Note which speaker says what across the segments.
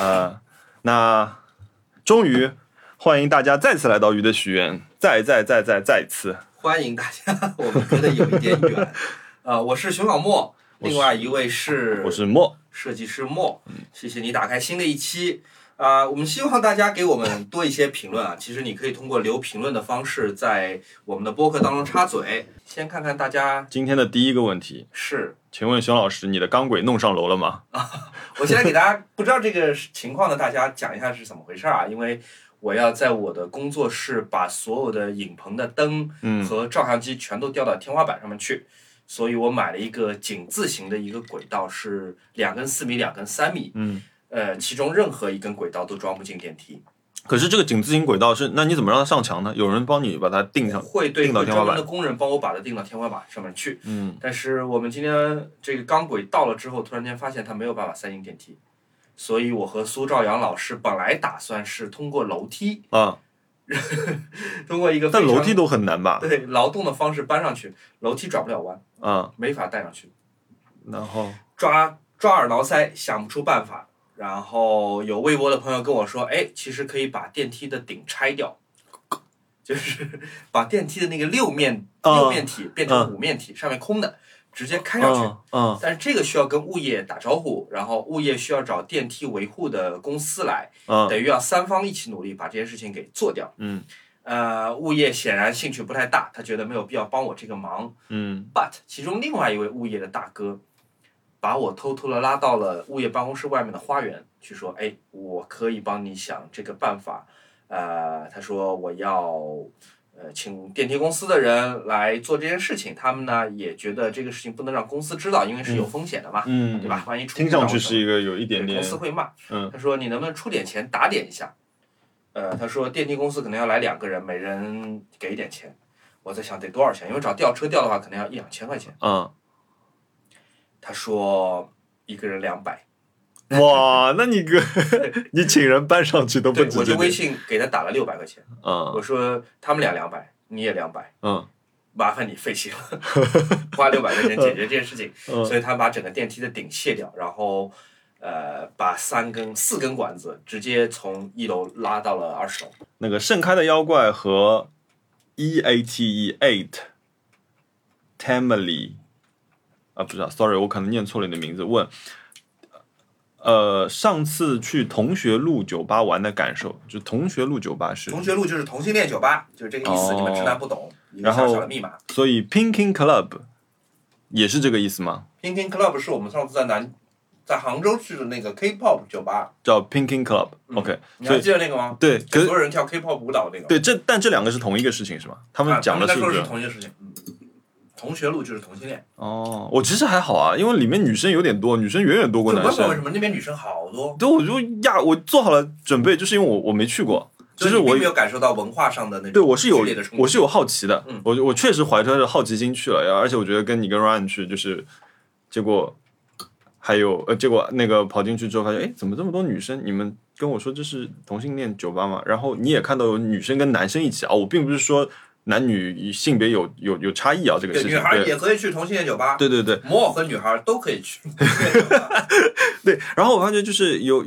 Speaker 1: 呃，那终于欢迎大家再次来到鱼的许愿，再再再再再次，
Speaker 2: 欢迎大家，我们觉得有一点 远。呃，我是熊老莫，另外一位是
Speaker 1: 我是嗯莫，
Speaker 2: 设计师莫，谢谢你打开新的一期。啊、我们希望大家给我们多一些评论啊。其实你可以通过留评论的方式，在我们的播客当中插嘴。先看看大家
Speaker 1: 今天的第一个问题，
Speaker 2: 是，
Speaker 1: 请问熊老师，你的钢轨弄上楼了吗？
Speaker 2: 我先来给大家不知道这个情况的大家讲一下是怎么回事啊，因为我要在我的工作室把所有的影棚的灯
Speaker 1: 嗯
Speaker 2: 和照相机全都吊到天花板上面去，所以我买了一个井字形的一个轨道，是两根四米、两根三米，
Speaker 1: 嗯，
Speaker 2: 呃，其中任何一根轨道都装不进电梯，
Speaker 1: 可是这个井字形轨道是，那你怎么让它上墙呢？有人帮你把它定上，
Speaker 2: 会对
Speaker 1: 钉到
Speaker 2: 会
Speaker 1: 天花
Speaker 2: 专
Speaker 1: 板
Speaker 2: 门的工人帮我把它钉到天花板上面去。
Speaker 1: 嗯，
Speaker 2: 但是我们今天这个钢轨到了之后，突然间发现它没有办法塞进电梯，所以我和苏兆阳老师本来打算是通过楼梯，
Speaker 1: 啊，
Speaker 2: 通过一个
Speaker 1: 但
Speaker 2: 非常
Speaker 1: 楼梯都很难吧？
Speaker 2: 对劳动的方式搬上去，楼梯转不了弯，
Speaker 1: 啊，
Speaker 2: 没法带上去。
Speaker 1: 然后
Speaker 2: 抓抓耳挠腮，想不出办法。然后有微博的朋友跟我说，哎，其实可以把电梯的顶拆掉，就是把电梯的那个六面、
Speaker 1: 啊
Speaker 2: 六面体变成五面体，上面空的，直接开上去。
Speaker 1: 嗯嗯
Speaker 2: 但是这个需要跟物业打招呼，然后物业需要找电梯维护的公司来，
Speaker 1: 嗯
Speaker 2: 等于要三方一起努力把这件事情给做掉。
Speaker 1: 嗯
Speaker 2: 呃，物业显然兴趣不太大，他觉得没有必要帮我这个忙，
Speaker 1: 嗯
Speaker 2: But 其中另外一位物业的大哥，把我偷偷的拉到了物业办公室外面的花园，去说：“哎，我可以帮你想这个办法。”呃，他说我要呃请电梯公司的人来做这件事情，他们呢也觉得这个事情不能让公司知道，因为是有风险的嘛，
Speaker 1: 嗯，
Speaker 2: 对吧？？万一出
Speaker 1: 听上去
Speaker 2: 一
Speaker 1: 是一个有一点点
Speaker 2: 公，司会骂。
Speaker 1: 嗯
Speaker 2: 他说你能不能出点钱打点一下？呃，他说电梯公司可能要来两个人，每人给一点钱。我在想得多少钱，因为找吊车吊的话，可能要一两千块钱。
Speaker 1: 嗯，
Speaker 2: 他说一个人两百，
Speaker 1: 哇，那你个 你请人搬上去都不
Speaker 2: 对
Speaker 1: 止
Speaker 2: 我
Speaker 1: 这
Speaker 2: 就微
Speaker 1: 点，
Speaker 2: 信给他打了六百块钱，
Speaker 1: 嗯
Speaker 2: 我说他们俩两百，你也两百，
Speaker 1: 嗯
Speaker 2: 麻烦你费 心了，花六百块钱解决这件事情，
Speaker 1: 嗯
Speaker 2: 所以他把整个电梯的顶卸掉，然后呃把三根四根管子直接从一楼拉到了二十楼，
Speaker 1: 那个盛开的妖怪和 E A T E eight Tamily 啊，不是啊，sorry，我可能念错了你的名字。问，呃，上次去同学路酒吧玩的感受，就同学路酒吧是，
Speaker 2: 同学录就是同性恋酒吧，就是这个意思，
Speaker 1: 哦
Speaker 2: 你们直男不懂，一个
Speaker 1: 然后
Speaker 2: 小小的密码。
Speaker 1: 所以 Pinking Club 也是这个意思吗？
Speaker 2: Pinkin Club 是我们上次在南在杭州去的那个 K-pop 酒吧，
Speaker 1: 叫 Pinking Club，OK，、
Speaker 2: 你
Speaker 1: 所
Speaker 2: 还
Speaker 1: 以
Speaker 2: 记得那个吗？
Speaker 1: 对，
Speaker 2: 就
Speaker 1: 可
Speaker 2: 所
Speaker 1: 是
Speaker 2: 有人跳 K-pop 舞蹈那个。
Speaker 1: 对这，但这两个是同一个事情是吗？他们
Speaker 2: 啊
Speaker 1: 讲的
Speaker 2: 他
Speaker 1: 是
Speaker 2: 们
Speaker 1: 不是？
Speaker 2: 在说的是同一个事情，嗯，同学录就是同性恋，
Speaker 1: 哦，我其实还好啊，因为里面女生有点多，女生远远多过
Speaker 2: 就
Speaker 1: 男
Speaker 2: 不懂为
Speaker 1: 生。
Speaker 2: 什么那边女生好多，
Speaker 1: 对，我就压，我做好了准备，就是因为我我没去过，其
Speaker 2: 就是
Speaker 1: 实
Speaker 2: 你
Speaker 1: 我
Speaker 2: 并没有感受到文化上的那种
Speaker 1: 对我是有
Speaker 2: 剧烈的冲
Speaker 1: 我
Speaker 2: 突。
Speaker 1: 是有好奇的
Speaker 2: 嗯，
Speaker 1: 我我确实怀着好奇心去了，然后而且我觉得跟你跟 Ryan 去就是，结果还有呃，结果那个跑进去之后发现，哎，怎么这么多女生？你们跟我说这是同性恋酒吧吗？然后你也看到有女生跟男生一起啊，我并不是说男女性别有有有差异啊，这个
Speaker 2: 对，
Speaker 1: 事情
Speaker 2: 女孩
Speaker 1: 对
Speaker 2: 也可以去同性恋酒吧，
Speaker 1: 对对对。
Speaker 2: 摩尔和女孩都可以去。
Speaker 1: 对，然后我发觉就是有，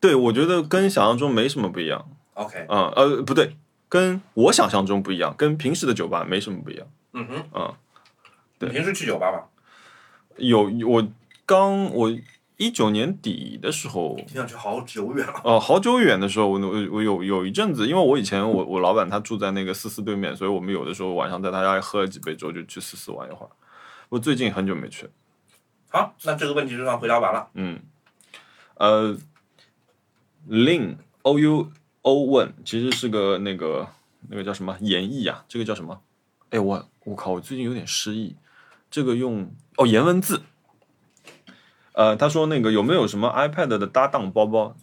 Speaker 1: 对我觉得跟想象中没什么不一样，
Speaker 2: OK，
Speaker 1: 嗯呃不对，跟我想象中不一样，跟平时的酒吧没什么不一样。
Speaker 2: 嗯哼，
Speaker 1: 嗯，对
Speaker 2: 你平时去酒吧吗？
Speaker 1: 有我刚我一九年底的时候，
Speaker 2: 听上去好久远了。
Speaker 1: 呃好久远的时候，我我我有有一阵子，因为我以前我我老板他住在那个四四对面，所以我们有的时候晚上在他家里喝了几杯之后就去四四玩一会儿。我最近很久没去，
Speaker 2: 好，那这个问题就算回答完了。
Speaker 1: 嗯，呃，Lin O U O 问，其实是个那个那个叫什么演绎啊？这个叫什么？哎，我我靠，我最近有点失忆。这个用哦颜文字。呃，他说那个有没有什么 iPad 的搭档包包？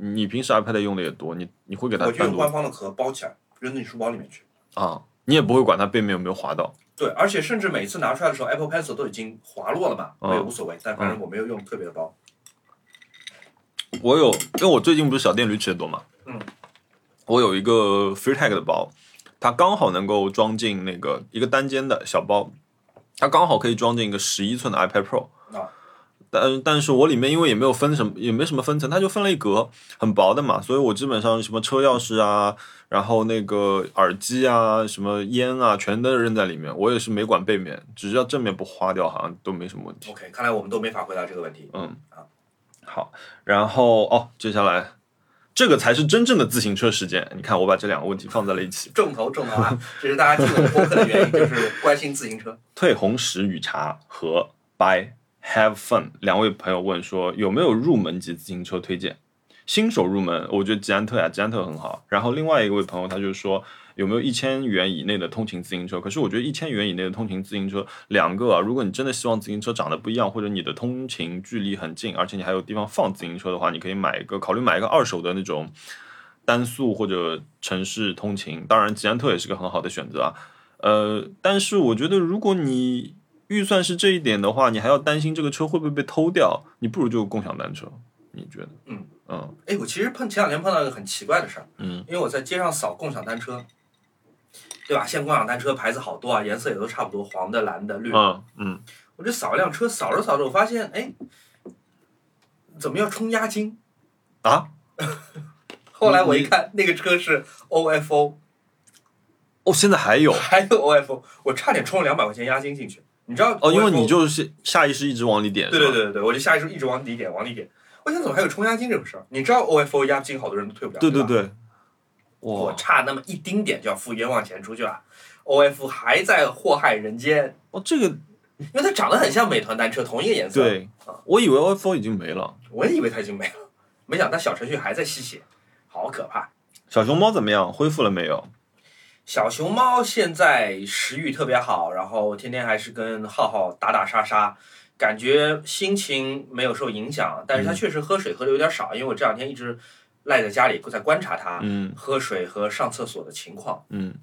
Speaker 1: 你平时 iPad 用的也多，你你会给它
Speaker 2: 我就
Speaker 1: 单
Speaker 2: 用
Speaker 1: 独
Speaker 2: 官方的壳包起来，扔进书包里面去。
Speaker 1: 啊？你也不会管它背面有没有划到？
Speaker 2: 对，而且甚至每次拿出来的时候，Apple Pencil 都已经滑落了嘛，
Speaker 1: 嗯
Speaker 2: 我也无所谓。但反正我没有用特别的包。
Speaker 1: 我有，因为我最近不是小电驴骑的多嘛，
Speaker 2: 嗯，
Speaker 1: 我有一个 FreeTag 的包，它刚好能够装进那个一个单肩的小包，它刚好可以装进一个十一寸的 iPad Pro，
Speaker 2: 啊
Speaker 1: 但但是我里面因为也没有分什么，也没什么分层，它就分了一格，很薄的嘛，所以我基本上什么车钥匙啊，然后那个耳机啊，什么烟啊，全都扔在里面。我也是没管背面，只要正面不花掉，好像都没什么问题。
Speaker 2: OK，看来我们都没法回答这个问题。
Speaker 1: 嗯，好，然后哦，接下来这个才是真正的自行车时间。你看，我把这两个问题放在了一起。
Speaker 2: 重头重头啊，这是大家听我们播客的原因，就是关心自行车。
Speaker 1: 退红石与茶和 By Have Fun 两位朋友问说有没有入门级自行车推荐？新手入门，我觉得捷安特呀、捷安特很好。然后另外一位朋友他就说有没有一千元以内的通勤自行车？可是我觉得一千元以内的通勤自行车两个啊，如果你真的希望自行车长得不一样，或者你的通勤距离很近，而且你还有地方放自行车的话，你可以买一个，考虑买一个二手的那种单速或者城市通勤。当然，捷安特也是个很好的选择啊。呃，但是我觉得，如果你预算是这一点的话，你还要担心这个车会不会被偷掉，你不如就共享单车。你觉得？
Speaker 2: 嗯
Speaker 1: 嗯
Speaker 2: 哎，我其实碰前两天碰到一个很奇怪的事儿，
Speaker 1: 嗯，
Speaker 2: 因为我在街上扫共享单车，对吧？现在共享单车牌子好多啊，颜色也都差不多，黄的、蓝的、绿的。
Speaker 1: 嗯嗯，
Speaker 2: 我就扫一辆车，扫着扫着，我发现，哎，怎么要充押金
Speaker 1: 啊？
Speaker 2: 后来我一看，那个车是 OFO，
Speaker 1: 哦，现在还 有
Speaker 2: 还有 OFO，我差点充了两百块钱押金进去。你知道 OFO？
Speaker 1: 哦，因为你就是下意识一直往里点，
Speaker 2: 对对
Speaker 1: 是吧
Speaker 2: 对对对，我就下意识一直往里点，往里点。我想怎么还有充押金这种事儿？你知道 OFO 押金好多人都退不了，
Speaker 1: 对
Speaker 2: 吧
Speaker 1: 对，
Speaker 2: 我
Speaker 1: 哇，
Speaker 2: 差那么一丁点就要付冤枉钱出去了。OF 还在祸害人间，
Speaker 1: 哦，这个
Speaker 2: 因为它长得很像美团单车，同一个颜色。，
Speaker 1: 对，我以为 OFO 已经没了。
Speaker 2: 我也以为它已经没了，没想到小程序还在吸血，好可怕。
Speaker 1: 小熊猫怎么样？恢复了没有？
Speaker 2: 小熊猫现在食欲特别好，然后天天还是跟浩浩打打杀杀，感觉心情没有受影响，但是它确实喝水喝的有点少，因为我这两天一直赖在家里在观察它
Speaker 1: 嗯
Speaker 2: 喝水和上厕所的情况。
Speaker 1: 嗯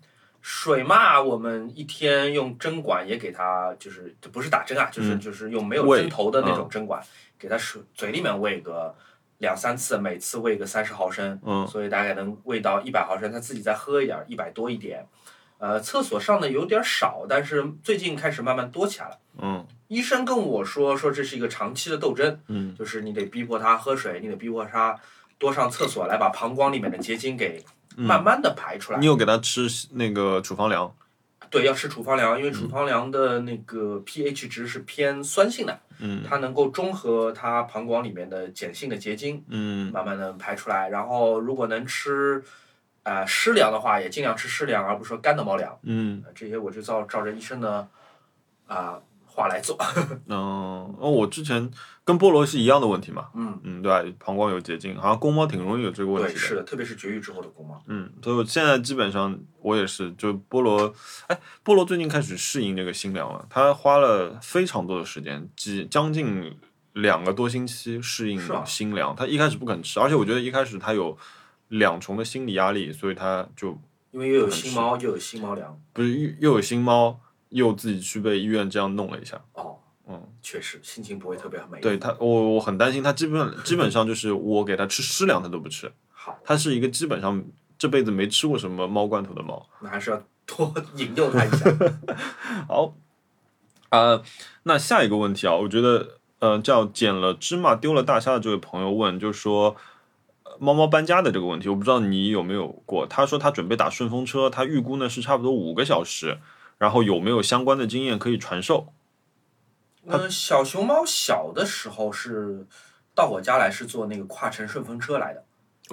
Speaker 2: 水嘛，我们一天用针管也给它，就是这不是打针啊，就是、
Speaker 1: 嗯
Speaker 2: 就是用没有
Speaker 1: 喂嗯
Speaker 2: 针头的那种针管，给它水嘴里面喂个两三次，每次喂个三十毫升，
Speaker 1: 嗯
Speaker 2: 所以大概能喂到一百毫升，它自己再喝一点，一百多一点。呃，厕所上的有点少，但是最近开始慢慢多起来了。
Speaker 1: 嗯
Speaker 2: 医生跟我说，说这是一个长期的斗争，
Speaker 1: 嗯，
Speaker 2: 就是你得逼迫它喝水，你得逼迫它多上厕所，来把膀胱里面的结晶给慢慢的排出来。
Speaker 1: 嗯你有给它吃那个处方粮？
Speaker 2: 对，要吃处方粮，因
Speaker 1: 嗯
Speaker 2: 为处方粮的那个 pH 值是偏酸性的，
Speaker 1: 嗯
Speaker 2: 它能够中和它膀胱里面的碱性的结晶，
Speaker 1: 嗯
Speaker 2: 慢慢的排出来。然后如果能吃，呃湿粮的话，也尽量吃湿粮，而不是说干的猫粮。
Speaker 1: 嗯
Speaker 2: 呃这些我就照照着医生的啊、话来做。
Speaker 1: 嗯，哦，我之前跟菠萝是一样的问题嘛。
Speaker 2: 嗯，
Speaker 1: 嗯，对吧，膀胱有结晶，好像公猫挺容易有这个问
Speaker 2: 对，
Speaker 1: 题的。
Speaker 2: 是的，特别是绝育之后的公猫。
Speaker 1: 嗯，所以我现在基本上我也是，就菠萝，哎，菠萝最近开始适应这个新粮了，他花了非常多的时间，几将近两个多星期适应
Speaker 2: 是啊吗
Speaker 1: 新粮。他一开始不肯吃，而且我觉得一开始他有两重的心理压力，所以他就
Speaker 2: 因为又有
Speaker 1: 不能
Speaker 2: 新
Speaker 1: 吃
Speaker 2: 猫，又有新猫粮。
Speaker 1: 不是又又有新猫，又自己去被医院这样弄了一下。
Speaker 2: 哦，
Speaker 1: 嗯，
Speaker 2: 确实心情不会特别美。
Speaker 1: 对，他，我我很担心他，基本基本上就是我给他吃湿粮，他都不吃。
Speaker 2: 好，
Speaker 1: 它是一个基本上这辈子没吃过什么猫罐头的猫。
Speaker 2: 那还是要多引诱它 一下。
Speaker 1: 好，呃，那下一个问题啊，我觉得呃叫捡了芝麻丢了大虾的这位朋友问，就说。呃猫猫搬家的这个问题，我不知道你有没有过。他说他准备打顺风车，他预估呢是差不多五个小时，然后有没有相关的经验可以传授？
Speaker 2: 嗯，小熊猫小的时候是到我家来是坐那个跨城顺风车来的。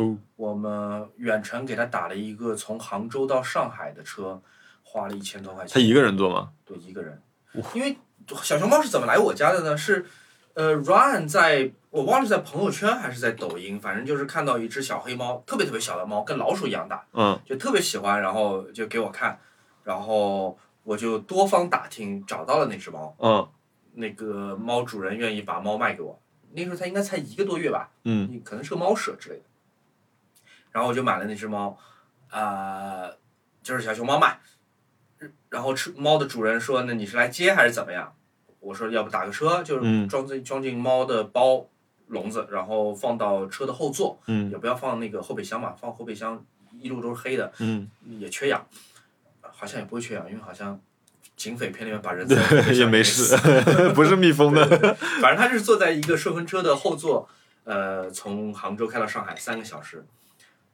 Speaker 1: 哦，
Speaker 2: 我们远程给它打了一个从杭州到上海的车，花了一千多块
Speaker 1: 他
Speaker 2: 钱，
Speaker 1: 一个人做吗？
Speaker 2: 对一个人。因为小熊猫是怎么来我家的呢？是呃，Ryan 在我忘了是在朋友圈还是在抖音，反正就是看到一只小黑猫，特别特别小的猫，跟老鼠一样大，
Speaker 1: 嗯
Speaker 2: 就特别喜欢，然后就给我看，然后我就多方打听找到了那只猫。
Speaker 1: 嗯
Speaker 2: 那个猫主人愿意把猫卖给我。那时候它应该才一个多月吧，
Speaker 1: 嗯
Speaker 2: 可能是个猫舍之类的。然后我就买了那只猫，呃，就是小熊猫嘛。然后吃猫的主人说：“那你是来接还是怎么样？”我说：“要不打个车，就是
Speaker 1: 嗯
Speaker 2: 装进装进猫的包笼子，然后放到车的后座，
Speaker 1: 嗯
Speaker 2: 也不要放那个后备箱嘛，放后备箱一路都是黑的，
Speaker 1: 嗯
Speaker 2: 也缺氧，好像也不会缺氧，因为好像警匪片里面 把人
Speaker 1: 也没事， 不是蜜蜂 的。
Speaker 2: 反正他就是坐在一个顺风车的后座，呃，从杭州开到上海三个小时，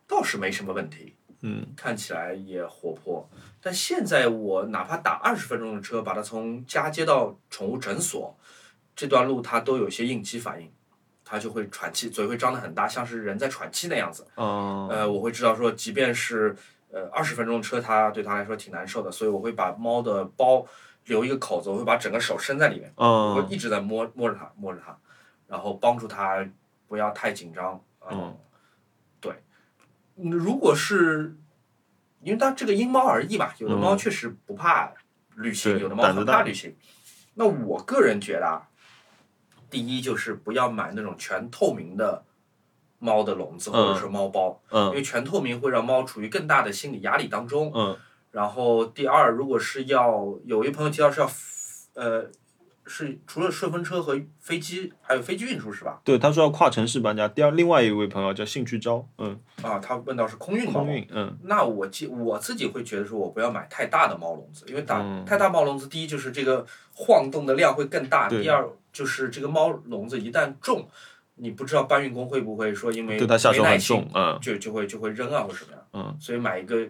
Speaker 2: 倒是没什么问题，
Speaker 1: 嗯，
Speaker 2: 看起来也活泼。但现在我哪怕打二十分钟的车，把它从家接到宠物诊所，这段路它都有些应激反应，它就会喘气，嘴会张得很大，像是人在喘气那样子。
Speaker 1: 嗯，
Speaker 2: 呃，我会知道说，即便是呃二十分钟的车，它对它来说挺难受的，所以我会把猫的包留一个口子，我会把整个手伸在里面。我
Speaker 1: 嗯，
Speaker 2: 一直在摸摸着它，摸着它，然后帮助它不要太紧张。
Speaker 1: 嗯，
Speaker 2: 对，嗯如果是因为它这个因猫而异吧，有的猫
Speaker 1: 嗯
Speaker 2: 确实不怕旅行，
Speaker 1: 对
Speaker 2: 有的猫
Speaker 1: 胆子
Speaker 2: 很
Speaker 1: 大
Speaker 2: 怕旅行。那我个人觉得啊，第一就是不要买那种全透明的猫的笼子或者
Speaker 1: 嗯
Speaker 2: 是猫包，因
Speaker 1: 嗯，
Speaker 2: 为全透明会让猫处于更大的心理压力当中。
Speaker 1: 嗯，
Speaker 2: 然后第二，如果是要有一朋友提到是要，呃，是除了顺风车和飞机，还有飞机运输是吧？
Speaker 1: 对，他说要跨城市搬家。第二，另外一位朋友叫兴趣招，嗯，
Speaker 2: 啊，他问到是空运猫
Speaker 1: 空。运，嗯，
Speaker 2: 那我记我自己会觉得说，我不要买太大的猫笼子，因为大、
Speaker 1: 嗯
Speaker 2: 太大猫笼子，第一就是这个晃动的量会更大，
Speaker 1: 对
Speaker 2: 第二就是这个猫笼子一旦重，你不知道搬运工会不会说因为
Speaker 1: 对他下
Speaker 2: 没
Speaker 1: 手
Speaker 2: 耐
Speaker 1: 很
Speaker 2: 心
Speaker 1: 重，嗯
Speaker 2: 就就会就会扔啊或什么样。
Speaker 1: 嗯
Speaker 2: 所以买一个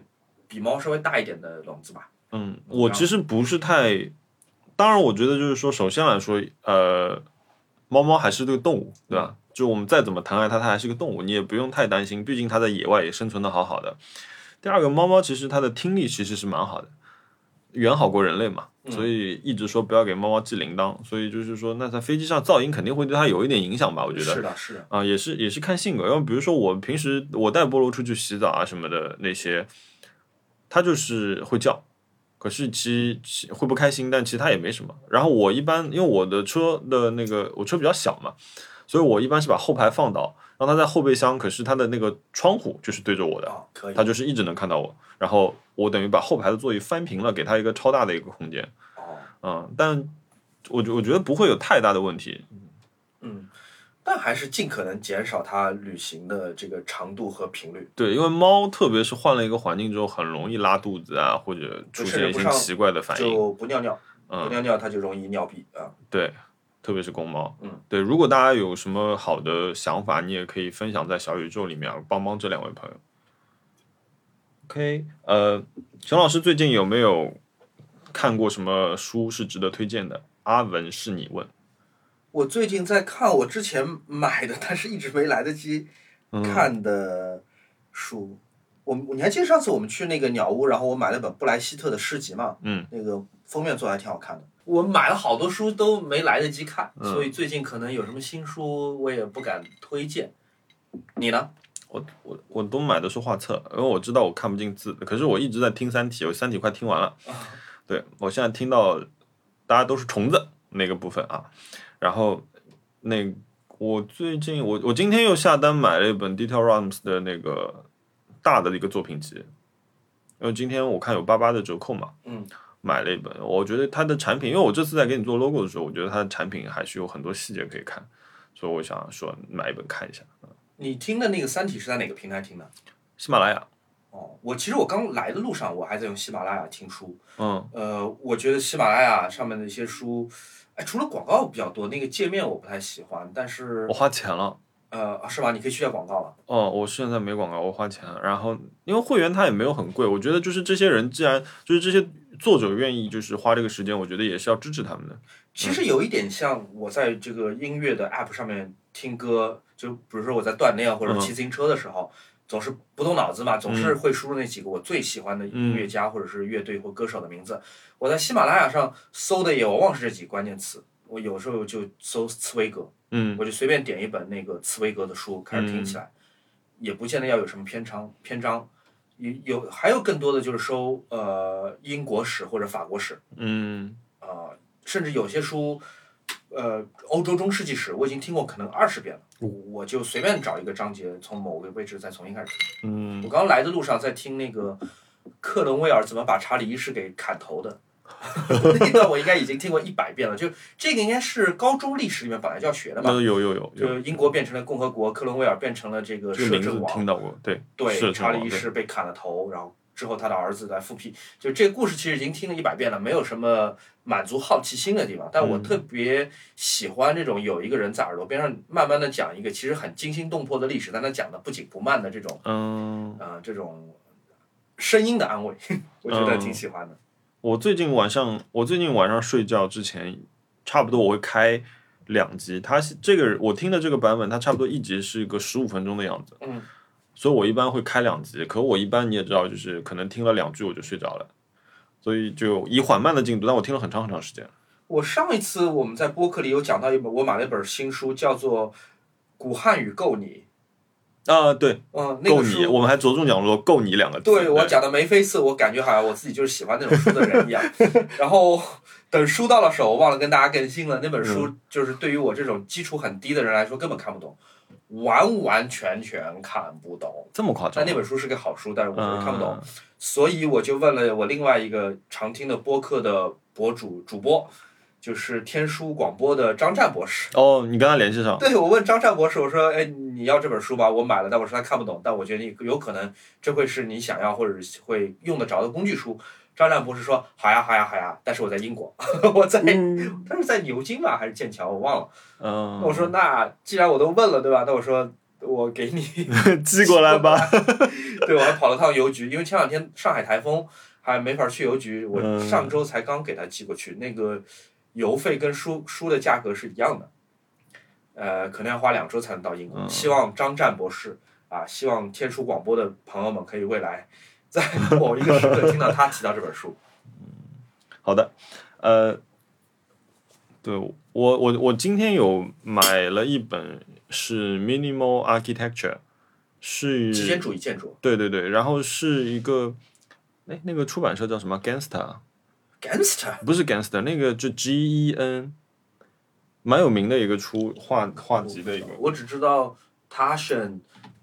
Speaker 2: 比猫稍微大一点的笼子吧。
Speaker 1: 嗯，我其实不是太，当然，我觉得就是说，首先来说，呃，猫猫还是这个动物，对
Speaker 2: 嗯
Speaker 1: 吧？就我们再怎么疼爱它，它还是个动物，你也不用太担心，毕竟它在野外也生存的好好的。第二个，猫猫其实它的听力其实是蛮好的，远好过人类嘛，
Speaker 2: 嗯
Speaker 1: 所以一直说不要给猫猫系铃铛。所以就是说，那在飞机上噪音肯定会对它有一点影响吧？我觉得
Speaker 2: 是的，是的。
Speaker 1: 啊、也是也是看性格。要比如说我平时我带菠萝出去洗澡啊什么的那些，它就是会叫，可是其其会不开心，但其实它也没什么。然后我一般因为我的车的那个我车比较小嘛，所以我一般是把后排放倒，让它在后备箱，可是它的那个窗户就是对着我的，
Speaker 2: 哦，可以。
Speaker 1: 它就是一直能看到我。然后我等于把后排的座椅翻平了，给它一个超大的一个空间。
Speaker 2: 哦，
Speaker 1: 嗯，但我觉我觉得不会有太大的问题。
Speaker 2: 嗯，但还是尽可能减少它旅行的这个长度和频率。
Speaker 1: 对，因为猫特别是换了一个环境之后，很容易拉肚子啊，或者出
Speaker 2: 甚至
Speaker 1: 现一
Speaker 2: 不
Speaker 1: 些
Speaker 2: 上
Speaker 1: 奇怪的反应，嗯
Speaker 2: 就不尿尿，不尿尿它就容易尿闭啊。
Speaker 1: 特别是公猫。
Speaker 2: 嗯，
Speaker 1: 对，如果大家有什么好的想法，你也可以分享在小宇宙里面啊，帮帮这两位朋友。OK，呃，熊老师最近有没有看过什么书是值得推荐的？阿文是你问，
Speaker 2: 我最近在看我之前买的，但是一直没来得及
Speaker 1: 嗯
Speaker 2: 看的书。我们你还记得上次我们去那个鸟屋，然后我买了本布莱希特的诗集嘛？
Speaker 1: 嗯，
Speaker 2: 那个封面做的还挺好看的。我买了好多书都没来得及看，
Speaker 1: 嗯
Speaker 2: 所以最近可能有什么新书我也不敢推荐。你呢？
Speaker 1: 我我我都买的是画册，因为我知道我看不进字，可是我一直在听《三体》，我《三体》快听完了。对我现在听到大家都是虫子那个部分啊，然后那我最近我我今天又下单买了一本 d e t a i l Rams 的那个大的一个作品集，因为今天我看有八八的折扣嘛，
Speaker 2: 嗯，
Speaker 1: 买了一本，我觉得它的产品，因为我这次在给你做 logo 的时候，我觉得它的产品还是有很多细节可以看，所以我想说买一本看一下。
Speaker 2: 你听的那个《三体》是在哪个平台听的？
Speaker 1: 喜马拉雅，
Speaker 2: 哦，我其实我刚来的路上，我还在用喜马拉雅听书。
Speaker 1: 嗯
Speaker 2: 呃，我觉得喜马拉雅上面的一些书，哎，除了广告比较多，那个界面我不太喜欢。但是
Speaker 1: 我花钱了。
Speaker 2: 呃，啊是吧？你可以去掉广告了。
Speaker 1: 哦，我现在没广告，我花钱。然后因为会员它也没有很贵，我觉得就是这些人既然就是这些作者愿意就是花这个时间，我觉得也是要支持他们的。
Speaker 2: 其实有一点像我在这个音乐的 app 上面听歌，就比如说我在锻炼啊或者骑自行车的时候，总是不动脑子嘛，总是会输入那几个我最喜欢的音乐家或者是乐队或歌手的名字。我在喜马拉雅上搜的也往往是这几个关键词，我有时候就搜茨威格，
Speaker 1: 嗯，
Speaker 2: 我就随便点一本那个茨威格的书开始听起来，也不见得要有什么篇章篇章。有有还有更多的就是搜呃英国史或者法国史。
Speaker 1: 嗯，
Speaker 2: 呃，甚至有些书，呃，欧洲中世纪史我已经听过可能二十遍了，我就随便找一个章节，从某个位置再重新开始
Speaker 1: 嗯，
Speaker 2: 听。我刚来的路上在听那个克伦威尔怎么把查理一世给砍头的， 那段我应该已经听过一百遍了。就这个应该是高中历史里面本来就要学的吧？
Speaker 1: 那嗯有有有有，
Speaker 2: 就英国变成了共和国，克伦威尔变成了这个
Speaker 1: 这
Speaker 2: 摄
Speaker 1: 个名
Speaker 2: 政
Speaker 1: 字
Speaker 2: 王，
Speaker 1: 听到过，对，
Speaker 2: 对，
Speaker 1: 是
Speaker 2: 查理一
Speaker 1: 是
Speaker 2: 世被砍了头，然后。之后他的儿子来复辟。就这个故事其实已经听了一百遍了，没有什么满足好奇心的地方。但
Speaker 1: 嗯
Speaker 2: 我特别喜欢这种有一个人在耳朵边上慢慢的讲一个其实很惊心动魄的历史，但他讲的不紧不慢的这种
Speaker 1: 嗯，
Speaker 2: 呃这种声音的安慰， 我觉得
Speaker 1: 嗯
Speaker 2: 挺喜欢的。
Speaker 1: 我最近晚上，我最近晚上睡觉之前，差不多我会开两集。它是这个我听的这个版本，它差不多一集是个十五分钟的样子，
Speaker 2: 嗯，
Speaker 1: 所以我一般会开两集。可我一般你也知道，就是可能听了两句我就睡着了，所以就以缓慢的进度，但我听了很长很长时间。
Speaker 2: 我上一次我们在播客里有讲到一本我买了一本新书，叫做《古汉语够你》。
Speaker 1: 啊、对，
Speaker 2: 嗯，那
Speaker 1: 够
Speaker 2: 个
Speaker 1: 你，
Speaker 2: 书
Speaker 1: 我们还着重讲了“够你”两个字。
Speaker 2: 对我讲的眉飞色，我感觉好像我自己就是喜欢那种书的人一样。 然后等书到了手，我忘了跟大家更新了。那本书就是对于我这种基础很低的人来说，根本看不懂，完完全全看不懂。
Speaker 1: 这么夸张
Speaker 2: 但，那本书是个好书，但是我就是
Speaker 1: 嗯，
Speaker 2: 看不懂，所以我就问了我另外一个常听的播客的博主主播，就是天书广播的张湛博士。
Speaker 1: 哦，你跟他联系上，
Speaker 2: 对，我问张湛博士，我说：“哎，你要这本书吧？我买了，但我说他看不懂，但我觉得你有可能这会是你想要或者是会用得着的工具书。”张湛博士说：“好呀，好呀，好呀，但是我在英国， 我在，
Speaker 1: 嗯，
Speaker 2: 他是在牛津吧，还是剑桥？我忘了。”
Speaker 1: 嗯
Speaker 2: 那我说：“那既然我都问了，对吧？那我说我给你
Speaker 1: 寄过来吧，
Speaker 2: 对，我还跑了趟邮局，因为前两天上海台风还没法去邮局，我
Speaker 1: 嗯
Speaker 2: 上周才刚给他寄过去，那个邮费跟书书的价格是一样的，呃，可能要花两周才能到英国。
Speaker 1: 嗯
Speaker 2: 希望张湛博士啊，希望天书广播的朋友们可以未来在 某一个时刻听到他提到这本书。
Speaker 1: 好的，呃，对我我我今天有买了一本是 Minimal Architecture，是
Speaker 2: 极简主义建筑
Speaker 1: 对对对，然后是一个，哎，那个出版社叫什么？Gangster，
Speaker 2: ，Gangster，
Speaker 1: 不是 Gangster，那个就 G E N，蛮有名的一个出画画
Speaker 2: 我不
Speaker 1: 集
Speaker 2: 知
Speaker 1: 的一
Speaker 2: 道
Speaker 1: 个，
Speaker 2: 我只知道 Tashan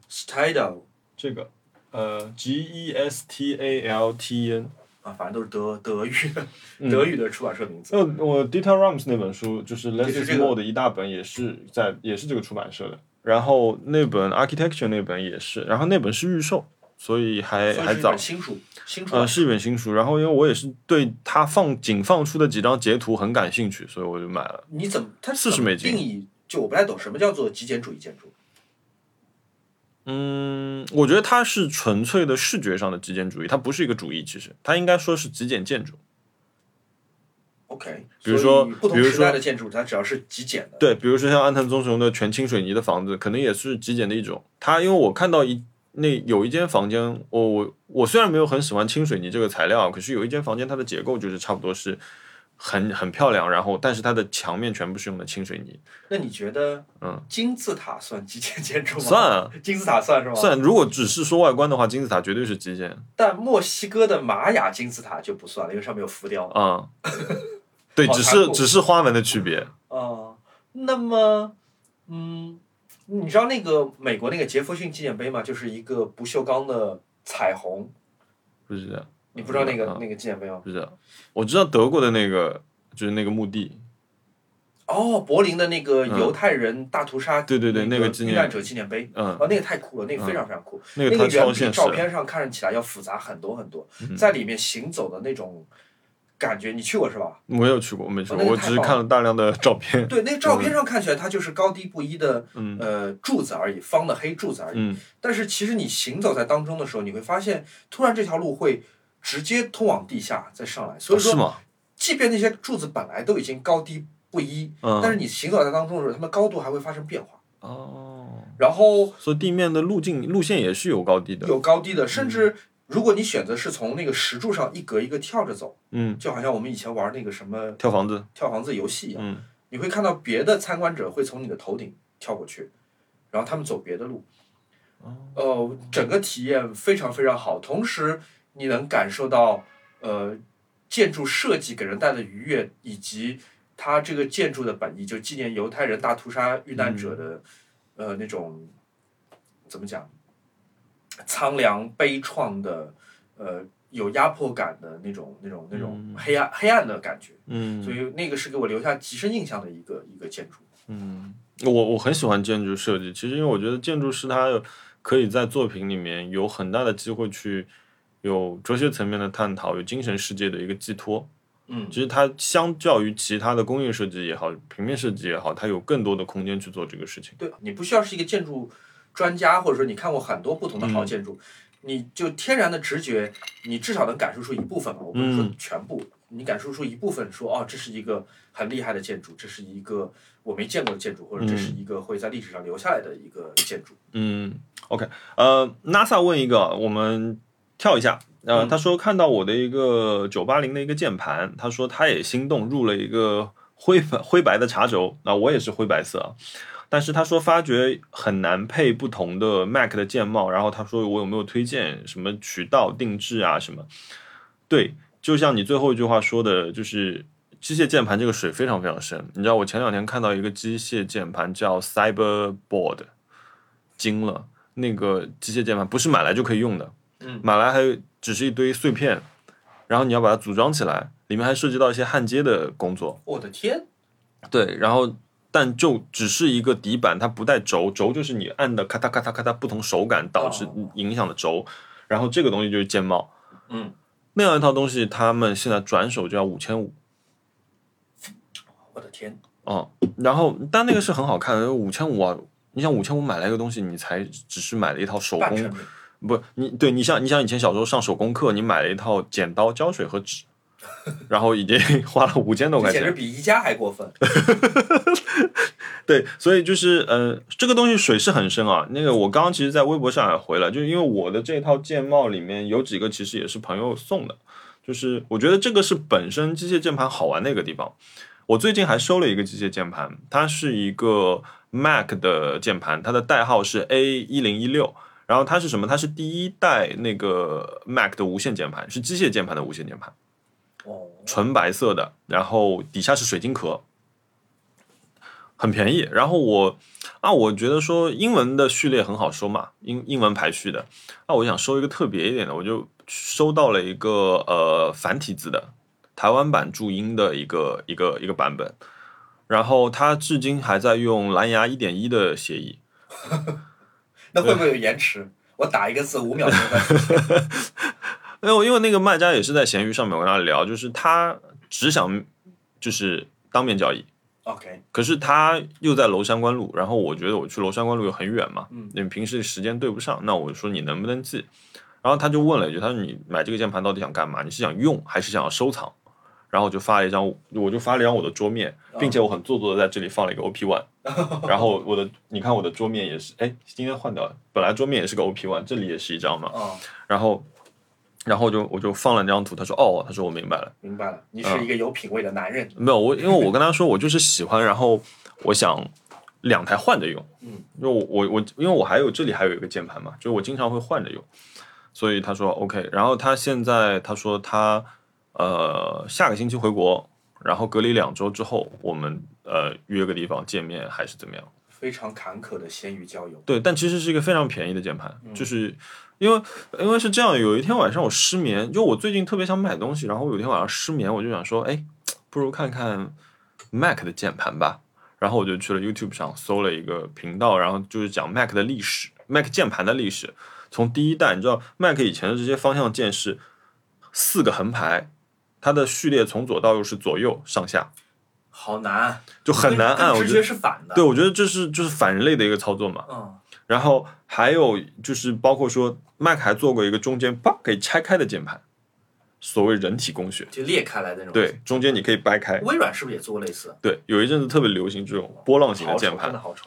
Speaker 2: Stadel
Speaker 1: 这个呃 G E S T A L T N。
Speaker 2: 啊，反正都是德德语的
Speaker 1: 嗯
Speaker 2: 德语的出版社名字。
Speaker 1: 那呃我 Dita Rams 那本书就是
Speaker 2: 是
Speaker 1: Less is
Speaker 2: 这个
Speaker 1: More 的一大本，也是在也是这个出版社的。然后那本 Architecture 那本也是，然后那本是预售，所以还
Speaker 2: 所
Speaker 1: 哎
Speaker 2: 以
Speaker 1: 还
Speaker 2: 是一
Speaker 1: 早
Speaker 2: 本。新书，新出版
Speaker 1: 呃，是一本新书。然后因为我也是对它放仅放出的几张截图很感兴趣，所以我就买了。
Speaker 2: 你怎么它
Speaker 1: 40
Speaker 2: 怎么
Speaker 1: 美金
Speaker 2: 定义？就我不太懂什么叫做极简主义建筑。
Speaker 1: 嗯，我觉得它是纯粹的视觉上的极简主义，它不是一个主义，其实它应该说是极简建筑。
Speaker 2: OK，
Speaker 1: 比如说
Speaker 2: 所以不同
Speaker 1: 比如
Speaker 2: 时代
Speaker 1: 说
Speaker 2: 的建筑，它只要是极简的，
Speaker 1: 对，比如说像安藤忠雄的全清水泥的房子，可能也是极简的一种。它因为我看到一那有一间房间，我我我虽然没有很喜欢清水泥这个材料，啊可是有一间房间它的结构就是差不多是很很漂亮，然后但是它的墙面全部是用的清水泥。
Speaker 2: 那你觉得，
Speaker 1: 嗯，
Speaker 2: 金字塔算极简建筑吗？
Speaker 1: 算啊，
Speaker 2: 金字塔算是吗？
Speaker 1: 算如果只是说外观的话，金字塔绝对是极简
Speaker 2: 但墨西哥的玛雅金字塔就不算了，因为上面有浮雕。
Speaker 1: 啊。 嗯对，
Speaker 2: 好
Speaker 1: 只
Speaker 2: 残
Speaker 1: 是
Speaker 2: 酷
Speaker 1: 只是花纹的区别。
Speaker 2: 啊、那么，嗯，你知道那个美国那个杰弗逊纪念碑吗？就是一个不锈钢的彩虹，
Speaker 1: 不是的，
Speaker 2: 你不知道那个、
Speaker 1: 嗯
Speaker 2: 那个纪念碑吗？
Speaker 1: 不是的。我知道德国的那个就是那个墓地，
Speaker 2: 哦，柏林的那个犹太人大屠杀，
Speaker 1: 嗯对对对那
Speaker 2: 个
Speaker 1: 个纪念
Speaker 2: 遇难者纪念碑，
Speaker 1: 嗯，
Speaker 2: 哦，那个太酷了，那个非常非常酷，
Speaker 1: 那个
Speaker 2: 那
Speaker 1: 它
Speaker 2: 个远
Speaker 1: 超
Speaker 2: 比
Speaker 1: 现实嗯
Speaker 2: 照。片上看起来要复杂很多很多，在里面行走的那种感觉，你去过是吧？
Speaker 1: 我没有去过，我没去
Speaker 2: 哦
Speaker 1: 过，
Speaker 2: 那个
Speaker 1: 我
Speaker 2: 太
Speaker 1: 只是
Speaker 2: 棒
Speaker 1: 看了大量的照片。
Speaker 2: 对，那个照
Speaker 1: 嗯
Speaker 2: 片上看起来它就是高低不一的，呃，柱子而已，方的黑柱子而已。
Speaker 1: 嗯
Speaker 2: 但是其实你行走在当中的时候，你会发现，突然这条路会直接通往地下，再上来。所以
Speaker 1: 哦是
Speaker 2: 说，
Speaker 1: 吗？
Speaker 2: 即便那些柱子本来都已经高低不一，
Speaker 1: 嗯，
Speaker 2: 但是你行走在当中的时候，它们高度还会发生变化。
Speaker 1: 哦，
Speaker 2: 然后
Speaker 1: 所以地面的路径路线也是有高低的。
Speaker 2: 有高低的，甚至如果你选择是从那个石柱上一格一个跳着走，
Speaker 1: 嗯，
Speaker 2: 就好像我们以前玩那个什么
Speaker 1: 跳房子，
Speaker 2: 跳房子游戏一样，
Speaker 1: 嗯
Speaker 2: 你会看到别的参观者会从你的头顶跳过去，然后他们走别的路，呃，整个体验非常非常好，同时你能感受到呃建筑设计给人带来的愉悦，以及它这个建筑的本意，就纪念犹太人大屠杀遇难者的、呃那种怎么讲苍凉悲怆的呃有压迫感的那种那种那种黑暗、黑暗的感觉。
Speaker 1: 嗯
Speaker 2: 所以那个是给我留下极深印象的一个一个建筑。
Speaker 1: 嗯，我我很喜欢建筑设计，其实因为我觉得建筑师他可以在作品里面有很大的机会去有哲学层面的探讨，有精神世界的一个寄托。
Speaker 2: 嗯
Speaker 1: 其实它相较于其他的工业设计也好，平面设计也好，它有更多的空间去做这个事情。
Speaker 2: 对你不需要是一个建筑专家，或者说你看过很多不同的好建
Speaker 1: 嗯
Speaker 2: 筑，你就天然的直觉，你至少能感受出一部分吧，我不能说
Speaker 1: 嗯
Speaker 2: 全部，你感受出一部分说，哦，这是一个很厉害的建筑，这是一个我没见过的建筑，或者这是一个会在历史上留下来的一个建筑。
Speaker 1: 嗯，OK，呃，NASA 问一个，我们跳一下。呃，他说看到我的一个九八零的一个键盘，他说他也心动，入了一个灰白灰白的茶轴。那、我也是灰白色啊，但是他说发觉很难配不同的 Mac 的键帽，然后他说我有没有推荐什么渠道定制啊什么？对，就像你最后一句话说的，就是机械键盘这个水非常非常深。你知道我前两天看到一个机械键盘叫 Cyberboard，惊了，那个机械键盘不是买来就可以用的，
Speaker 2: 嗯，
Speaker 1: 买来还只是一堆碎片，然后你要把它组装起来，里面还涉及到一些焊接的工作。
Speaker 2: 我的天，
Speaker 1: 对，然后但就只是一个底板，它不带轴，轴就是你按的咔嗒咔嗒咔嗒不同手感导致
Speaker 2: 哦
Speaker 1: 影响的轴，然后这个东西就是键帽。
Speaker 2: 嗯，
Speaker 1: 那样一套东西，他们现在转手就要五千五
Speaker 2: 我的天，
Speaker 1: 啊，然后但那个是很好看的，五千五啊。你想五千五买来一个东西，你才只是买了一套手
Speaker 2: 半
Speaker 1: 工
Speaker 2: 成品，
Speaker 1: 不，你对你像你像以前小时候上手工课，你买了一套剪刀、胶水和纸，然后已经花了五千多
Speaker 2: 这
Speaker 1: 块
Speaker 2: 简直
Speaker 1: 钱。
Speaker 2: 比宜家还过分。
Speaker 1: 对，所以就是呃，这个东西水是很深啊。那个我刚刚其实，在微博上也回了，就是因为我的这套键帽里面有几个其实也是朋友送的，就是我觉得这个是本身机械键盘好玩的一个地方。我最近还收了一个机械键盘，它是一个 Mac 的键盘，它的代号是 A 一零一六。然后它是什么？它是第一代那个 Mac 的无线键盘，是机械键盘的无线键盘，
Speaker 2: 哦，
Speaker 1: 纯白色的，然后底下是水晶壳，很便宜。然后我啊，我觉得说英文的序列很好收嘛，英英文排序的。那我想收一个特别一点的，我就收到了一个呃繁体字的台湾版注音的一个一个一个版本，然后它至今还在用蓝牙一点一的协议，
Speaker 2: 那会不会有延迟？我打一个字五秒钟再出现，
Speaker 1: 因为我因为那个卖家也是在闲鱼上面我跟他聊，就是他只想就是当面交易，
Speaker 2: OK，
Speaker 1: 可是他又在娄山关路，然后我觉得我去娄山关路又很远嘛，
Speaker 2: 嗯，
Speaker 1: 你平时时间对不上，那我说你能不能寄？然后他就问了一句，他说你买这个键盘到底想干嘛？你是想用还是想要收藏？然后我就发了一张，我就发了一张我的桌面，并且我很做作的在这里放了一个 OP One，然后我的你看我的桌面也是，哎，今天换掉了，本来桌面也是个 OP One，这里也是一张嘛，
Speaker 2: 哦，
Speaker 1: 然后，然后我就我就放了那张图，他说哦，他说我明白了，
Speaker 2: 明白了，你
Speaker 1: 嗯
Speaker 2: 是一个有品位的男人。
Speaker 1: 没有我，因为我跟他说我就是喜欢，然后我想两台换着用，
Speaker 2: 嗯，
Speaker 1: 因为我我我因为我还有这里还有一个键盘嘛，就是我经常会换着用，所以他说 OK，然后他现在他说他呃下个星期回国，然后隔离两周之后我们呃约个地方见面还是怎么样。
Speaker 2: 非常坎坷的咸鱼交友。
Speaker 1: 对，但其实是一个非常便宜的键盘，
Speaker 2: 嗯
Speaker 1: 就是因为因为是这样，有一天晚上我失眠，就我最近特别想买东西，然后有一天晚上失眠，我就想说，哎，不如看看 Mac 的键盘吧。然后我就去了 YouTube 上搜了一个频道，然后就是讲 Mac 的历史，Mac 键盘的历史，从第一代，你知道 Mac 以前的这些方向键是四个横排，它的序列从左到右是左右上下，
Speaker 2: 好难，啊
Speaker 1: 就很难按。我
Speaker 2: 跟直
Speaker 1: 觉得，
Speaker 2: 觉是反的。
Speaker 1: 对，我觉得这是就是反人类的一个操作嘛。
Speaker 2: 嗯，
Speaker 1: 然后还有就是包括说，Mac 还做过一个中间啪给拆开的键盘，所谓人体工学，
Speaker 2: 就裂开来的那种。，
Speaker 1: 对，中间你可以掰开，
Speaker 2: 微软是不是也做过类似？
Speaker 1: 对，有一阵子特别流行这种波浪形的
Speaker 2: 好丑，
Speaker 1: 键
Speaker 2: 真
Speaker 1: 盘
Speaker 2: 的，好丑。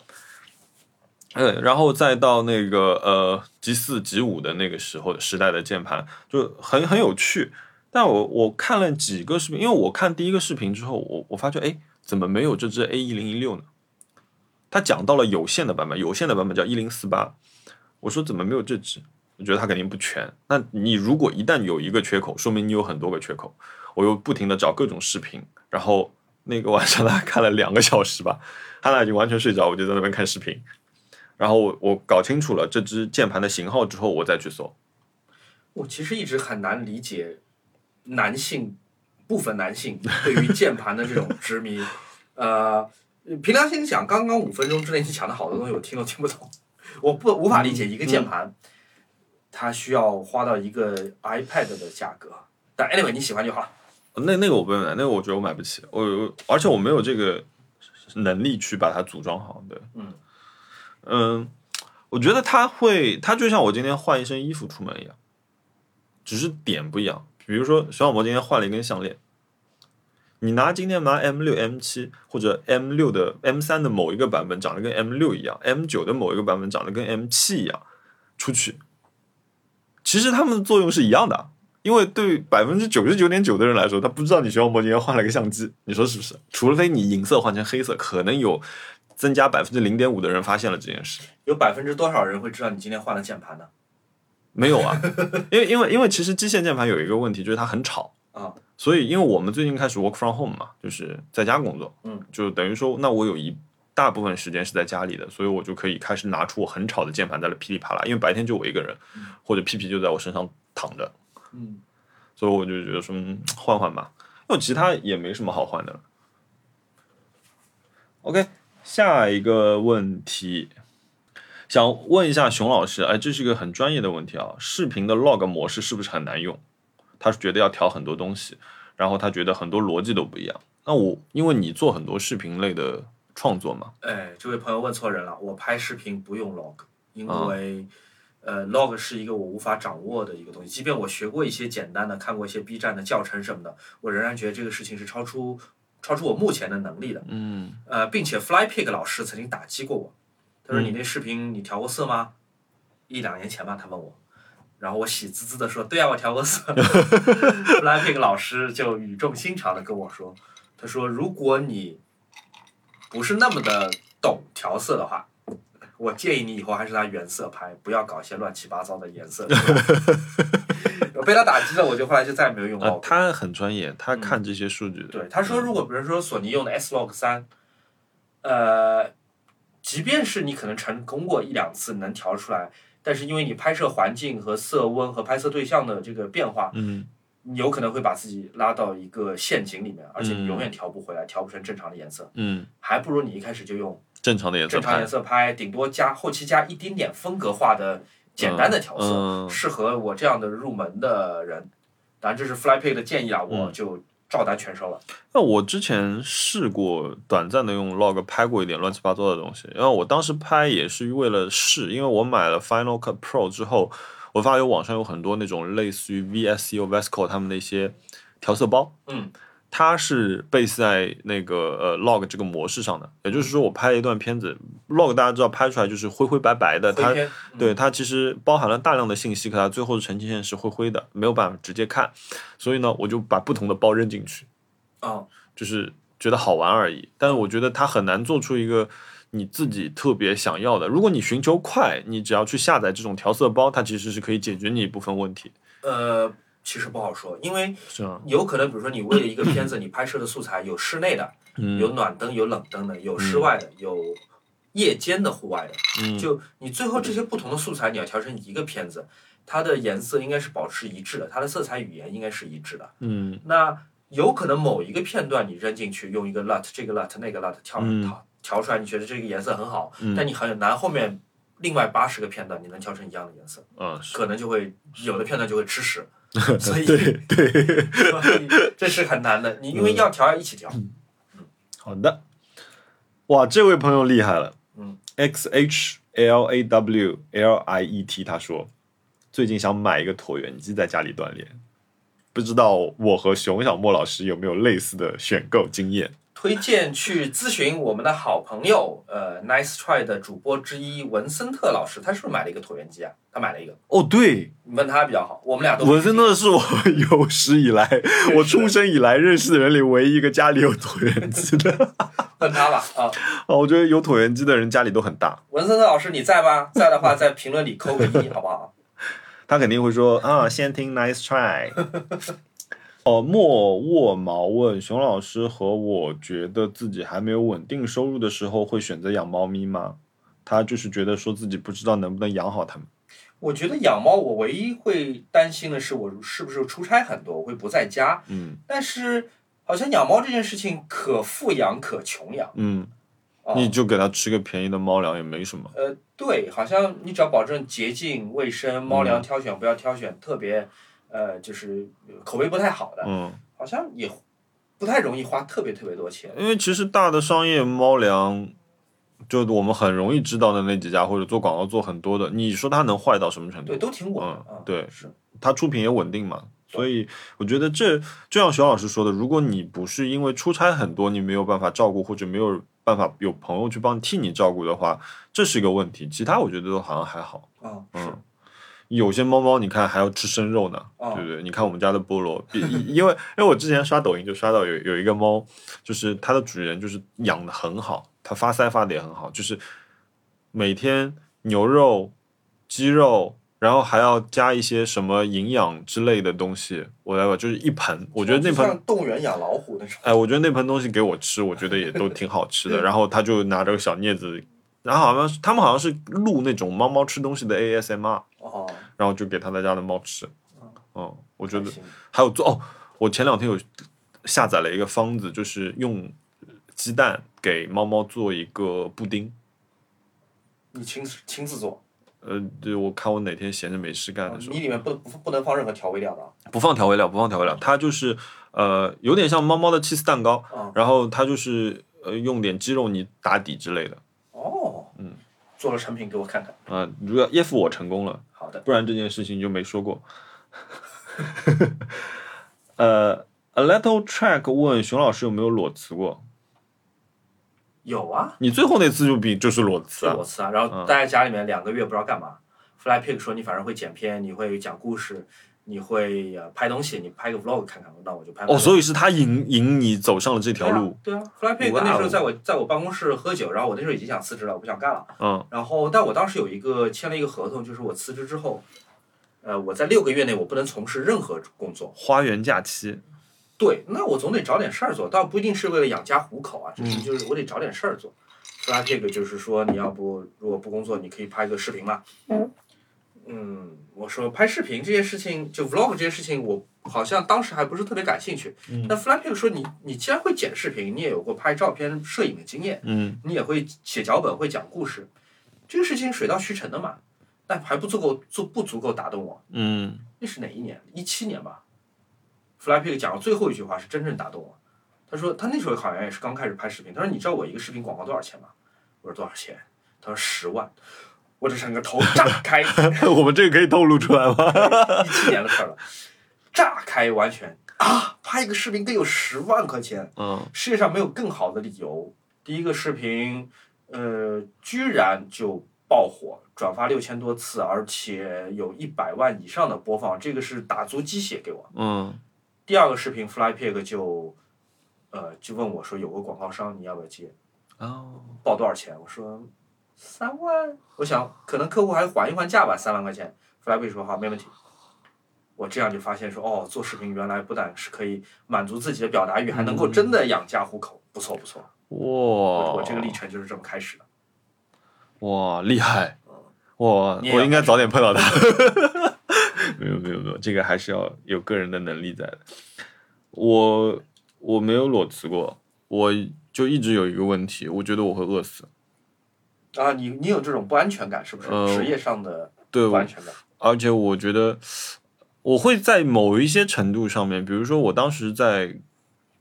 Speaker 1: 嗯，然后再到那个呃 G 四 G 五的那个时候时代的键盘，就很很有趣。但我我看了几个视频，因为我看第一个视频之后，我我发觉哎，怎么没有这只 A 一零一六呢？他讲到了有线的版本，有线的版本叫一零四八，我说怎么没有这只？我觉得它肯定不全。那你如果一旦有一个缺口，说明你有很多个缺口。我又不停的找各种视频，然后那个晚上他 看了两个小时吧，他俩已经完全睡着，我就在那边看视频。然后我我搞清楚了这只键盘的型号之后，我再去搜。
Speaker 2: 我其实一直很难理解男性部分男 性对于键盘的这种执迷。呃，凭良心讲，刚刚
Speaker 1: 嗯
Speaker 2: 五分钟之内你讲的好多东西，我听都听不懂，我不无法理解一个键盘。它需要花到一个 iPad 的价格。但 anyway，你喜欢就好了。
Speaker 1: 那那个我不用买，那个我觉得我买不起，我我而且我没有这个能力去把它组装好。对，
Speaker 2: 嗯
Speaker 1: 嗯我觉得它会，它就像我今天换一身衣服出门一样，只是点不一样。比如说，小小魔今天换了一根项链，你拿今天拿 M 六、M 七或者 M 六的 M 三的某一个版本长得跟 M 六一样，M 九的某一个版本长得跟 M 七一样，出去，其实它们的作用是一样的。啊因为对百分之九十九点九的人来说，他不知道你熊猫魔今天换了个相机，你说是不是？除非你银色换成黑色，可能有增加百分之零点五的人发现了这件事。
Speaker 2: 有百分之多少人会知道你今天换了键盘呢？
Speaker 1: 没有啊，因为因为因为其实机械键盘有一个问题，就是它很吵
Speaker 2: 啊。
Speaker 1: 所以因为我们最近开始 work from home 嘛，就是在家工作，
Speaker 2: 嗯，
Speaker 1: 就等于说，那我有一大部分时间是在家里的，所以我就可以开始拿出我很吵的键盘在那噼里啪啦，因为白天就我一个人，或者屁屁就在我身上躺着，
Speaker 2: 嗯，
Speaker 1: 所以我就觉得说嗯换换吧，因为其他也没什么好换的了。OK，下一个问题，想问一下熊老师，哎，这是一个很专业的问题啊，视频的 log 模式是不是很难用？他是觉得要调很多东西，然后他觉得很多逻辑都不一样。那我因为你做很多视频类的创作嘛，
Speaker 2: 哎，这位朋友问错人了，我拍视频不用 log，因为、呃 log 是一个我无法掌握的一个东西，即便我学过一些简单的，看过一些 B 站的教程什么的，我仍然觉得这个事情是超出超出我目前的能力的。
Speaker 1: 嗯，
Speaker 2: 呃，并且 Flypig 老师曾经打击过我，他说
Speaker 1: 嗯
Speaker 2: 你那视频你调过色吗？一两年前吧，他问我，然后我喜滋滋的说，对啊，我调过色。Flypig 老师就语重心长的跟我说，他说如果你不是那么的懂调色的话，我建议你以后还是拿原色拍，不要搞一些乱七八糟的颜 色。我被他打击了，我就后来就再也没有用
Speaker 1: 啊、
Speaker 2: 过。
Speaker 1: 他很专业，他看这些数据的，
Speaker 2: 嗯对，他说如果比如说索尼用的 S Log 三，呃，即便是你可能成功过一两次能调出来，但是因为你拍摄环境和色温和拍摄对象的这个变化，
Speaker 1: 嗯，
Speaker 2: 你有可能会把自己拉到一个陷阱里面，而且你永远调不回来，调不成正常的颜色，
Speaker 1: 嗯，
Speaker 2: 还不如你一开始就用
Speaker 1: 正常的颜色
Speaker 2: 正常
Speaker 1: 拍
Speaker 2: 颜，色拍，顶多加后期加一丁点风格化的简单的调色，
Speaker 1: 嗯
Speaker 2: 适合我这样的入门的人。当然这是 Flypig 的建议啊，我
Speaker 1: 嗯
Speaker 2: 就照单全收了。
Speaker 1: 那我之前试过短暂的用 log 拍过一点乱七八糟的东西，然后我当时拍也是为了试，因为我买了 Final Cut Pro 之后，我发觉网上有很多那种类似于 VSCO、VSCO 他们的一些调色包，
Speaker 2: 嗯，
Speaker 1: 它是 base 在那个呃 log 这个模式上的，也就是说我拍一段片子，log 大家知道拍出来就是灰灰白白的，它
Speaker 2: 回片
Speaker 1: 对它其实包含了大量的信息，可它最后的呈现是灰灰的，没有办法直接看，所以呢，我就把不同的包扔进去。
Speaker 2: 哦，
Speaker 1: 就是觉得好玩而已。但是我觉得它很难做出一个你自己特别想要的。如果你寻求快，你只要去下载这种调色包，它其实是可以解决你一部分问题，
Speaker 2: 呃，其实不好说，因为
Speaker 1: 是啊吗？
Speaker 2: 有可能，比如说你为了一个片子，你拍摄的素材有室内的，
Speaker 1: 嗯
Speaker 2: 有暖灯、有冷灯的，有室外的，有夜间的、户外的，
Speaker 1: 嗯
Speaker 2: 就你最后这些不同的素材，你要调成一个片子，它的颜色应该是保持一致的，它的色彩语言应该是一致的。
Speaker 1: 嗯
Speaker 2: 那有可能某一个片段你扔进去，用一个 LUT 这个 LUT 那个 LUT 调
Speaker 1: 嗯
Speaker 2: 调调出来，你觉得这个颜色很好，
Speaker 1: 嗯
Speaker 2: 但你很难后面另外八十个片段你能调成一样的颜色。
Speaker 1: 嗯，是
Speaker 2: 可能就会有的片段就会 吃屎，所以
Speaker 1: 对嗯对。
Speaker 2: 所以 这是很难的。你因为要调要一起调，
Speaker 1: 好的，哇，这位朋友厉害了，
Speaker 2: 嗯
Speaker 1: ，X H L A W L I E T，他说最近想买一个椭圆机在家里锻炼，不知道我和熊小莫老师有没有类似的选购经验？
Speaker 2: 推荐去咨询我们的好朋友，呃，Nice Try 的主播之一文森特老师，他是不是买了一个椭圆机啊？他买了一个，
Speaker 1: 哦，对，
Speaker 2: 你问他比较好。我们俩都
Speaker 1: 文森特是我 有史以来，我出生以来认识的人里唯一一个家里有椭圆机的。
Speaker 2: 问他吧啊，
Speaker 1: 哦，我觉得有椭圆机的人家里都很大，
Speaker 2: 文森特老师你在吧？在的话在评论里扣个一，好不好？
Speaker 1: 他肯定会说啊，先听 Nice Try。哦，莫卧毛问熊老师和我觉得自己还没有稳定收入的时候，会选择养猫咪吗？他就是觉得说自己不知道能不能养好它们。
Speaker 2: 我觉得养猫，我唯一会担心的是我是不是出差很多，我会不在家。
Speaker 1: 嗯
Speaker 2: 但是好像养猫这件事情可富养可穷养。啊
Speaker 1: 嗯你就给它吃个便宜的猫粮也没什么。
Speaker 2: 呃，对，好像你只要保证洁净卫生，
Speaker 1: 嗯
Speaker 2: 猫粮挑选不要挑选特别，呃，就是口碑不太好的，
Speaker 1: 嗯，
Speaker 2: 好像也不太容易花特别特别多钱。
Speaker 1: 因为其实大的商业猫粮，就我们很容易知道的那几家，或者做广告做很多的，你说它能坏到什么程度
Speaker 2: 对，？都挺稳的
Speaker 1: 嗯
Speaker 2: 啊。
Speaker 1: 对
Speaker 2: 是
Speaker 1: 它出品也稳定嘛。
Speaker 2: 对
Speaker 1: 所以我觉得这就像熊老师说的，如果你不是因为出差很多，你没有办法照顾，或者没有办法有朋友去帮替你照顾的话，这是一个问题。其他我觉得都好像还好。
Speaker 2: 啊，是
Speaker 1: 嗯，有些猫猫你看还要吃生肉呢，
Speaker 2: 哦
Speaker 1: 对不对？你看我们家的菠萝，比因为因为我之前刷抖音就刷到有有一个猫，就是它的主人就是养的很好，它发腮发的也很好，就是每天牛肉、鸡肉，然后还要加一些什么营养之类的东西，我来吧，就是一盆，我觉得那
Speaker 2: 就
Speaker 1: 盆
Speaker 2: 像动物园养老虎那种，
Speaker 1: 哎，我觉得那盆东西给我吃，我觉得也都挺好吃的。然后他就拿着个小镊子，然后好像是他们好像是录那种猫猫吃东西的 ASMR，
Speaker 2: 哦，
Speaker 1: 然后就给他的家的猫吃。嗯，我觉得
Speaker 2: 还行
Speaker 1: 还有做哦，我前两天有下载了一个方子，就是用鸡蛋给猫猫做一个布丁。
Speaker 2: 你亲自亲自做，啊
Speaker 1: 呃，对，我看我哪天闲着嗯没事干的时候，
Speaker 2: 你里面不不不能放任何调味料的啊。
Speaker 1: 不放调味料，不放调味料，它就是呃，有点像猫猫的 cheese 蛋糕，
Speaker 2: 嗯
Speaker 1: 然后它就是呃用点鸡肉泥打底之类的。
Speaker 2: 哦，嗯，做了成品给我看看。
Speaker 1: 啊、如果耶夫我成功了，
Speaker 2: 好的，
Speaker 1: 不然这件事情就没说过。 呃，A Little Track 问熊老师有没有裸辞过？
Speaker 2: 有啊，
Speaker 1: 你最后那次就比就是裸辞啊
Speaker 2: 裸？辞啊，然后待在家里面两个月不知道干嘛。Fly Pig 说你反正会剪片，你会讲故事，你会呃拍东西，你拍个 vlog 看看，那我就拍。
Speaker 1: 哦，所以是他引引你走上了这条路。
Speaker 2: 对啊对啊，Fly Pig
Speaker 1: 哇哦
Speaker 2: 那时候在我在我办公室喝酒，然后我那时候已经想辞职了，我不想干了。
Speaker 1: 嗯
Speaker 2: 然后，但我当时有一个签了一个合同，就是我辞职之后，呃，我在六个月内我不能从事任何工作。
Speaker 1: 花园假期，
Speaker 2: 对，那我总得找点事儿做，倒不一定是为了养家糊口啊，只是就是我得找点事儿做。所以他这个就是说，你要不如果不工作，你可以拍个视频嘛。嗯，我说拍视频这件事情，就 vlog 这件事情，我好像当时还不是特别感兴趣。那 Flappy 说你你既然会剪视频，你也有过拍照片、摄影的经验，
Speaker 1: 嗯，
Speaker 2: 你也会写脚本、会讲故事，这个事情水到渠成的嘛。但还不足够，足不足够打动我？
Speaker 1: 嗯，
Speaker 2: 那是哪一年？一七年吧。Flypig 讲的最后一句话是真正打动我。他说他那时候好像也是刚开始拍视频。他说你知道我一个视频广告多少钱吗？我说多少钱？他说十万。我这整个头炸开，一
Speaker 1: 我们这个可以透露出来吗？
Speaker 2: 七年的事儿了，炸开完全啊！拍一个视频得有十万块钱，
Speaker 1: 嗯
Speaker 2: 世界上没有更好的理由。第一个视频，呃，居然就爆火，转发六千多次，而且有一百万以上的播放，这个是打足鸡血给我。
Speaker 1: 嗯
Speaker 2: 第二个视频 Flypig 就，呃，就问我说有个广告商你要不要接，
Speaker 1: 哦，
Speaker 2: 报多少钱？我说三万，我想可能客户还缓一缓价吧，三万块钱。Flypig 说好，没问题。我这样就发现说哦，做视频原来不但是可以满足自己的表达欲，还能够真的养家糊口，不错不错。我我这个历
Speaker 1: 哇
Speaker 2: 程就是这么开始的。
Speaker 1: 哇，厉害！哇，
Speaker 2: 你也要
Speaker 1: 我应该早点碰到 他。没有没有没有，这个还是要有个人的能力在的。我我没有裸辞过，我就一直有一个问题，我觉得我会饿死。
Speaker 2: 啊，你你有这种不安全感是不是？
Speaker 1: 呃
Speaker 2: 职业上的
Speaker 1: 对，
Speaker 2: 不
Speaker 1: 我
Speaker 2: 安全感。
Speaker 1: 而且我觉得我会在某一些程度上面，比如说我当时在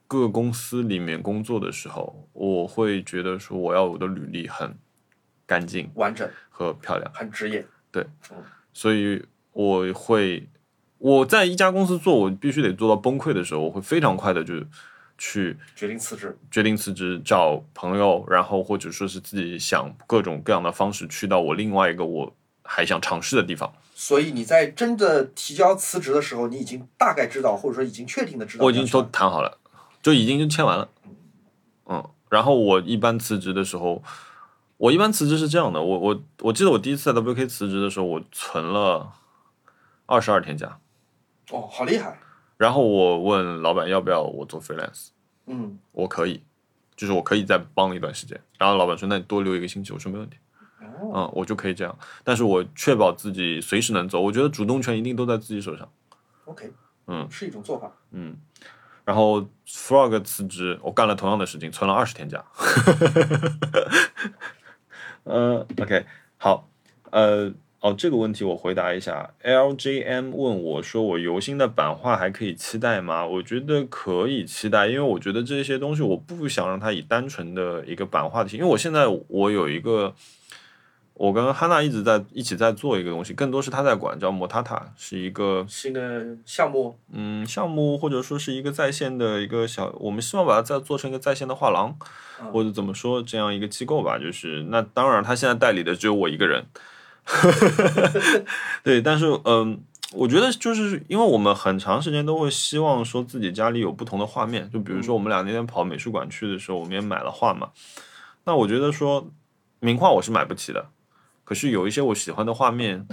Speaker 1: 各个公司里面工作的时候，我会觉得说我要我的履历很干净
Speaker 2: 完整，
Speaker 1: 和漂亮，
Speaker 2: 很职业。嗯
Speaker 1: 所以我会我在一家公司做，我必须得做到崩溃的时候，我会非常快的就去
Speaker 2: 决定辞职，
Speaker 1: 决定辞职，找朋友，然后或者说是自己想各种各样的方式去到我另外一个我还想尝试的地方。
Speaker 2: 所以你在真的提交辞职的时候，你已经大概知道，或者说已经确定的知道
Speaker 1: 我已
Speaker 2: 你要
Speaker 1: 经
Speaker 2: 去哪。
Speaker 1: 都谈好了，就已经就签完了。嗯，然后我一般辞职的时候，我一般辞职是这样的，我我我记得我第一次在 WK 辞职的时候，我存了二十二天假，
Speaker 2: 哦，好厉害。
Speaker 1: 然后我问老板要不要我做 freelance，
Speaker 2: 嗯，
Speaker 1: 我可以，就是我可以再帮一段时间。然后老板说那你多留一个星期，我说没问题。
Speaker 2: 哦
Speaker 1: 嗯，我就可以这样，但是我确保自己随时能走。我觉得主动权一定都在自己手上。
Speaker 2: OK，
Speaker 1: 嗯，
Speaker 2: 是一种做法。
Speaker 1: 然后 Frog 辞职，我干了同样的事情，存了二十天假。 嗯，OK，好，呃，哦，这个问题我回答一下。LJM 问我说，我游心的版画还可以期待吗？我觉得可以期待，因为我觉得这些东西我不想让它以单纯的一个版画的形，因为我现在我有一个。我跟哈娜一直在一起在做一个东西，更多是她在管，叫摩塔塔，是一个
Speaker 2: 是一个项目，
Speaker 1: 嗯项目或者说是一个在线的一个小，我们希望把它再做成一个在线的画廊，
Speaker 2: 啊
Speaker 1: 或者怎么说这样一个机构吧。就是那当然，他现在代理的只有我一个人， 对，但是嗯。我觉得就是因为我们很长时间都会希望说自己家里有不同的画面，就比如说我们俩那天跑美术馆去的时候，我们也买了画嘛。那我觉得说名画我是买不起的，可是有一些我喜欢的画面，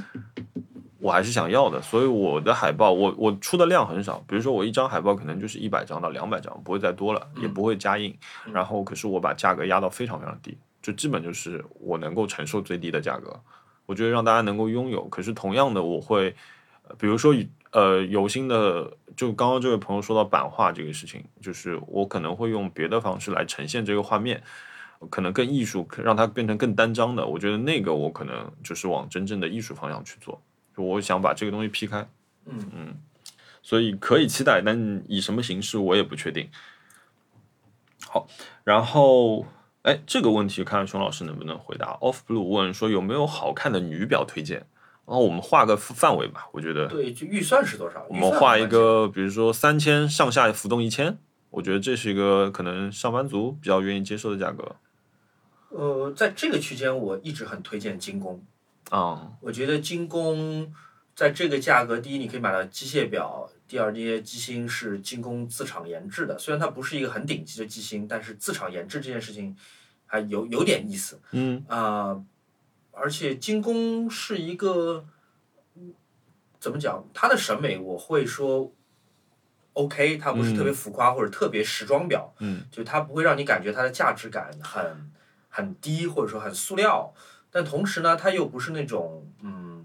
Speaker 1: 我还是想要的。所以我的海报，我我出的量很少，比如说我一张海报可能就是一百张到两百张，不会再多了，也不会加印。然后可是我把价格压到非常非常低，就基本就是我能够承受最低的价格。我觉得让大家能够拥有，可是同样的，我会，呃比如说，呃，有心的，就刚刚这位朋友说到版画这个事情，就是我可能会用别的方式来呈现这个画面，可能更艺术，可让它变成更单张的。我觉得那个我可能就是往真正的艺术方向去做，就我想把这个东西劈开。
Speaker 2: 嗯
Speaker 1: 嗯，所以可以期待，但以什么形式我也不确定。好，然后哎，这个问题看看熊老师能不能回答。Off Blue 问说有没有好看的女表推荐？然后我们画个范围吧，我觉得
Speaker 2: 对，就预算是多少？
Speaker 1: 我
Speaker 2: 预
Speaker 1: 们
Speaker 2: 算很
Speaker 1: 画一
Speaker 2: 关
Speaker 1: 个，比如说三千上下浮动一千，我觉得这是一个可能上班族比较愿意接受的价格
Speaker 2: 键。呃，在这个区间，我一直很推荐精工。
Speaker 1: 啊、
Speaker 2: 我觉得精工在这个价格，第一你可以买到机械表，第二这些机芯是精工自厂研制的，虽然它不是一个很顶级的机芯，但是自厂研制这件事情还有有点意思。
Speaker 1: 嗯，
Speaker 2: 啊、而且精工是一个，嗯怎么讲？他的审美我会说，OK，它不是特别浮夸或者特别时装表，
Speaker 1: 嗯，
Speaker 2: 就它不会让你感觉它的价值感很很低，或者说很塑料。但同时呢，它又不是那种嗯，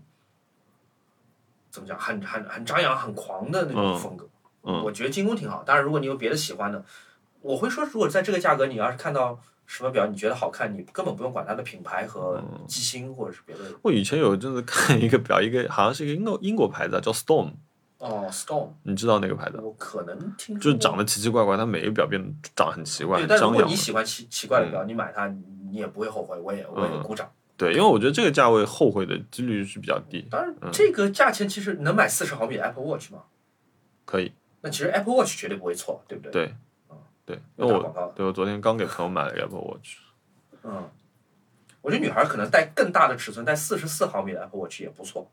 Speaker 2: 怎么讲，很很很张扬、很狂的那种
Speaker 1: 嗯
Speaker 2: 风格。
Speaker 1: 嗯
Speaker 2: 我觉得精工挺好。当然，如果你有别的喜欢的，我会说，如果在这个价格，你要是看到什么表你觉得好看，你根本不用管它的品牌和
Speaker 1: 嗯
Speaker 2: 机芯或者是别的。
Speaker 1: 我以前有一阵子 看一个表，一个好像是一个英国英国牌子啊叫 Storm，
Speaker 2: 哦，Storm，
Speaker 1: 你知道那个牌子？
Speaker 2: 我可能听
Speaker 1: 就
Speaker 2: 说
Speaker 1: 是
Speaker 2: 过
Speaker 1: 长得奇奇怪怪，它每个表变得长得很奇怪，
Speaker 2: 对，
Speaker 1: 很
Speaker 2: 但如
Speaker 1: 张
Speaker 2: 果
Speaker 1: 扬嗯
Speaker 2: 你。喜欢奇奇怪的表，你买它，你也不会后悔，我也我也鼓掌。
Speaker 1: 对，因为我觉得这个价位后悔的几率是比较低，
Speaker 2: 当然，这个价钱其实能买四十毫米的 Apple Watch 吗？
Speaker 1: 可以。
Speaker 2: 那其实 Apple Watch 绝对不会错，对不对？
Speaker 1: 对，
Speaker 2: 嗯
Speaker 1: 对，因
Speaker 2: 又
Speaker 1: 为
Speaker 2: 打广告
Speaker 1: 我对我昨天刚给朋友买了个 Apple Watch，
Speaker 2: 嗯，我觉得女孩可能戴更大的尺寸，戴四十四毫米的 Apple Watch 也不错，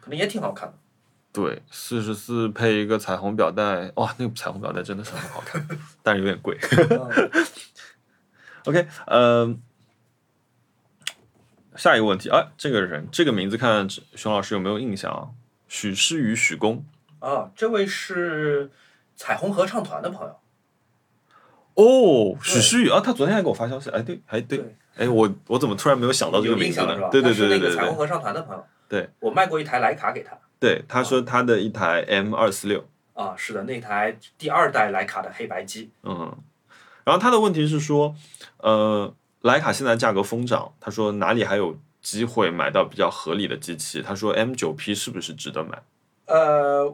Speaker 2: 可能也挺好看的。
Speaker 1: 对，四十四配一个彩虹表带，哇，那个彩虹表带真的是很好看， 但是有点贵。OK，呃，下一个问题，哎，这个人这个名字看熊老师有没有印象啊？许诗雨，许公。
Speaker 2: 啊，这位是彩虹合唱团的朋友，
Speaker 1: 哦，许诗雨啊，他昨天还给我发消息，哎，对，哎，对
Speaker 2: 对，
Speaker 1: 哎，我我怎么突然没有想到哦这个
Speaker 2: 有
Speaker 1: 名
Speaker 2: 印
Speaker 1: 字
Speaker 2: 象
Speaker 1: 呢
Speaker 2: 了是吧？？
Speaker 1: 对对
Speaker 2: 他是
Speaker 1: 对对
Speaker 2: 那
Speaker 1: 对
Speaker 2: 个
Speaker 1: 对
Speaker 2: 彩虹合唱团的朋友。
Speaker 1: 对，
Speaker 2: 我卖过一台徕卡给他。
Speaker 1: 对，他说他的一台 M 二四六，
Speaker 2: 啊，是的，那台第二代徕卡的黑白机。
Speaker 1: 嗯，然后他的问题是说，呃，徕卡现在价格疯涨，他说哪里还有机会买到比较合理的机器？他说 M 九 P 是不是值得买？
Speaker 2: 呃，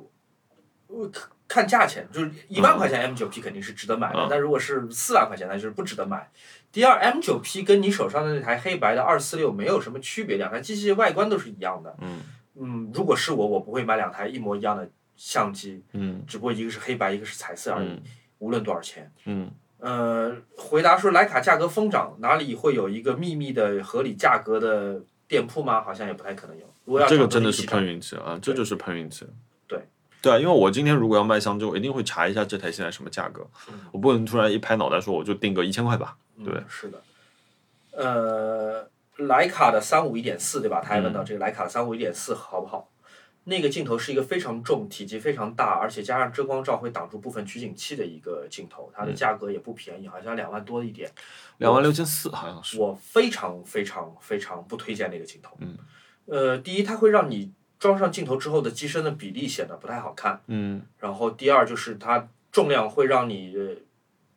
Speaker 2: 我看看价钱，就是一万块钱 M 九 P 肯定是值得买的，
Speaker 1: 嗯
Speaker 2: 但如果是四万块钱，那就是不值得买。第二，M 九 P 跟你手上的那台黑白的二四六没有什么区别，两台机器外观都是一样的。
Speaker 1: 嗯
Speaker 2: 嗯，如果是我，我不会买两台一模一样的相机，
Speaker 1: 嗯
Speaker 2: 只不过一个是黑白，一个是彩色而已，
Speaker 1: 嗯
Speaker 2: 无论多少钱。
Speaker 1: 嗯
Speaker 2: 呃，回答说徕卡价格疯涨，哪里会有一个秘密的合理价格的店铺吗？好像也不太可能有。如果要
Speaker 1: 这个
Speaker 2: 涨
Speaker 1: 真的
Speaker 2: 一
Speaker 1: 是
Speaker 2: 起涨
Speaker 1: 碰运气啊，这就是碰运气。
Speaker 2: 对
Speaker 1: 对啊，因为我今天如果要卖香蕉，我一定会查一下这台现在什么价格，我不能突然一拍脑袋说我就定个一千块吧。对
Speaker 2: 嗯，是的。呃，徕卡的三五一点四对吧？他还
Speaker 1: 嗯
Speaker 2: 问到这个徕卡三五一点四好不好？那个镜头是一个非常重、体积非常大，而且加上遮光罩会挡住部分取景器的一个镜头，它
Speaker 1: 嗯
Speaker 2: 的价格也不便宜，好像两万多一点。
Speaker 1: 两万六千四好像是，
Speaker 2: 我非常非常非常不推荐那个镜头。
Speaker 1: 嗯，
Speaker 2: 呃，第一，它会让你装上镜头之后的机身的比例显得不太好看。
Speaker 1: 嗯
Speaker 2: 然后第二就是它重量会让你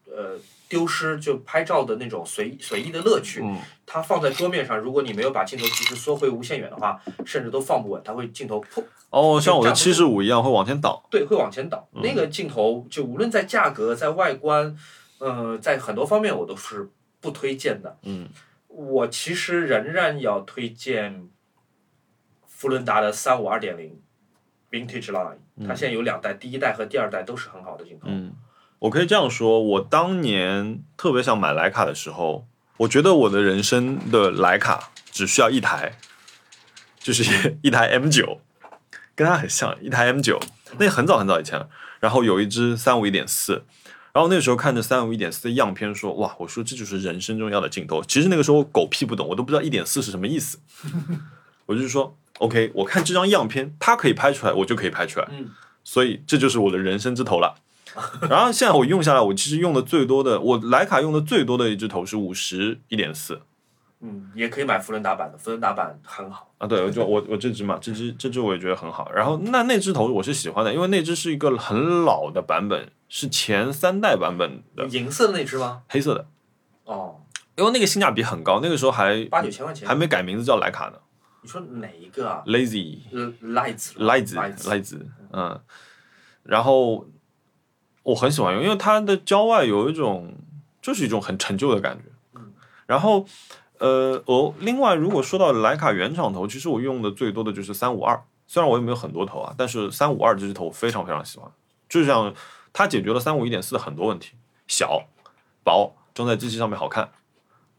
Speaker 2: 呃丢失就拍照的那种随随意的乐趣。
Speaker 1: 嗯
Speaker 2: 它放在桌面上，如果你没有把镜头及时缩回无限远的话，甚至都放不稳，它会镜头砰，
Speaker 1: 哦，像我的
Speaker 2: 站不
Speaker 1: 七十五一样会往前倒。
Speaker 2: 对，会往前
Speaker 1: 嗯
Speaker 2: 倒。那个镜头就无论在价格、在外观，呃，在很多方面我都是不推荐的。
Speaker 1: 嗯，
Speaker 2: 我其实仍然要推荐福伦达的三五二点零 Vintage Line，它现在有两代，第一代和第二代都是很好的镜头。
Speaker 1: 嗯，我可以这样说，我当年特别想买徕卡的时候，我觉得我的人生的徕卡只需要一台，就是 一台 M 九，跟它很像，一台 M 九，那很早很早以前了。然后有一支三五一点四，然后那时候看着三五一点四的样片说，哇，我说这就是人生中要的镜头。其实那个时候我狗屁不懂，我都不知道一点四是什么意思，我就是说。OK，我看这张样片，它可以拍出来，我就可以拍出来，
Speaker 2: 嗯
Speaker 1: 所以这就是我的人生之头了。然后现在我用下来，我其实用的最多的，我徕卡用的最多的一支头是五十一点四
Speaker 2: 嗯，也可以买福伦达版的，福伦达版很好。
Speaker 1: 啊，对，我就我我这支嘛，这支这支我也觉得很好。然后那那支头我是喜欢的，因为那支是一个很老的版本，是前三代版本的
Speaker 2: 银色的那只吗？
Speaker 1: 黑色的，
Speaker 2: 哦，
Speaker 1: 因为那个性价比很高，那个时候还
Speaker 2: 八九千块
Speaker 1: 嗯
Speaker 2: 钱
Speaker 1: 还。没改名字叫徕卡呢
Speaker 2: 你说哪一个啊？
Speaker 1: ，Lazy
Speaker 2: 呃，lights
Speaker 1: 嗯赖子赖子，嗯，然后我很喜欢用，因为它的郊外有一种就是一种很陈旧的感觉。然后，呃，我另外如果说到徕卡原厂头，其实我用的最多的就是三五二，虽然我也没有很多头啊，但是三五二这只头我非常非常喜欢，就像它解决了三五一点四的很多问题，小、薄，装在机器上面好看，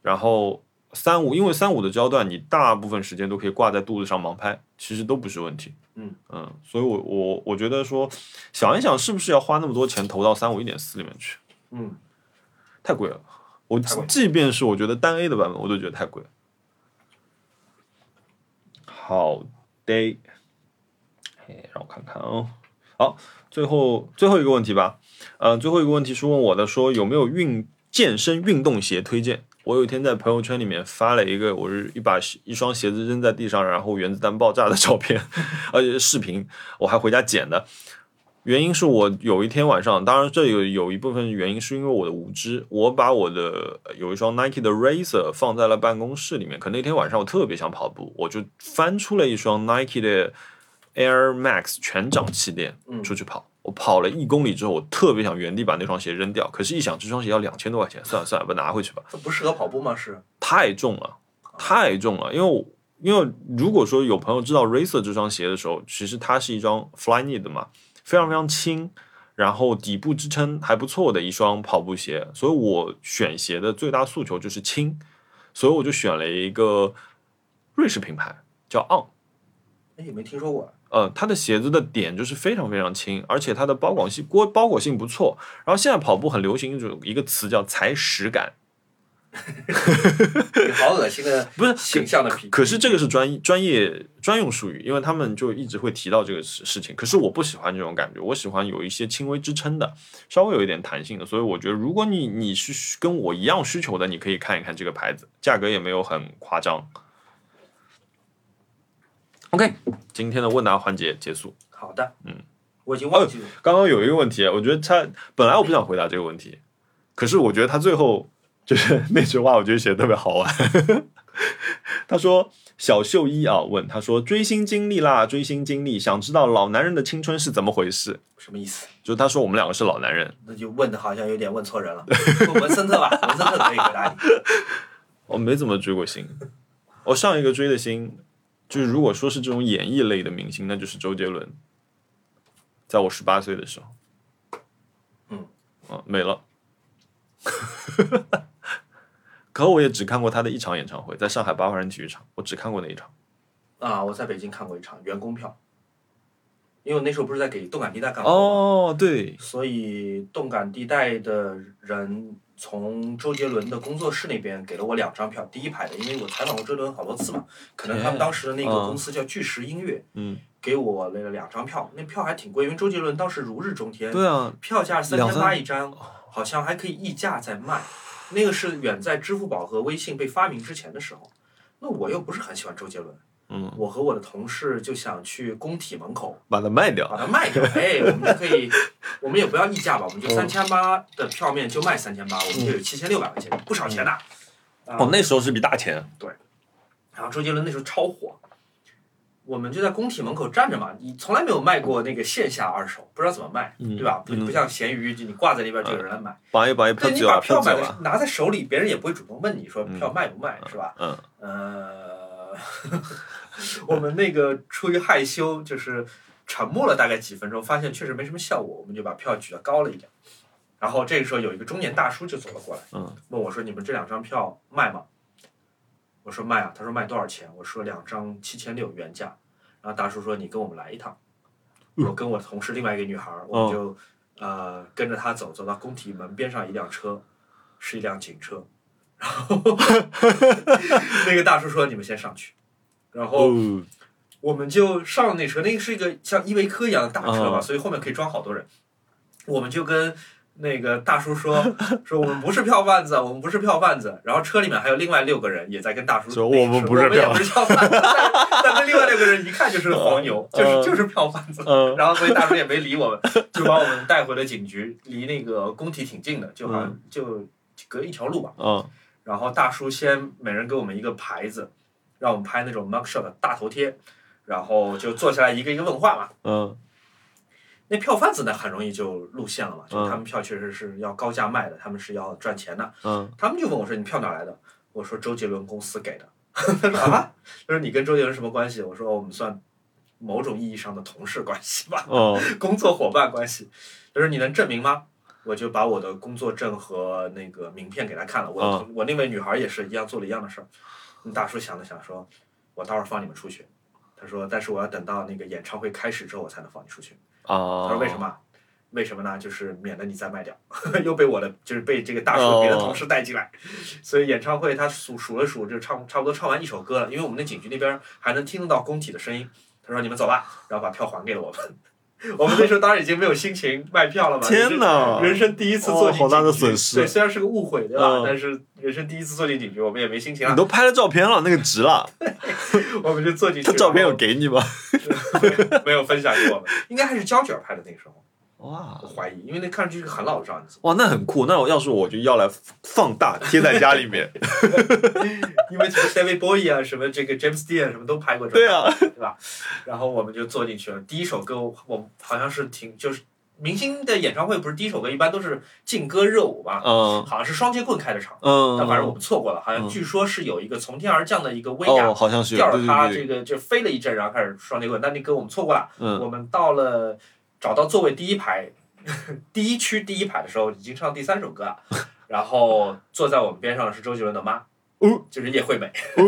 Speaker 1: 然后。三五，因为三五的焦段，你大部分时间都可以挂在肚子上盲拍，其实都不是问题。嗯，所以我我我觉得说，想一想是不是要花那么多钱投到三五一点四里面去，
Speaker 2: 嗯，
Speaker 1: 太贵了。我
Speaker 2: 太贵了
Speaker 1: 即便是我觉得单 A 的版本，我都觉得太贵了。好的，哎，让我看看哦。好，最后最后一个问题吧。呃，最后一个问题是问我的说有没有运健身运动鞋推荐？我有一天在朋友圈里面发了一个，我是一把一双鞋子扔在地上，然后原子弹爆炸的照片， 而且是视频，我还回家剪的。原因是我有一天晚上，当然这有有一部分原因是因为我的无知，我把我的呃有一双 Nike 的 Razer 放在了办公室里面。可那天晚上我特别想跑步，我就翻出了一双 Nike 的 Air Max 全掌气垫
Speaker 2: 嗯
Speaker 1: 出去跑。我跑了一公里之后，我特别想原地把那双鞋扔掉，可是一想这双鞋要两千多块钱，算了算了，我拿回去吧。
Speaker 2: 这不适合跑步吗？是，
Speaker 1: 太重了，太重了。因为我因为如果说有朋友知道 Racer 这双鞋的时候，其实它是一双 Flyknit 的嘛，非常非常轻，然后底部支撑还不错的一双跑步鞋。所以我选鞋的最大诉求就是轻，所以我就选了一个瑞士品牌叫 On。
Speaker 2: 哎，也没听说过。
Speaker 1: 呃，它的鞋子的点就是非常非常轻，而且它的包裹性包包裹性不错。然后现在跑步很流行一种一个词叫踩屎感，
Speaker 2: 你好恶心的
Speaker 1: 不是
Speaker 2: 形象的皮。
Speaker 1: 可是这个是专专业专用术语，因为他们就一直会提到这个事事情。可是我不喜欢这种感觉，我喜欢有一些轻微支撑的，稍微有一点弹性的。所以我觉得，如果你你是跟我一样需求的，你可以看一看这个牌子，价格也没有很夸张。OK，今天的问答环节结束。
Speaker 2: 好的，
Speaker 1: 嗯，
Speaker 2: 我已经忘记了。
Speaker 1: 刚刚有一个问题，我觉得他本来我不想回答这个问题，可是我觉得他最后就是 那句话，我觉得写的特别好玩。 他说：“小秀一啊，问他说追星经历啦，追星经历，想知道老男人的青春是怎么回事？
Speaker 2: 什么意思？
Speaker 1: 就是他说我们两个是老男人，
Speaker 2: 那就问的好像有点问 错人了。问文森特吧，文森特可以回答你。
Speaker 1: 我哦没怎么追过星，我上一个追的星，就是如果说是这种演艺类的明星，那就是周杰伦，在我十八岁的时候，
Speaker 2: 嗯，
Speaker 1: 啊，没了。 可我也只看过他的一场演唱会，在上海八万人体育场，我只看过那一场。
Speaker 2: 啊，我在北京看过一场员工票，因为我那时候不是在给动感地带干活吗，
Speaker 1: 哦，对，
Speaker 2: 所以动感地带的人从周杰伦的工作室那边给了我两张票，第一排的，因为我采访过周杰伦好多次嘛，可能他们当时的那个
Speaker 1: 嗯
Speaker 2: 公司叫巨石音乐，
Speaker 1: 嗯，
Speaker 2: 给我了两张票，那票还挺贵，因为周杰伦当时如日中天，
Speaker 1: 对啊，
Speaker 2: 票价三
Speaker 1: 两
Speaker 2: 千
Speaker 1: 三
Speaker 2: 八一张，好像还可以溢价在卖。那个是远在支付宝和微信被发明之前的时候。那我又不是很喜欢周杰伦，嗯，我和我的同事就想去工体门口
Speaker 1: 把它卖掉。
Speaker 2: 把它卖掉，哎，我们就可以，我们也不要溢价吧，我们就三千八的票面就卖三千八，我们就有七千六百块钱，不少钱的。啊
Speaker 1: 哦，那时候是笔大钱，
Speaker 2: 然后周杰伦那时候超火，我们就在工体门口站着嘛，你从来没有卖过那个线下二手，不知道怎么卖，对吧？不不像闲鱼，就你挂在那边就有人来买。
Speaker 1: 把一把一票
Speaker 2: 对你
Speaker 1: 子
Speaker 2: 把
Speaker 1: 啊，
Speaker 2: 票
Speaker 1: 票子
Speaker 2: 买
Speaker 1: 啊，
Speaker 2: 了，拿在手里，别人也不会主动问你说票卖不卖，是吧？
Speaker 1: 嗯，
Speaker 2: 呃， 我们那个出于害羞，就是沉默了大概几分钟，发现确实没什么效果，我们就把票举得高了一点。然后这个时候有一个中年大叔就走了过来，
Speaker 1: 嗯，
Speaker 2: 问我说：“你们这两张票卖吗？”我说：“卖啊。”他说：“卖多少钱？”我说：“两张七千六原价。”然后大叔说：“你跟我们来一趟。”我跟我同事另外一个女孩儿，我们就、呃跟着她走，走到工体门边上一辆车，是一辆警车。然后 那个大叔说：“你们先上去。”然后
Speaker 1: 哦，
Speaker 2: 我们就上了那车，那个是一个像依维柯一样的大车吧，
Speaker 1: 嗯
Speaker 2: 所以后面可以装好多人。我们就跟那个大叔说 说我们不是票贩子，我们不是票贩子。然后车里面还有另外六个人也在跟大叔
Speaker 1: 说
Speaker 2: 那个
Speaker 1: 我们
Speaker 2: 说
Speaker 1: 不是
Speaker 2: 我们也
Speaker 1: 票
Speaker 2: 不是票贩子，但但 跟另外六个人一看就是黄牛，
Speaker 1: 嗯
Speaker 2: 就是就是票贩子。
Speaker 1: 嗯，
Speaker 2: 然后所以大叔也没理我们，就把我们带回了警局，离那个工体挺近的，就好像就隔一条路吧。
Speaker 1: 嗯，
Speaker 2: 然后大叔先每人给我们一个牌子，让我们拍那种 mug shot 的大头贴，然后就坐下来一个一个问话嘛。
Speaker 1: 嗯，
Speaker 2: 那票贩子呢，很容易就露馅了嘛，就是
Speaker 1: 嗯
Speaker 2: 他们票确实是要高价卖的，他们是要赚钱的。
Speaker 1: 嗯，
Speaker 2: 他们就问我说：“你票哪来的？”我说：“周杰伦公司给的。” 他说：“啊？”他说：“你跟周杰伦什么关系？”我说：“哦我们算某种意义上的同事关系吧。”
Speaker 1: 哦，
Speaker 2: 工作伙伴关系。他说你能证明吗？我就把我的工作证和那个名片给他看了。我、
Speaker 1: 啊
Speaker 2: 同我那位女孩也是一样做了一样的事儿。那大叔想了想说，我待会儿放你们出去。他说，但是我要等到那个演唱会开始之后，我才能放你出去。他
Speaker 1: 啊，
Speaker 2: 说为什？么？为什么呢？就是免得你再卖掉， 又被我的就是被这个大
Speaker 1: 哦
Speaker 2: 叔别的同事带进来，所以演唱会他数数了数，就唱差不多唱完一首歌了，因为我们那景区那边还能听得到工体的声音。他说你们走吧，然后把票还给了我们。我们那时 候当然已经没有心情卖票了嘛，
Speaker 1: 天哪
Speaker 2: 哪！！人生第一次坐进、
Speaker 1: 哦好大的损失
Speaker 2: 对，虽然是个误会，对吧？
Speaker 1: 嗯
Speaker 2: 但是人生第一次坐进警局，我们也没心情
Speaker 1: 你
Speaker 2: 了，
Speaker 1: 都拍了照片了，那个值 了。
Speaker 2: 我们就坐进去
Speaker 1: 他。照片
Speaker 2: 然
Speaker 1: 有
Speaker 2: 后
Speaker 1: 给你 吗？
Speaker 2: 没有分享给我们，应该还是胶卷拍的那个时候，
Speaker 1: 哇
Speaker 2: 我怀疑，因为那看上去是个很老的照相机。
Speaker 1: 哇，那很酷。那我要是我就要来放大贴在家里面。
Speaker 2: 因为什么 David Bowie 啊，什么这个 James Dean 啊什么都拍过这
Speaker 1: 对
Speaker 2: 种，
Speaker 1: 啊，
Speaker 2: 对吧？然后我们就坐进去了。第一首歌我我好像是挺就是明星的演唱会，不是第一首歌一般都是劲歌热舞吧？
Speaker 1: 嗯
Speaker 2: 好像是双截棍开的场，
Speaker 1: 嗯，
Speaker 2: 但反正我们错过了。好像
Speaker 1: 嗯
Speaker 2: 据说是有一个从天而降的一个威亚
Speaker 1: 哦，好像是有
Speaker 2: 吊
Speaker 1: 对
Speaker 2: 着他
Speaker 1: 对
Speaker 2: 这
Speaker 1: 对，
Speaker 2: 个就飞了一阵，然后开始双截棍。但那歌我们错过了。
Speaker 1: 嗯
Speaker 2: 我们到了找到座位第一排， 第一区第一排的时候，已经唱第三首歌了。然后坐在我们边上的是周杰伦的妈，
Speaker 1: 哦
Speaker 2: 就是叶惠美。
Speaker 1: 哦，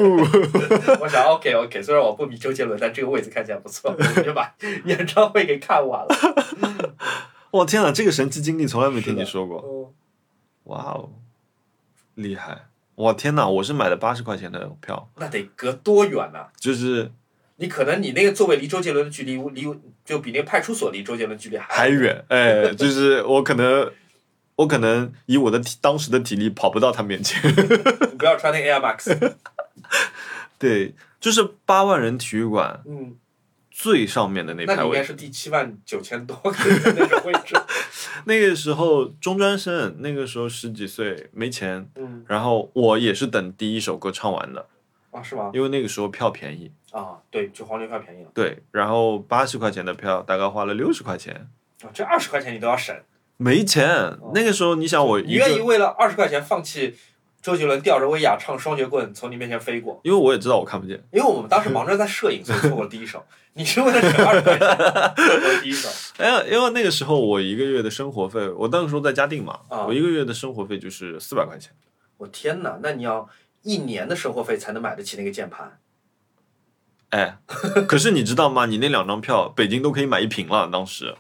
Speaker 2: 我想 OK OK，虽然我不比周杰伦，但这个位置看起来不错，我们就把演唱会给看完了。
Speaker 1: 哇天哪，这个神奇经历从来没听你说过。
Speaker 2: 嗯
Speaker 1: 哇哦，厉害！哇天哪，我是买的八十块钱的票，
Speaker 2: 那得隔多远呢、
Speaker 1: 就是
Speaker 2: 你可能你那个座位离周杰伦的距离，离就比那个派出所离周杰伦距离还
Speaker 1: 还远，哎，就是我可能。我可能以我的体当时的体力跑不到他面前。
Speaker 2: 你不要穿那个 Air Max。
Speaker 1: 对，就是八万人体育馆
Speaker 2: 嗯，
Speaker 1: 最上面的那
Speaker 2: 那
Speaker 1: 排
Speaker 2: 你应该
Speaker 1: 位。
Speaker 2: 是第七万九千多个人的那种位 置。
Speaker 1: 那个时候中专生，那个时候十几岁没钱，
Speaker 2: 嗯，
Speaker 1: 然后我也是等第一首歌唱完的，
Speaker 2: 啊，是吗？
Speaker 1: 因为那个时候票便宜。
Speaker 2: 啊，对，就黄牛票便宜了
Speaker 1: 对，然后八十块钱的票大概花了六十块钱，
Speaker 2: 啊，这二十块钱你都要省，
Speaker 1: 没钱。那个时候你想我
Speaker 2: 哦你
Speaker 1: 一个
Speaker 2: 愿意为了二十块钱放弃周杰伦吊着威亚唱双截棍从你面前飞过？
Speaker 1: 因为我也知道我看不见。
Speaker 2: 因为我们当时忙着在摄影，所以错过了第一首。你是为了省二十 块钱错过了第一首？
Speaker 1: 哎呀，因为那个时候我一个月的生活费，我那个时候在嘉定嘛，
Speaker 2: 啊
Speaker 1: 我一个月的生活费就是四百块钱。
Speaker 2: 我天哪，那你要一年的生活费才能买得起那个键盘。
Speaker 1: 哎，可是你知道吗？你那两张票，北京都可以买一瓶了，当时，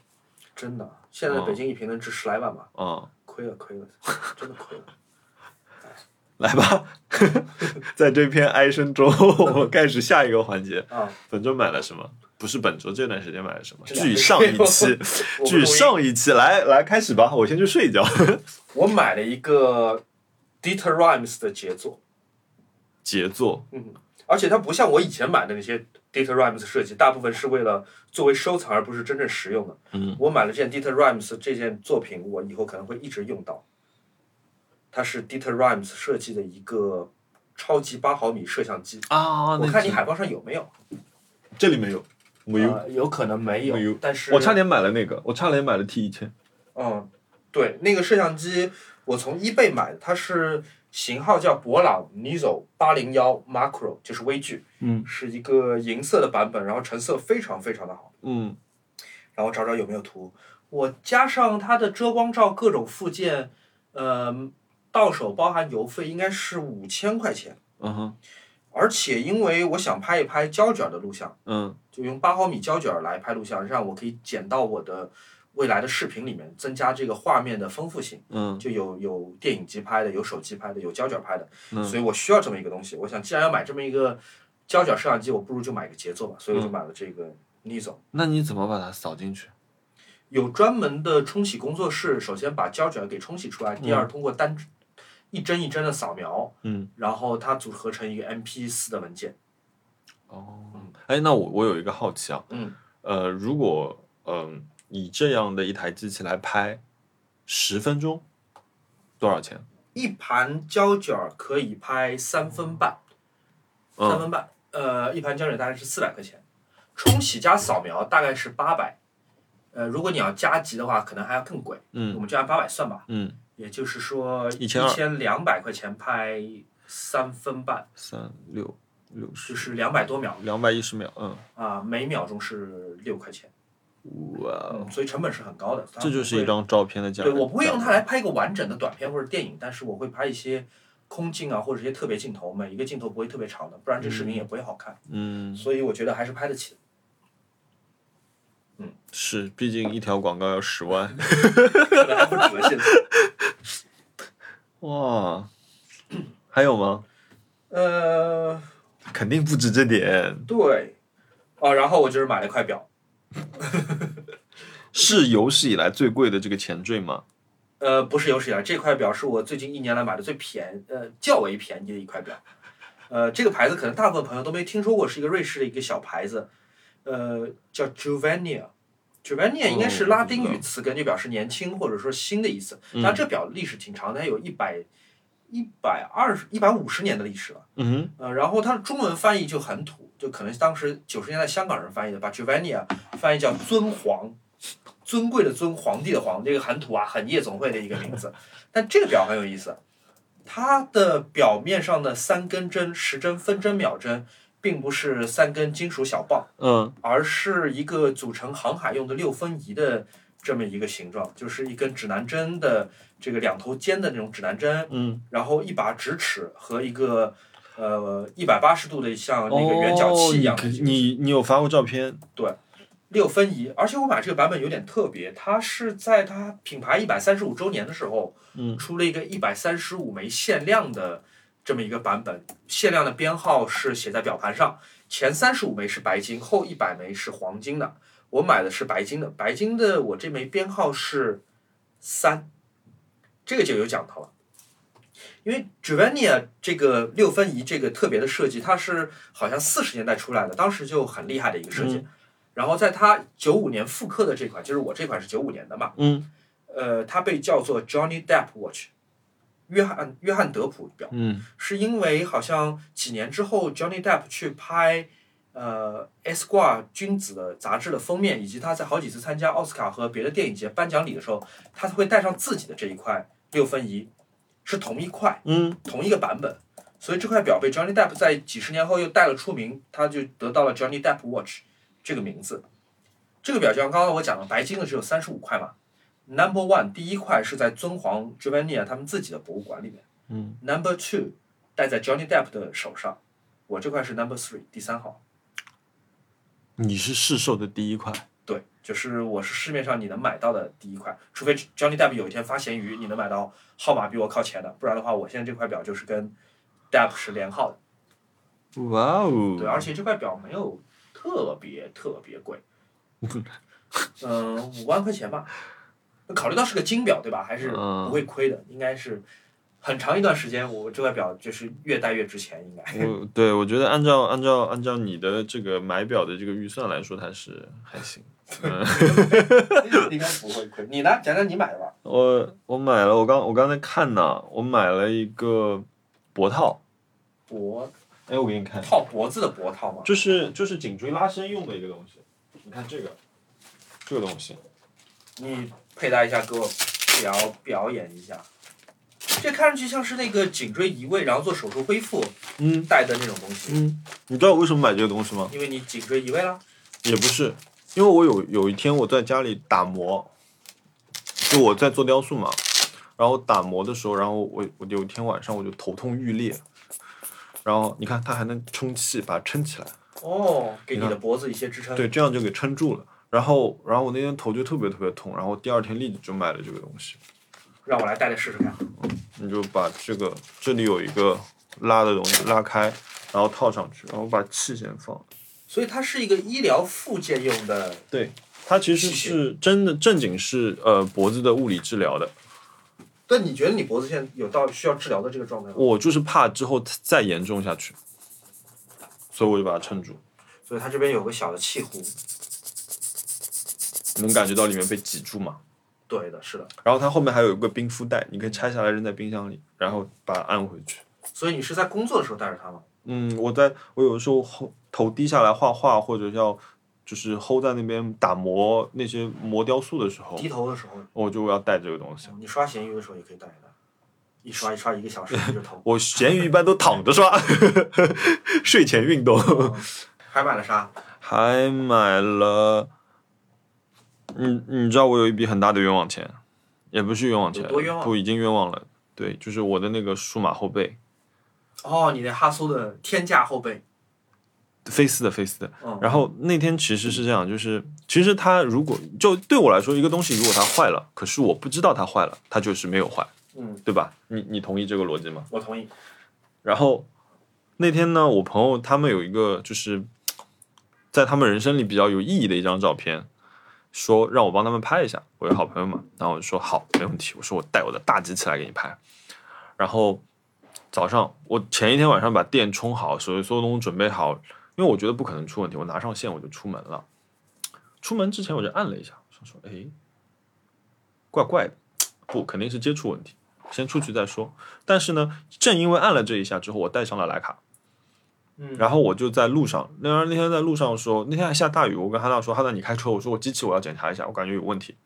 Speaker 2: 真的，现
Speaker 1: 哦
Speaker 2: 在北京一平能值十来万吧？
Speaker 1: 嗯，
Speaker 2: 亏了，亏了，真的 亏了。
Speaker 1: 来吧， 在这篇哀声中，我们开始下一个环节。
Speaker 2: 啊，
Speaker 1: 本周买了什么？不是本周这段时间买了什么？
Speaker 2: 这两
Speaker 1: 据
Speaker 2: 个
Speaker 1: 上一期，
Speaker 2: 我不
Speaker 1: 据
Speaker 2: 同意
Speaker 1: 上一期，来来开始吧，我先去睡一觉。
Speaker 2: 我买了一个 Dieter Rhymes 的杰作，
Speaker 1: 杰作，
Speaker 2: 嗯，而且它不像我以前买的那些 Data Rhymes 设计，大部分是为了作为收藏，而不是真正实用的。
Speaker 1: 嗯，
Speaker 2: 我买了这件 Data Rhymes 这件作品，我以后可能会一直用到。它是 Data Rhymes 设计的一个超级八毫米摄像机，
Speaker 1: 啊
Speaker 2: 我看你海报上有没有？
Speaker 1: 这里没有，没有，
Speaker 2: 呃有可能没
Speaker 1: 没有
Speaker 2: 有，但是
Speaker 1: 我差点买了那个，我差点买了 T 一千，
Speaker 2: 嗯，对，那个摄像机我从 eBay 买的，它是型号叫博朗 Nizo 八零幺 Macro，就是微距，
Speaker 1: 嗯，
Speaker 2: 是一个银色的版本，然后成色非常非常的好，
Speaker 1: 嗯，
Speaker 2: 然后找找有没有图，我加上它的遮光罩各种附件，呃，到手包含邮费应该是五千块钱，
Speaker 1: 嗯哼，
Speaker 2: 而且因为我想拍一拍胶卷的录像。
Speaker 1: 嗯
Speaker 2: 就用八毫米胶卷来拍录像，让我可以剪到我的未来的视频里面，增加这个画面的丰富性。
Speaker 1: 嗯
Speaker 2: 就有有电影机拍的，有手机拍的，有胶卷拍的，
Speaker 1: 嗯
Speaker 2: 所以我需要这么一个东西。我想，既然要买这么一个胶卷摄像机，我不如就买个杰作吧，所以我就买了这个 Nizo。
Speaker 1: 那你怎么把它扫进去？
Speaker 2: 有专门的冲洗工作室，首先把胶卷给冲洗出来，第二通过单一帧一帧的扫描，
Speaker 1: 嗯，
Speaker 2: 然后它组合成一个 MP 四的文件。
Speaker 1: 哦
Speaker 2: 嗯，
Speaker 1: 哎，那我我有一个好奇啊，
Speaker 2: 嗯，
Speaker 1: 呃，如果嗯、以这样的一台机器来拍十分钟，多少钱？
Speaker 2: 一盘胶卷可以拍三分半。三
Speaker 1: 嗯，
Speaker 2: 分半，呃，一盘胶卷大概是四百块钱，冲洗加扫描大概是八百，呃，如果你要加急的话，可能还要更贵，
Speaker 1: 嗯
Speaker 2: 我们就按八百算吧，
Speaker 1: 嗯，
Speaker 2: 也就是说一
Speaker 1: 1200
Speaker 2: 千两百块钱拍三分半，
Speaker 1: 三六六
Speaker 2: 就
Speaker 1: 十，
Speaker 2: 是两百多秒
Speaker 1: 两百一十秒，嗯，
Speaker 2: 啊、每秒钟是六块钱，
Speaker 1: 哇哦，
Speaker 2: 嗯，所以成本是很高的，它
Speaker 1: 这就是
Speaker 2: 不
Speaker 1: 一
Speaker 2: 会
Speaker 1: 张照片的价格。
Speaker 2: 对，我不会用它来拍一个完整的短片或者电影，但是我会拍一些空镜啊，或者一些特别镜头，每一个镜头不会特别长的，不然这视频也不会好看，
Speaker 1: 嗯，
Speaker 2: 所以我觉得还是拍得起的。
Speaker 1: 是，毕竟一条广告要十 万。
Speaker 2: 可能还不止现在。
Speaker 1: 哇，还有吗？
Speaker 2: 呃，
Speaker 1: 肯定不止这点，
Speaker 2: 对，哦，然后我就是买了一块表，
Speaker 1: 是有史以来最贵的这个前缀吗？
Speaker 2: 呃，不是有史以来这块表是我最近一年来买的最便，呃，较为便宜的一块表。呃，这个牌子可能大部分朋友都没听说过，是一个瑞士的一个小牌子，呃，叫 Juvenia。Juvenia 应该是拉丁语词根，就表示年轻或者说新的意思。那这表历史挺长的，它有一百一百二十一百五十年的历史了。
Speaker 1: 嗯
Speaker 2: 呃，然后它的中文翻译就很土，就可能当时九十年代香港人翻译的，把 Giovanni 啊翻译叫尊皇，尊贵的尊，皇帝的皇，这个很土啊，很夜总会的一个名字。但这个表很有意思，它的表面上的三根针、时针、分针、秒针，并不是三根金属小棒，
Speaker 1: 嗯
Speaker 2: 而是一个组成航海用的六分仪的这么一个形状，就是一根指南针的这个两头尖的那种指南针。
Speaker 1: 嗯，
Speaker 2: 然后一把直尺和一个呃一百八十度的像那个圆角器一样
Speaker 1: 哦
Speaker 2: 的
Speaker 1: 你
Speaker 2: 东西、
Speaker 1: 你你有发过照片？
Speaker 2: 六分仪。而且我买这个版本有点特别，它是在它品牌一百三十五周年的时候，
Speaker 1: 嗯
Speaker 2: 出了一个一百三十五枚限量的这么一个版本，限量的编号是写在表盘上，前三十五枚是白金，后一百枚是黄金的。我买的是白金的，白金的我这枚编号是三，这个就有讲头了。因为 Giovanni 这个六分仪这个特别的设计，它是好像四十年代出来的，当时就很厉害的一个设计。然后在它九五年复刻的这款，就是我这款是九五年的嘛，
Speaker 1: 嗯
Speaker 2: 呃，它被叫做 Johnny Depp Watch，约翰约翰德普表，
Speaker 1: 嗯
Speaker 2: 是因为好像几年之后 Johnny Depp 去拍呃《Esquire》君子的杂志的封面，以及他在好几次参加奥斯卡和别的电影节颁奖礼的时候，他会带上自己的这一块六分仪，是同一块。
Speaker 1: 嗯，
Speaker 2: 同一个版本，所以这块表被 Johnny Depp 在几十年后又带了出名，他就得到了 Johnny Depp Watch 这个名字。这个表就像刚刚我讲的，白金的只有三十五块嘛。Number one 第一块是在尊皇 Giovanni 他们自己的博物馆里面，
Speaker 1: 嗯
Speaker 2: ，Number two 戴在 Johnny Depp 的手上，我这块是 Number three 第三号，
Speaker 1: 你是试售的第一款，
Speaker 2: 对，就是我是市面上你能买到的第一块，除非 Johnny Depp 有一天发咸鱼，你能买到号码比我靠前的，不然的话，我现在这块表就是跟 Depp 是连号的。
Speaker 1: 哇
Speaker 2: 对，
Speaker 1: 哦，
Speaker 2: 啊而且这块表没有特别特别 贵，嗯、五万块钱吧。考虑到是个金表，对吧？还是
Speaker 1: 嗯
Speaker 2: 不会亏的，应该是很长一段时间，我这块表就是越戴越值钱，应该。
Speaker 1: 我对我觉得按照按照按照你的这个买表的这个预算来说，它是还行。 嗯
Speaker 2: 应该不会亏。你呢？讲讲你买的吧。
Speaker 1: 我我买了，我刚我刚才看呢，我买了一个脖套，
Speaker 2: 脖
Speaker 1: 哎，我给你看，
Speaker 2: 套脖子的脖套嘛，
Speaker 1: 就是就是颈椎拉伸用的一个东西。你看这个，这个东西，
Speaker 2: 你佩戴一下，给我表表演一下。这看上去像是那个颈椎移位，然后做手术恢复
Speaker 1: 嗯
Speaker 2: 戴的那种东西，
Speaker 1: 嗯，你知道我为什么买这个东西吗？
Speaker 2: 因为你颈椎移位了。
Speaker 1: 也不是，因为我有有一天我在家里打磨，就我在做雕塑嘛，然后打磨的时候，然后我我有一天晚上我就头痛欲裂，然后你看它还能充气，把它撑起来，
Speaker 2: 哦，给你
Speaker 1: 你
Speaker 2: 的脖子一些支撑。
Speaker 1: 对，这样就给撑住了。然后，然后我那天头就特别特别痛，然后第二天立即就买了这个东西。
Speaker 2: 让我来戴戴试试看。
Speaker 1: 你就把这个这里有一个拉的东西拉开，然后套上去，然后把气先放。
Speaker 2: 所以它是一个医疗附件用的，
Speaker 1: 它其实
Speaker 2: 谢谢
Speaker 1: 是真的正经是呃脖子的物理治疗的，
Speaker 2: 但你觉得你脖子现在有到需要治疗的这个状态吗？
Speaker 1: 我就是怕之后再严重下去，所以我就把它撑住。
Speaker 2: 所以它这边有个小的气壶，
Speaker 1: 能感觉到里面被挤住嘛？
Speaker 2: 对的，是的。
Speaker 1: 然后它后面还有一个冰敷袋，你可以拆下来扔在冰箱里，然后把它按回去。
Speaker 2: 所以你是在工作的时候戴着它吗？
Speaker 1: 嗯，我在我有的时候后头低下来画画，或者要就是 hold 在那边打磨那些磨雕塑的时候，
Speaker 2: 低头的时候，
Speaker 1: 我就要带这个东西。
Speaker 2: 你刷闲鱼的时候也可以戴一戴，一刷一刷一个 小时你就头。
Speaker 1: 我闲鱼一般都躺着刷， 睡前运动。
Speaker 2: 还买了啥？
Speaker 1: 还买了，你你知道我有一笔很大的冤枉钱，也不是冤枉钱
Speaker 2: 有，多冤枉
Speaker 1: 不已经冤枉了。对，就是我的那个数码后背，
Speaker 2: 哦，你那哈苏的天价后背，
Speaker 1: 菲斯的菲斯的。
Speaker 2: 嗯
Speaker 1: 然后那天其实是这样，就是其实它如果就对我来说，一个东西如果它坏了，可是我不知道它坏了，它就是没有坏，
Speaker 2: 嗯，
Speaker 1: 对吧？你你同意这个逻辑吗？
Speaker 2: 我同意。
Speaker 1: 然后那天呢，我朋友他们有一个就是在他们人生里比较有意义的一张照片，说让我帮他们拍一下。我有好朋友嘛，然后我就说好，没问题。我说我带我的大机器来给你拍。然后早上我前一天晚上把电充好，所有所有东西准备好，因为我觉得不可能出问题，我拿上线我就出门了。出门之前我就按了一下，想说哎，怪怪的，不肯定是接触问题，先出去再说。但是呢，正因为按了这一下之后，我带上了徕卡，
Speaker 2: 嗯
Speaker 1: 然后我就在路上，那那天在路上的时候，那天还下大雨，我跟哈娜说，哈娜你开车，我说我机器我要检查一下，我感觉有问题。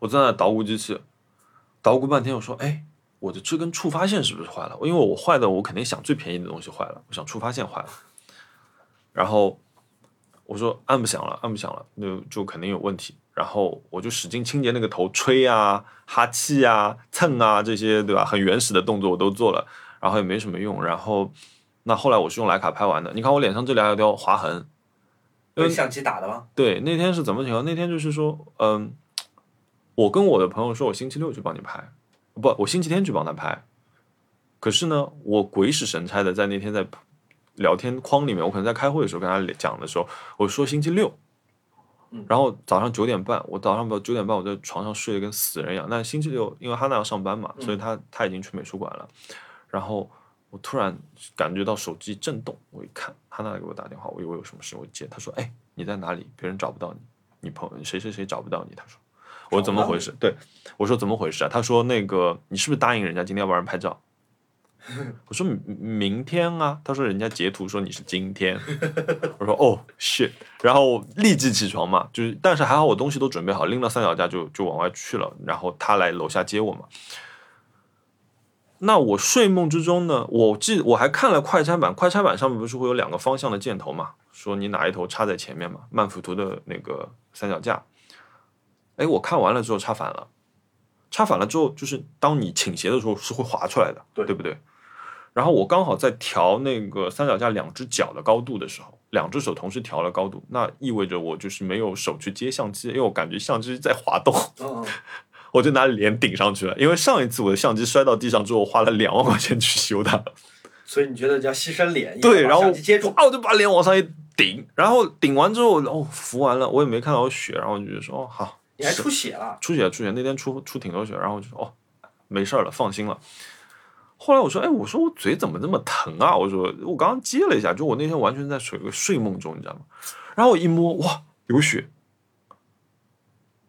Speaker 1: 我在那捣鼓机器，捣鼓半天，我说，哎，我的这根触发线是不是坏了？因为我坏的，我肯定想最便宜的东西坏了，我想触发线坏了。然后我说按不响了，按不响了，那就肯定有问题。然后我就使劲清洁那个头，吹啊、哈气啊、蹭啊这些，对吧？很原始的动作我都做了，然后也没什么用。然后那后来我是用徕卡拍完的，你看我脸上这里还有条划痕。
Speaker 2: 被相机打的吗？
Speaker 1: 对，那天是怎么情况？那天就是说，嗯，我跟我的朋友说，我星期六去帮你拍，不，我星期天去帮他拍。可是呢，我鬼使神差的在那天在聊天框里面，我可能在开会的时候跟他讲的时候，我说星期六
Speaker 2: 嗯，
Speaker 1: 然后早上九点半，我早上不九点半我在床上睡得跟死人一样。但星期六因为哈娜要上班嘛，所以她她已经去美术馆了。然后我突然感觉到手机震动，我一看哈娜给我打电话，我以为有什么事，我接，她说：“哎，你在哪里？别人找不到你，你朋友谁谁谁找不到你。”她说：“我说怎么回事？”对，我说：“怎么回事啊？”她说：“那个你是不是答应人家今天要帮人拍照？”我说明明天啊，她说人家截图说你是今天，我说哦 shit，然后立即起床嘛，就是但是还好我东西都准备好，拎了三脚架就就往外去了，然后他来楼下接我嘛。那我睡梦之中呢，我记我还看了快拆板，快拆板上面不是会有两个方向的箭头嘛，说你哪一头插在前面嘛，曼幅图的那个三脚架。哎，我看完了之后插反了，插反了之后就是当你倾斜的时候是会滑出来的，
Speaker 2: 对
Speaker 1: 不对？然后我刚好在调那个三脚架两只脚的高度的时候，两只手同时调了高度，那意味着我就是没有手去接相机，因为我感觉相机在滑动。
Speaker 2: 嗯，嗯
Speaker 1: 我就拿脸顶上去了，因为上一次我的相机摔到地上之后，我花了两万块钱去修它。
Speaker 2: 所以你觉得要牺牲脸，
Speaker 1: 对，
Speaker 2: 要把
Speaker 1: 然后
Speaker 2: 相机接住，
Speaker 1: 啊，我就把脸往上一顶，然后顶完之后，哦，扶完了，我也没看到有血，然后我就觉得说，哦，好，
Speaker 2: 你还出血了，
Speaker 1: 出血出血，那天出出挺多血，然后我就说，哦，没事儿了，放心了。后来我说，哎，我说我嘴怎么这么疼啊？我说我刚刚接了一下，就我那天完全在睡睡梦中，你知道吗？然后我一摸，哇，流血。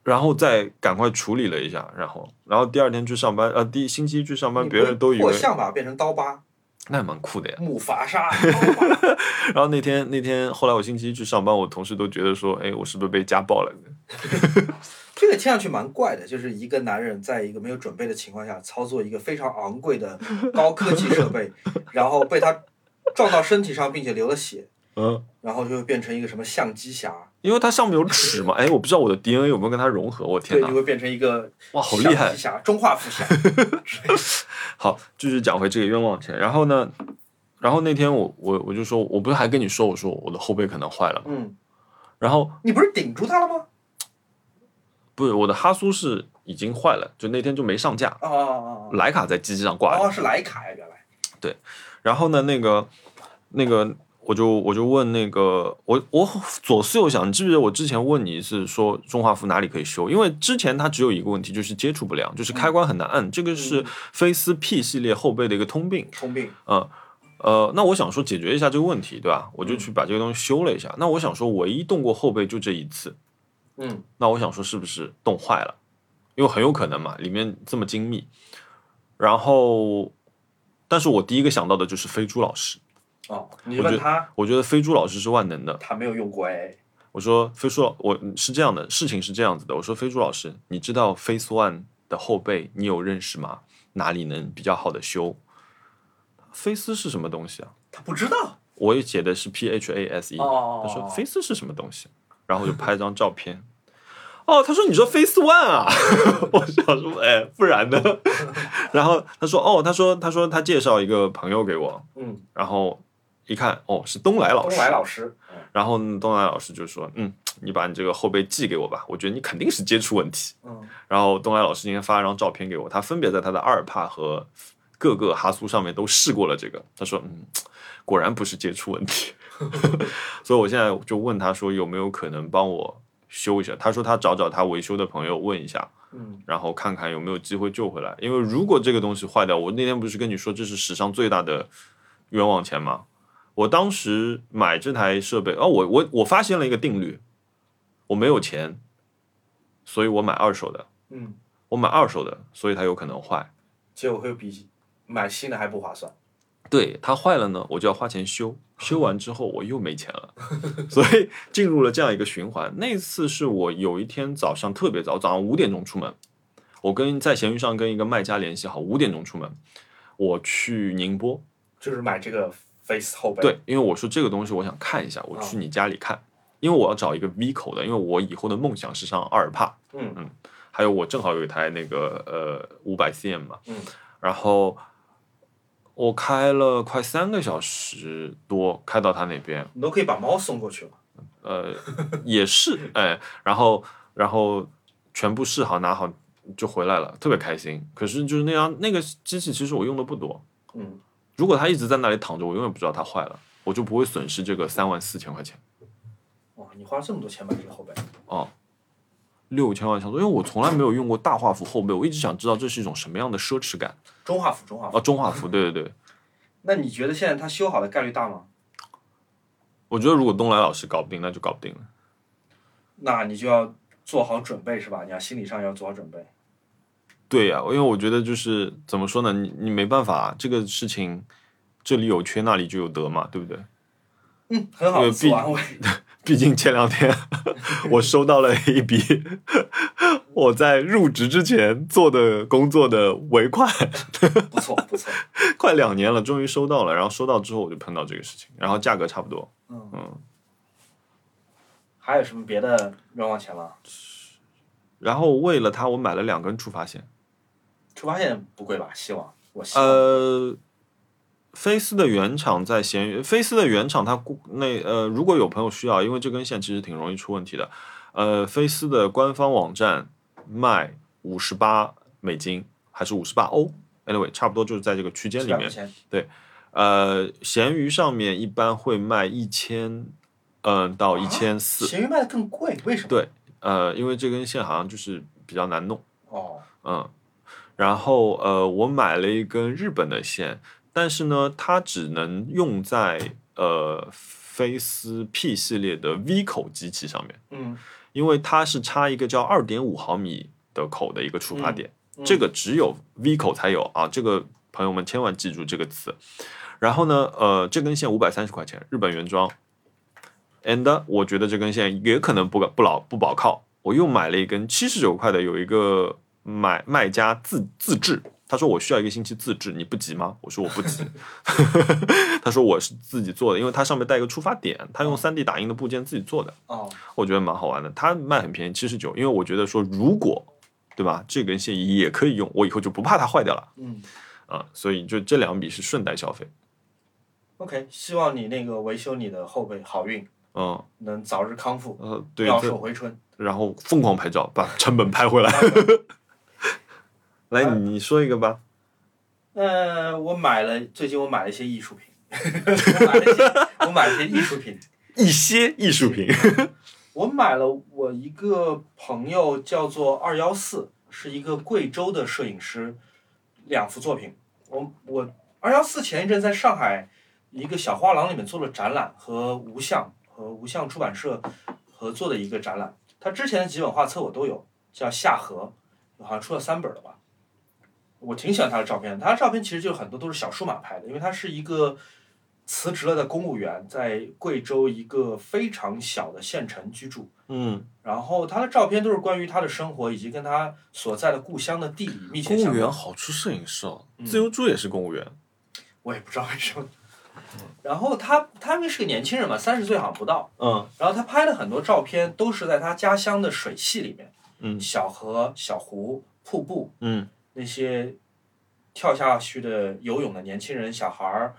Speaker 1: 然后再赶快处理了一下，然后，然后第二天去上班，呃，第一星期一去上班，别人都以
Speaker 2: 破
Speaker 1: 为
Speaker 2: 象拔变成刀疤，
Speaker 1: 那也蛮酷的呀。
Speaker 2: 母筏 鲨，刀疤
Speaker 1: 然后那天那天后来我星期一去上班，我同事都觉得说，哎，我是不是被家暴了？
Speaker 2: 这个听上去蛮怪的，就是一个男人在一个没有准备的情况下操作一个非常昂贵的高科技设备，然后被他撞到身体上，并且流了血，
Speaker 1: 嗯，
Speaker 2: 然后就会变成一个什么相机侠，
Speaker 1: 因为它上面有齿嘛，哎，我不知道我的 DNA 有没有跟它融合，我天
Speaker 2: 对，
Speaker 1: 哪
Speaker 2: 就，会变成一个
Speaker 1: 哇，好厉害
Speaker 2: 相！机侠，中华 富侠，
Speaker 1: 好，继续讲回这个冤枉钱。然后呢，然后那天我我我就说，我不是还跟你说，我说我的后背可能坏了嘛。
Speaker 2: 嗯，
Speaker 1: 然后
Speaker 2: 你不是顶住他了吗？
Speaker 1: 不是我的哈苏是已经坏了，就那天就没上架，
Speaker 2: 哦哦哦
Speaker 1: 徕卡在机器上挂
Speaker 2: 哦，
Speaker 1: 着。
Speaker 2: 哦是徕卡呀，原来，
Speaker 1: 然后呢，那个那个，我就我就问那个我我左思右想，你记不记得我之前问你一次说中华服哪里可以修？因为之前它只有一个问题，就是接触不良，就是开关很难按，这个是
Speaker 2: 嗯
Speaker 1: 菲斯 P 系列后背的一个通病。
Speaker 2: 通病，
Speaker 1: 呃，那我想说解决一下这个问题，对吧？我就去把这个东西修了一下。那我想说，唯一动过后背就这一次。
Speaker 2: 嗯，
Speaker 1: 那我想说，是不是动坏了？因为很有可能嘛，里面这么精密。然后，但是我第一个想到的就是飞猪老师。
Speaker 2: 哦，你问他，
Speaker 1: 我觉得飞猪老师是万能的。
Speaker 2: 他没有用过哎，
Speaker 1: 我说飞猪老，我是这样的事情是这样子的。我说飞猪老师，你知道 Face One 的后背你有认识吗？哪里能比较好的修？菲斯是什么东西啊？
Speaker 2: 他不知道，
Speaker 1: 我也写的是 P H A S E。
Speaker 2: 哦，
Speaker 1: 他说 Face 是什么东西？然后我就拍张照片。哦，他说你说 Face One 啊？ 我想说，哎，不然呢？ 然后他说，哦，他说他说他介绍一个朋友给我，
Speaker 2: 嗯，
Speaker 1: 然后一看，哦，是东来老
Speaker 2: 东
Speaker 1: 师。
Speaker 2: 来老师，嗯
Speaker 1: 然后呢东来老师就说，嗯，你把你这个后背寄给我吧，我觉得你肯定是接触问题。
Speaker 2: 嗯，
Speaker 1: 然后东来老师今天发了张照片给我，他分别在他的阿尔帕和各个哈苏上面都试过了这个。他说，嗯，果然不是接触问题。 所以我现在就问他说有没有可能帮我修一下？他说他找找他维修的朋友问一下，
Speaker 2: 嗯，
Speaker 1: 然后看看有没有机会救回来。因为如果这个东西坏掉，我那天不是跟你说这是史上最大的冤枉钱吗？我当时买这台设备，哦，我我我发现了一个定律，我没有钱，所以我买二手的。
Speaker 2: 嗯，
Speaker 1: 我买二手的，所以它有可能坏。
Speaker 2: 结果会比买新的还不划算。
Speaker 1: 对它坏了呢，我就要花钱修，修完之后我又没钱了， 所以进入了这样一个循环。那次是我有一天早上特别早，早上五点钟出门，我跟在闲鱼上跟一个卖家联系好，五点钟出门，我去宁波，
Speaker 2: 就是买这个 Face 后背。，
Speaker 1: 对，因为我说这个东西我想看一下，我去你家里看，因为我要找一个 V 口的，因为我以后的梦想是上阿尔帕，
Speaker 2: 嗯
Speaker 1: 还有我正好有一台那个呃五百 cm 嘛，
Speaker 2: 嗯，
Speaker 1: 然后我开了快三个小时多，开到他那 边，
Speaker 2: 你都可以把猫送过去了。
Speaker 1: 呃，也是哎，然后然后全部试好拿好就回来了，特别开心。可是就是那样那个机器，其实我用的不多，
Speaker 2: 嗯，
Speaker 1: 如果它一直在那里躺着，我永远不知道它坏了，我就不会损失这个三万四千块钱。
Speaker 2: 哇，你花了这么多钱买这个后背，
Speaker 1: 六千万像素，因为我从来没有用过大画幅后背，我一直想知道这是一种什么样的奢侈感
Speaker 2: 中画幅中画幅。
Speaker 1: 啊！中画幅，对对对，
Speaker 2: 那你觉得现在它修好的概率大吗？
Speaker 1: 我觉得如果东来老师搞不定，那就搞不定了。
Speaker 2: 那你就要做好准备是吧？你要心理上要做好准备。
Speaker 1: 对呀、因为我觉得就是怎么说呢，你你没办法，啊这个事情这里有缺，那里就有得嘛，对不对？
Speaker 2: 嗯，很好
Speaker 1: 因为
Speaker 2: 的
Speaker 1: 毕
Speaker 2: 自我安慰。
Speaker 1: 毕竟前两天我收到了一笔 我在入职之前做的工作的尾款，
Speaker 2: 不错不错。
Speaker 1: 快两年了，终于收到了。然后收到之后我就碰到这个事情，然后价格差不多。
Speaker 2: 嗯
Speaker 1: 嗯
Speaker 2: 还有什么别的冤枉钱吗？
Speaker 1: 然后为了它，我买了两根触发线。
Speaker 2: 触发线不贵吧？希望我希望。
Speaker 1: 呃，菲斯的原厂在闲鱼，菲斯的原厂它估那呃，如果有朋友需要，因为这根线其实挺容易出问题的。呃，菲斯的官方网站卖五十八美金还是五十八欧，anyway，差不多就是啊在这个区间里
Speaker 2: 两块
Speaker 1: 面。
Speaker 2: 钱，
Speaker 1: 呃，闲鱼上面一般会卖一千，嗯，到一千四。
Speaker 2: 闲鱼卖的更贵，为什么？
Speaker 1: 啊对呃，因为这根线好像就是比较难弄。
Speaker 2: 哦，
Speaker 1: 嗯，然后呃，我买了一根日本的线，但是呢，它只能用在呃菲斯 P 系列的 V 口机器上面，
Speaker 2: 嗯，
Speaker 1: 因为它是插一个叫二点五毫米的口的一个触发点，这个只有 V 口才有啊，这个朋友们千万记住这个词。然后呢，呃，这根线五百三十块钱，日本原装。and 我觉得这根线也可能不不牢不保靠，我又买了一根七十九块的，有一个买卖家自自制，他说我需要一个星期自制，你不急吗？我说我不急， 他说我是自己做的，因为它上面带一个触发点，他用三 D 打印的部件自己做的，
Speaker 2: 哦，
Speaker 1: 我觉得蛮好玩的。它卖很便宜，七十九，因为我觉得说如果对吧，这根线也可以用，我以后就不怕它坏掉了
Speaker 2: 嗯
Speaker 1: 啊、所以就这两笔是顺带消费，
Speaker 2: ，OK，希望你那个维修你的后背好运，
Speaker 1: 嗯
Speaker 2: 能早日康复，
Speaker 1: 呃对，
Speaker 2: 妙
Speaker 1: 这
Speaker 2: 手回春。
Speaker 1: 然后疯狂拍照，把成本拍回 来。来，你你说一个吧。
Speaker 2: 呃，我买了，最近我买了一些艺术品， 我买了一些，我买了一些艺术品。
Speaker 1: 一些艺术品，
Speaker 2: 我买了我一个朋友叫做二幺四，是一个贵州的摄影师，两幅作品。我我二幺四前一阵在上海一个小画廊里面做了展览，和无相和无相出版社合作的一个展览。他之前的几本画册我都有，叫夏荷，好像出了三本了吧。我挺喜欢他的照片，他的照片其实就很多都是小数码拍的，因为他是一个辞职了的公务员，在贵州一个非常小的县城居住。
Speaker 1: 嗯，
Speaker 2: 然后他的照片都是关于他的生活以及跟他所在的故乡的地理密切
Speaker 1: 公
Speaker 2: 相
Speaker 1: 务
Speaker 2: 关。
Speaker 1: 员好出摄影师哦，自由猪也是公务员。
Speaker 2: 我也不知道为什么。然后他他因为是个年轻人嘛，三十岁好像不到。
Speaker 1: 嗯
Speaker 2: 然后他拍的很多照片都是在他家乡的水系里面，
Speaker 1: 嗯
Speaker 2: 小河、小湖、瀑布
Speaker 1: 嗯
Speaker 2: 那些跳下去的游泳的年轻人、小孩儿，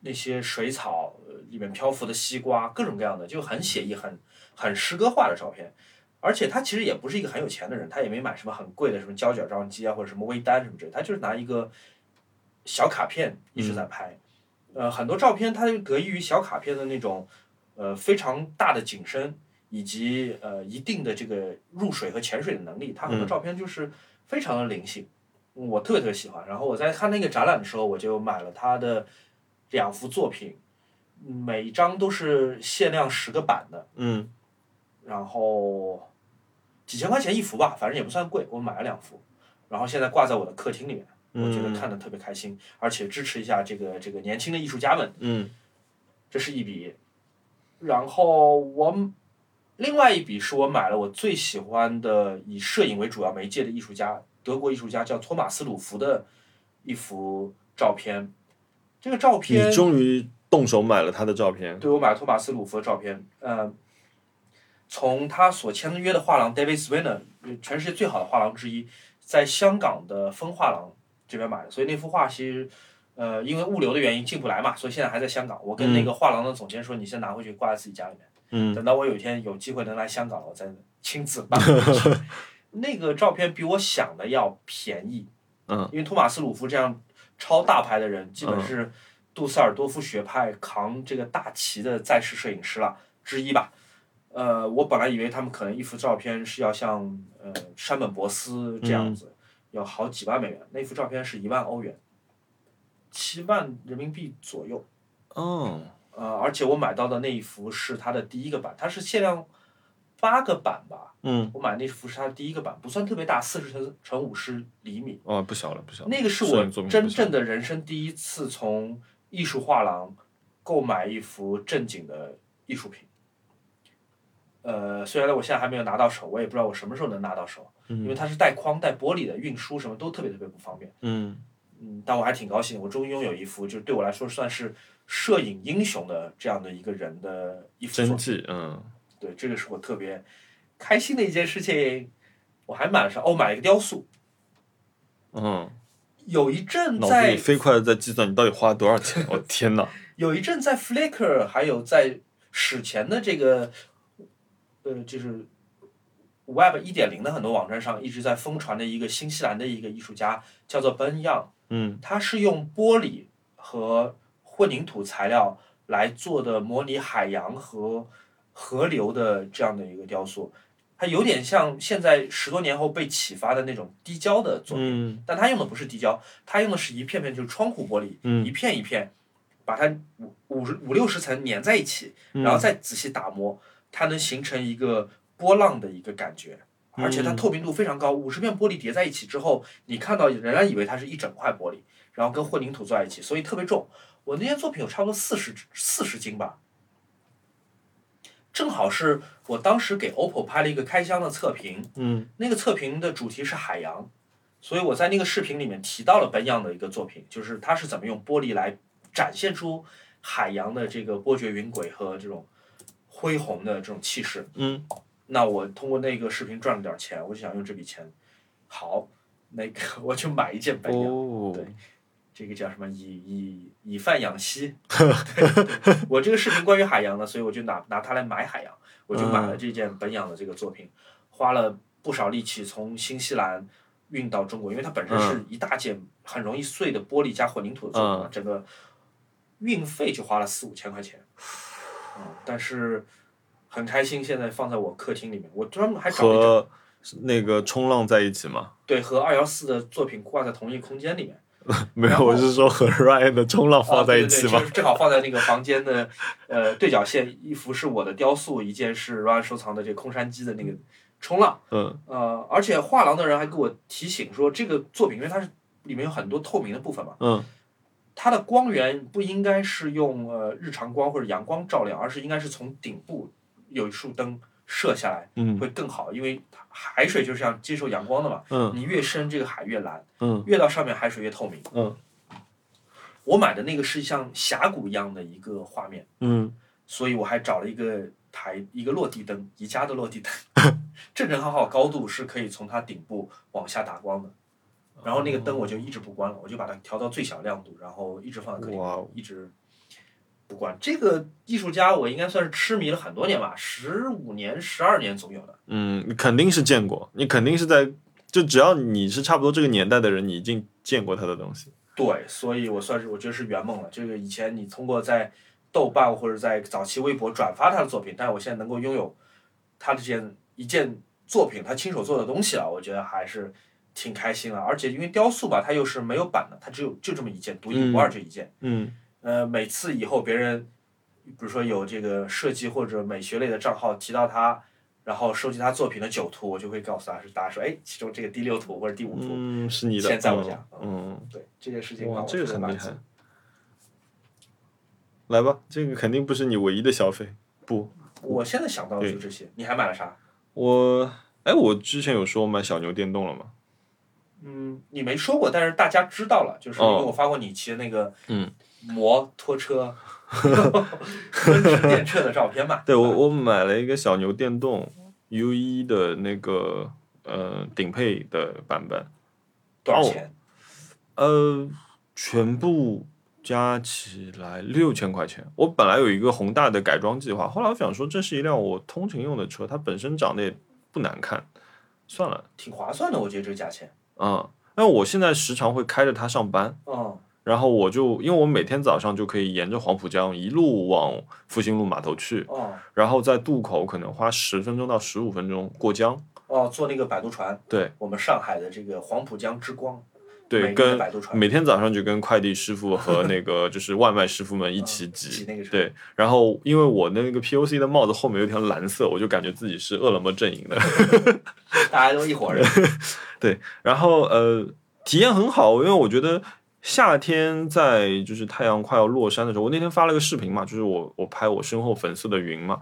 Speaker 2: 那些水草呃里面漂浮的西瓜，各种各样的，就很写意、很很诗歌化的照片。而且他其实也不是一个很有钱的人，他也没买什么很贵的什么胶卷照相机啊，或者什么微单什么之类的，他就是拿一个小卡片一直
Speaker 1: 嗯
Speaker 2: 在拍。呃，很多照片它就得益于小卡片的那种呃非常大的景深，以及呃一定的这个入水和潜水的能力，它很
Speaker 1: 嗯
Speaker 2: 多照片就是非常的灵性，我特别特别喜欢。然后我在看那个展览的时候，我就买了他的两幅作品，每一张都是限量十个版的，
Speaker 1: 嗯
Speaker 2: 然后几千块钱一幅吧，反正也不算贵，我买了两幅，然后现在挂在我的客厅里面。我觉得看的特别开心，而且支持一下这个这个年轻的艺术家们，
Speaker 1: 嗯
Speaker 2: 这是一笔。然后我另外一笔是我买了我最喜欢的以摄影为主要媒介的艺术家，德国艺术家叫托马斯·鲁弗的一幅照片。这个照片
Speaker 1: 你终于动手买了他的照片。
Speaker 2: 对我买了托马斯·鲁弗的照片，呃，从他所签约的画廊 David Swinner，呃全世界最好的画廊之一，在香港的风画廊这边买的，所以那幅画其实，呃，因为物流的原因进不来嘛，所以现在还在香港。我跟那个画廊的总监说，你先拿回去挂在自己家里面，
Speaker 1: 嗯
Speaker 2: 等到我有一天有机会能来香港了，我再亲自办。那个照片比我想的要便宜，
Speaker 1: 嗯，
Speaker 2: 因为托马斯·鲁夫这样超大牌的人，基本是杜塞尔多夫学派扛这个大旗的在世摄影师了之一吧。呃，我本来以为他们可能一幅照片是要像呃山本博斯这样子，要好几万美元，那幅照片是一万欧元，七万人民币左右。
Speaker 1: 哦，
Speaker 2: 呃，而且我买到的那一幅是它的第一个版，它是限量八个版吧。
Speaker 1: 嗯
Speaker 2: 我买那幅是它的第一个版，不算特别大，四十乘乘五十厘米。
Speaker 1: 哦，不小了，不小了。
Speaker 2: 那个是
Speaker 1: 摄
Speaker 2: 我
Speaker 1: 影作品
Speaker 2: 真
Speaker 1: 不小
Speaker 2: 正的人生第一次从艺术画廊购买一幅正经的艺术品。呃，虽然呢，我现在还没有拿到手，我也不知道我什么时候能拿到手，因为它是带框、带玻璃的，运输什么都特别特别不方便。
Speaker 1: 嗯
Speaker 2: 嗯，但我还挺高兴，我终于拥有一幅，就是对我来说算是摄影英雄的这样的一个人的一幅作
Speaker 1: 真
Speaker 2: 品。
Speaker 1: 迹，嗯
Speaker 2: 对，这个是我特别开心的一件事情。我还买了啥？哦，买了一个雕塑。
Speaker 1: 嗯，
Speaker 2: 有一阵
Speaker 1: 脑子
Speaker 2: 在
Speaker 1: 里飞快的在计算你到底花了多少钱。我天哪！
Speaker 2: 有一阵在 Flickr 还有在史前的这个，呃，就是 Web 一点零的很多网站上一直在疯传的一个新西兰的一个艺术家叫做 Ben Young，
Speaker 1: 嗯
Speaker 2: 他是用玻璃和混凝土材料来做的模拟海洋和河流的这样的一个雕塑。它有点像现在十多年后被启发的那种滴胶的作品，
Speaker 1: 嗯
Speaker 2: 但它用的不是滴胶，它用的是一片片就是窗户玻璃，
Speaker 1: 嗯
Speaker 2: 一片一片，把它五五十五六十层粘在一起，
Speaker 1: 嗯
Speaker 2: 然后再仔细打磨，它能形成一个波浪的一个感觉。
Speaker 1: 嗯
Speaker 2: 而且它透明度非常高，五十片玻璃叠在一起之后，你看到仍然以为它是一整块玻璃，然后跟混凝土做在一起，所以特别重。我那件作品有差不多四十四十斤吧，正好是我当时给 OPPO 拍了一个开箱的测评，
Speaker 1: 嗯
Speaker 2: 那个测评的主题是海洋，所以我在那个视频里面提到了 Ben Yang 的一个作品，就是他是怎么用玻璃来展现出海洋的这个波谲云诡和这种恢宏的这种气势。
Speaker 1: 嗯
Speaker 2: 那我通过那个视频赚了点钱，我就想用这笔钱，好，那个 我去买一件白羊，
Speaker 1: 哦
Speaker 2: 对这个叫什么以以以贩养吸。 对对我这个视频关于海洋的，所以我就拿拿它来买海洋，我就买了这件本养的这个作品，花了不少力气从新西兰运到中国，因为它本身是一大件很容易碎的玻璃加混凝土的作品嘛，整个运费就花了四五千块钱，嗯，但是。很开心，现在放在我客厅里面。我专门还找了一个
Speaker 1: 和那个冲浪在一起吗？
Speaker 2: 对，和二幺四的作品挂在同一空间里面，
Speaker 1: 没
Speaker 2: 然
Speaker 1: 有，
Speaker 2: 后
Speaker 1: 我是说和 Ryan 的冲浪
Speaker 2: 啊，
Speaker 1: 放在
Speaker 2: 对
Speaker 1: 一
Speaker 2: 对对，
Speaker 1: 起
Speaker 2: 就
Speaker 1: 吗？
Speaker 2: 是正好放在那个房间的 呃对角线，一幅是我的雕塑，一件是 Ryan 收藏的这个空山鸡的那个冲浪，
Speaker 1: 嗯
Speaker 2: 呃，而且画廊的人还给我提醒说，这个作品因为它是里面有很多透明的部分嘛，
Speaker 1: 嗯
Speaker 2: 它的光源不应该是用呃日常光或者阳光照亮，而是应该是从顶部有一束灯射下来
Speaker 1: 嗯
Speaker 2: 会更好，因为海水就是这样接受阳光的嘛，
Speaker 1: 嗯
Speaker 2: 你越深这个海越蓝，
Speaker 1: 嗯
Speaker 2: 越到上面海水越透明。
Speaker 1: 嗯
Speaker 2: 我买的那个是像峡谷一样的一个画面，
Speaker 1: 嗯，
Speaker 2: 所以我还找了一个台一个落地灯，宜家的落地灯， 正正好好高度是可以从它顶部往下打光的。然后那个灯我就一直不关了，我就把它调到最小亮度，然后一直放在客厅
Speaker 1: 哇哦，
Speaker 2: 一直不关。这个艺术家我应该算是痴迷了很多年吧，十五年、十二年总有的。
Speaker 1: 嗯，你肯定是见过，你肯定是在，就只要你是差不多这个年代的人，你一定见过他的东西。
Speaker 2: 对，所以我算是我觉得是圆梦了。这个以前你通过在豆瓣或者在早期微博转发他的作品，但是我现在能够拥有他的这件一件作品，他亲手做的东西啊，我觉得还是挺开心的。而且因为雕塑吧，它又是没有版的，它只有就这么一件，独一无二这一件。
Speaker 1: 嗯
Speaker 2: 呃，每次以后别人，比如说有这个设计或者美学类的账号提到他，然后收集他作品的九图，我就会告诉他是大家说，哎，其中这个第六图或者第五图，
Speaker 1: 嗯，是你的。
Speaker 2: 现在我家
Speaker 1: 嗯，
Speaker 2: 对这件事
Speaker 1: 嗯
Speaker 2: 情
Speaker 1: 哇，
Speaker 2: 让我
Speaker 1: 这个
Speaker 2: 特别
Speaker 1: 很厉
Speaker 2: 满足
Speaker 1: 害。来吧，这个肯定不是你唯一的消费。不，
Speaker 2: 我现在想到的就这些。你还买了啥？
Speaker 1: 我哎，我之前有说买小牛电动了吗？
Speaker 2: 嗯，你没说过，但是大家知道了，就是因
Speaker 1: 哦
Speaker 2: 为我发过你骑的那个
Speaker 1: 嗯
Speaker 2: 摩托车，奔驰电车的照片嘛。
Speaker 1: 对我，我买了一个小牛电动 U 一的那个呃顶配的版本，
Speaker 2: 多少钱？
Speaker 1: 哦呃，全部加起来六千块钱。我本来有一个宏大的改装计划，后来我想说这是一辆我通勤用的车，它本身长得也不难看，算了，
Speaker 2: 挺划算的，我觉得这个价钱。
Speaker 1: 嗯。但我现在时常会开着它上班，
Speaker 2: 嗯，
Speaker 1: 然后我就因为我每天早上就可以沿着黄浦江一路往复兴路码头去，
Speaker 2: 哦
Speaker 1: 然后在渡口可能花十分钟到十五分钟过江，
Speaker 2: 哦，坐那个摆渡船，
Speaker 1: 对
Speaker 2: 我们上海的这个黄浦江之光，美
Speaker 1: 对，
Speaker 2: 丽的
Speaker 1: 跟
Speaker 2: 摆渡船
Speaker 1: 每天早上就跟快递师傅和那个就是外卖师傅们一起
Speaker 2: 嗯挤
Speaker 1: 挤。
Speaker 2: 那个车。
Speaker 1: 对，然后因为我那个 POC 的帽子后面有一条蓝色，我就感觉自己是饿了么阵营的。
Speaker 2: 大家都一伙人。
Speaker 1: 然后呃，体验很好，因为我觉得夏天在就是太阳快要落山的时候，我那天发了个视频嘛，就是我我拍我身后粉色的云嘛，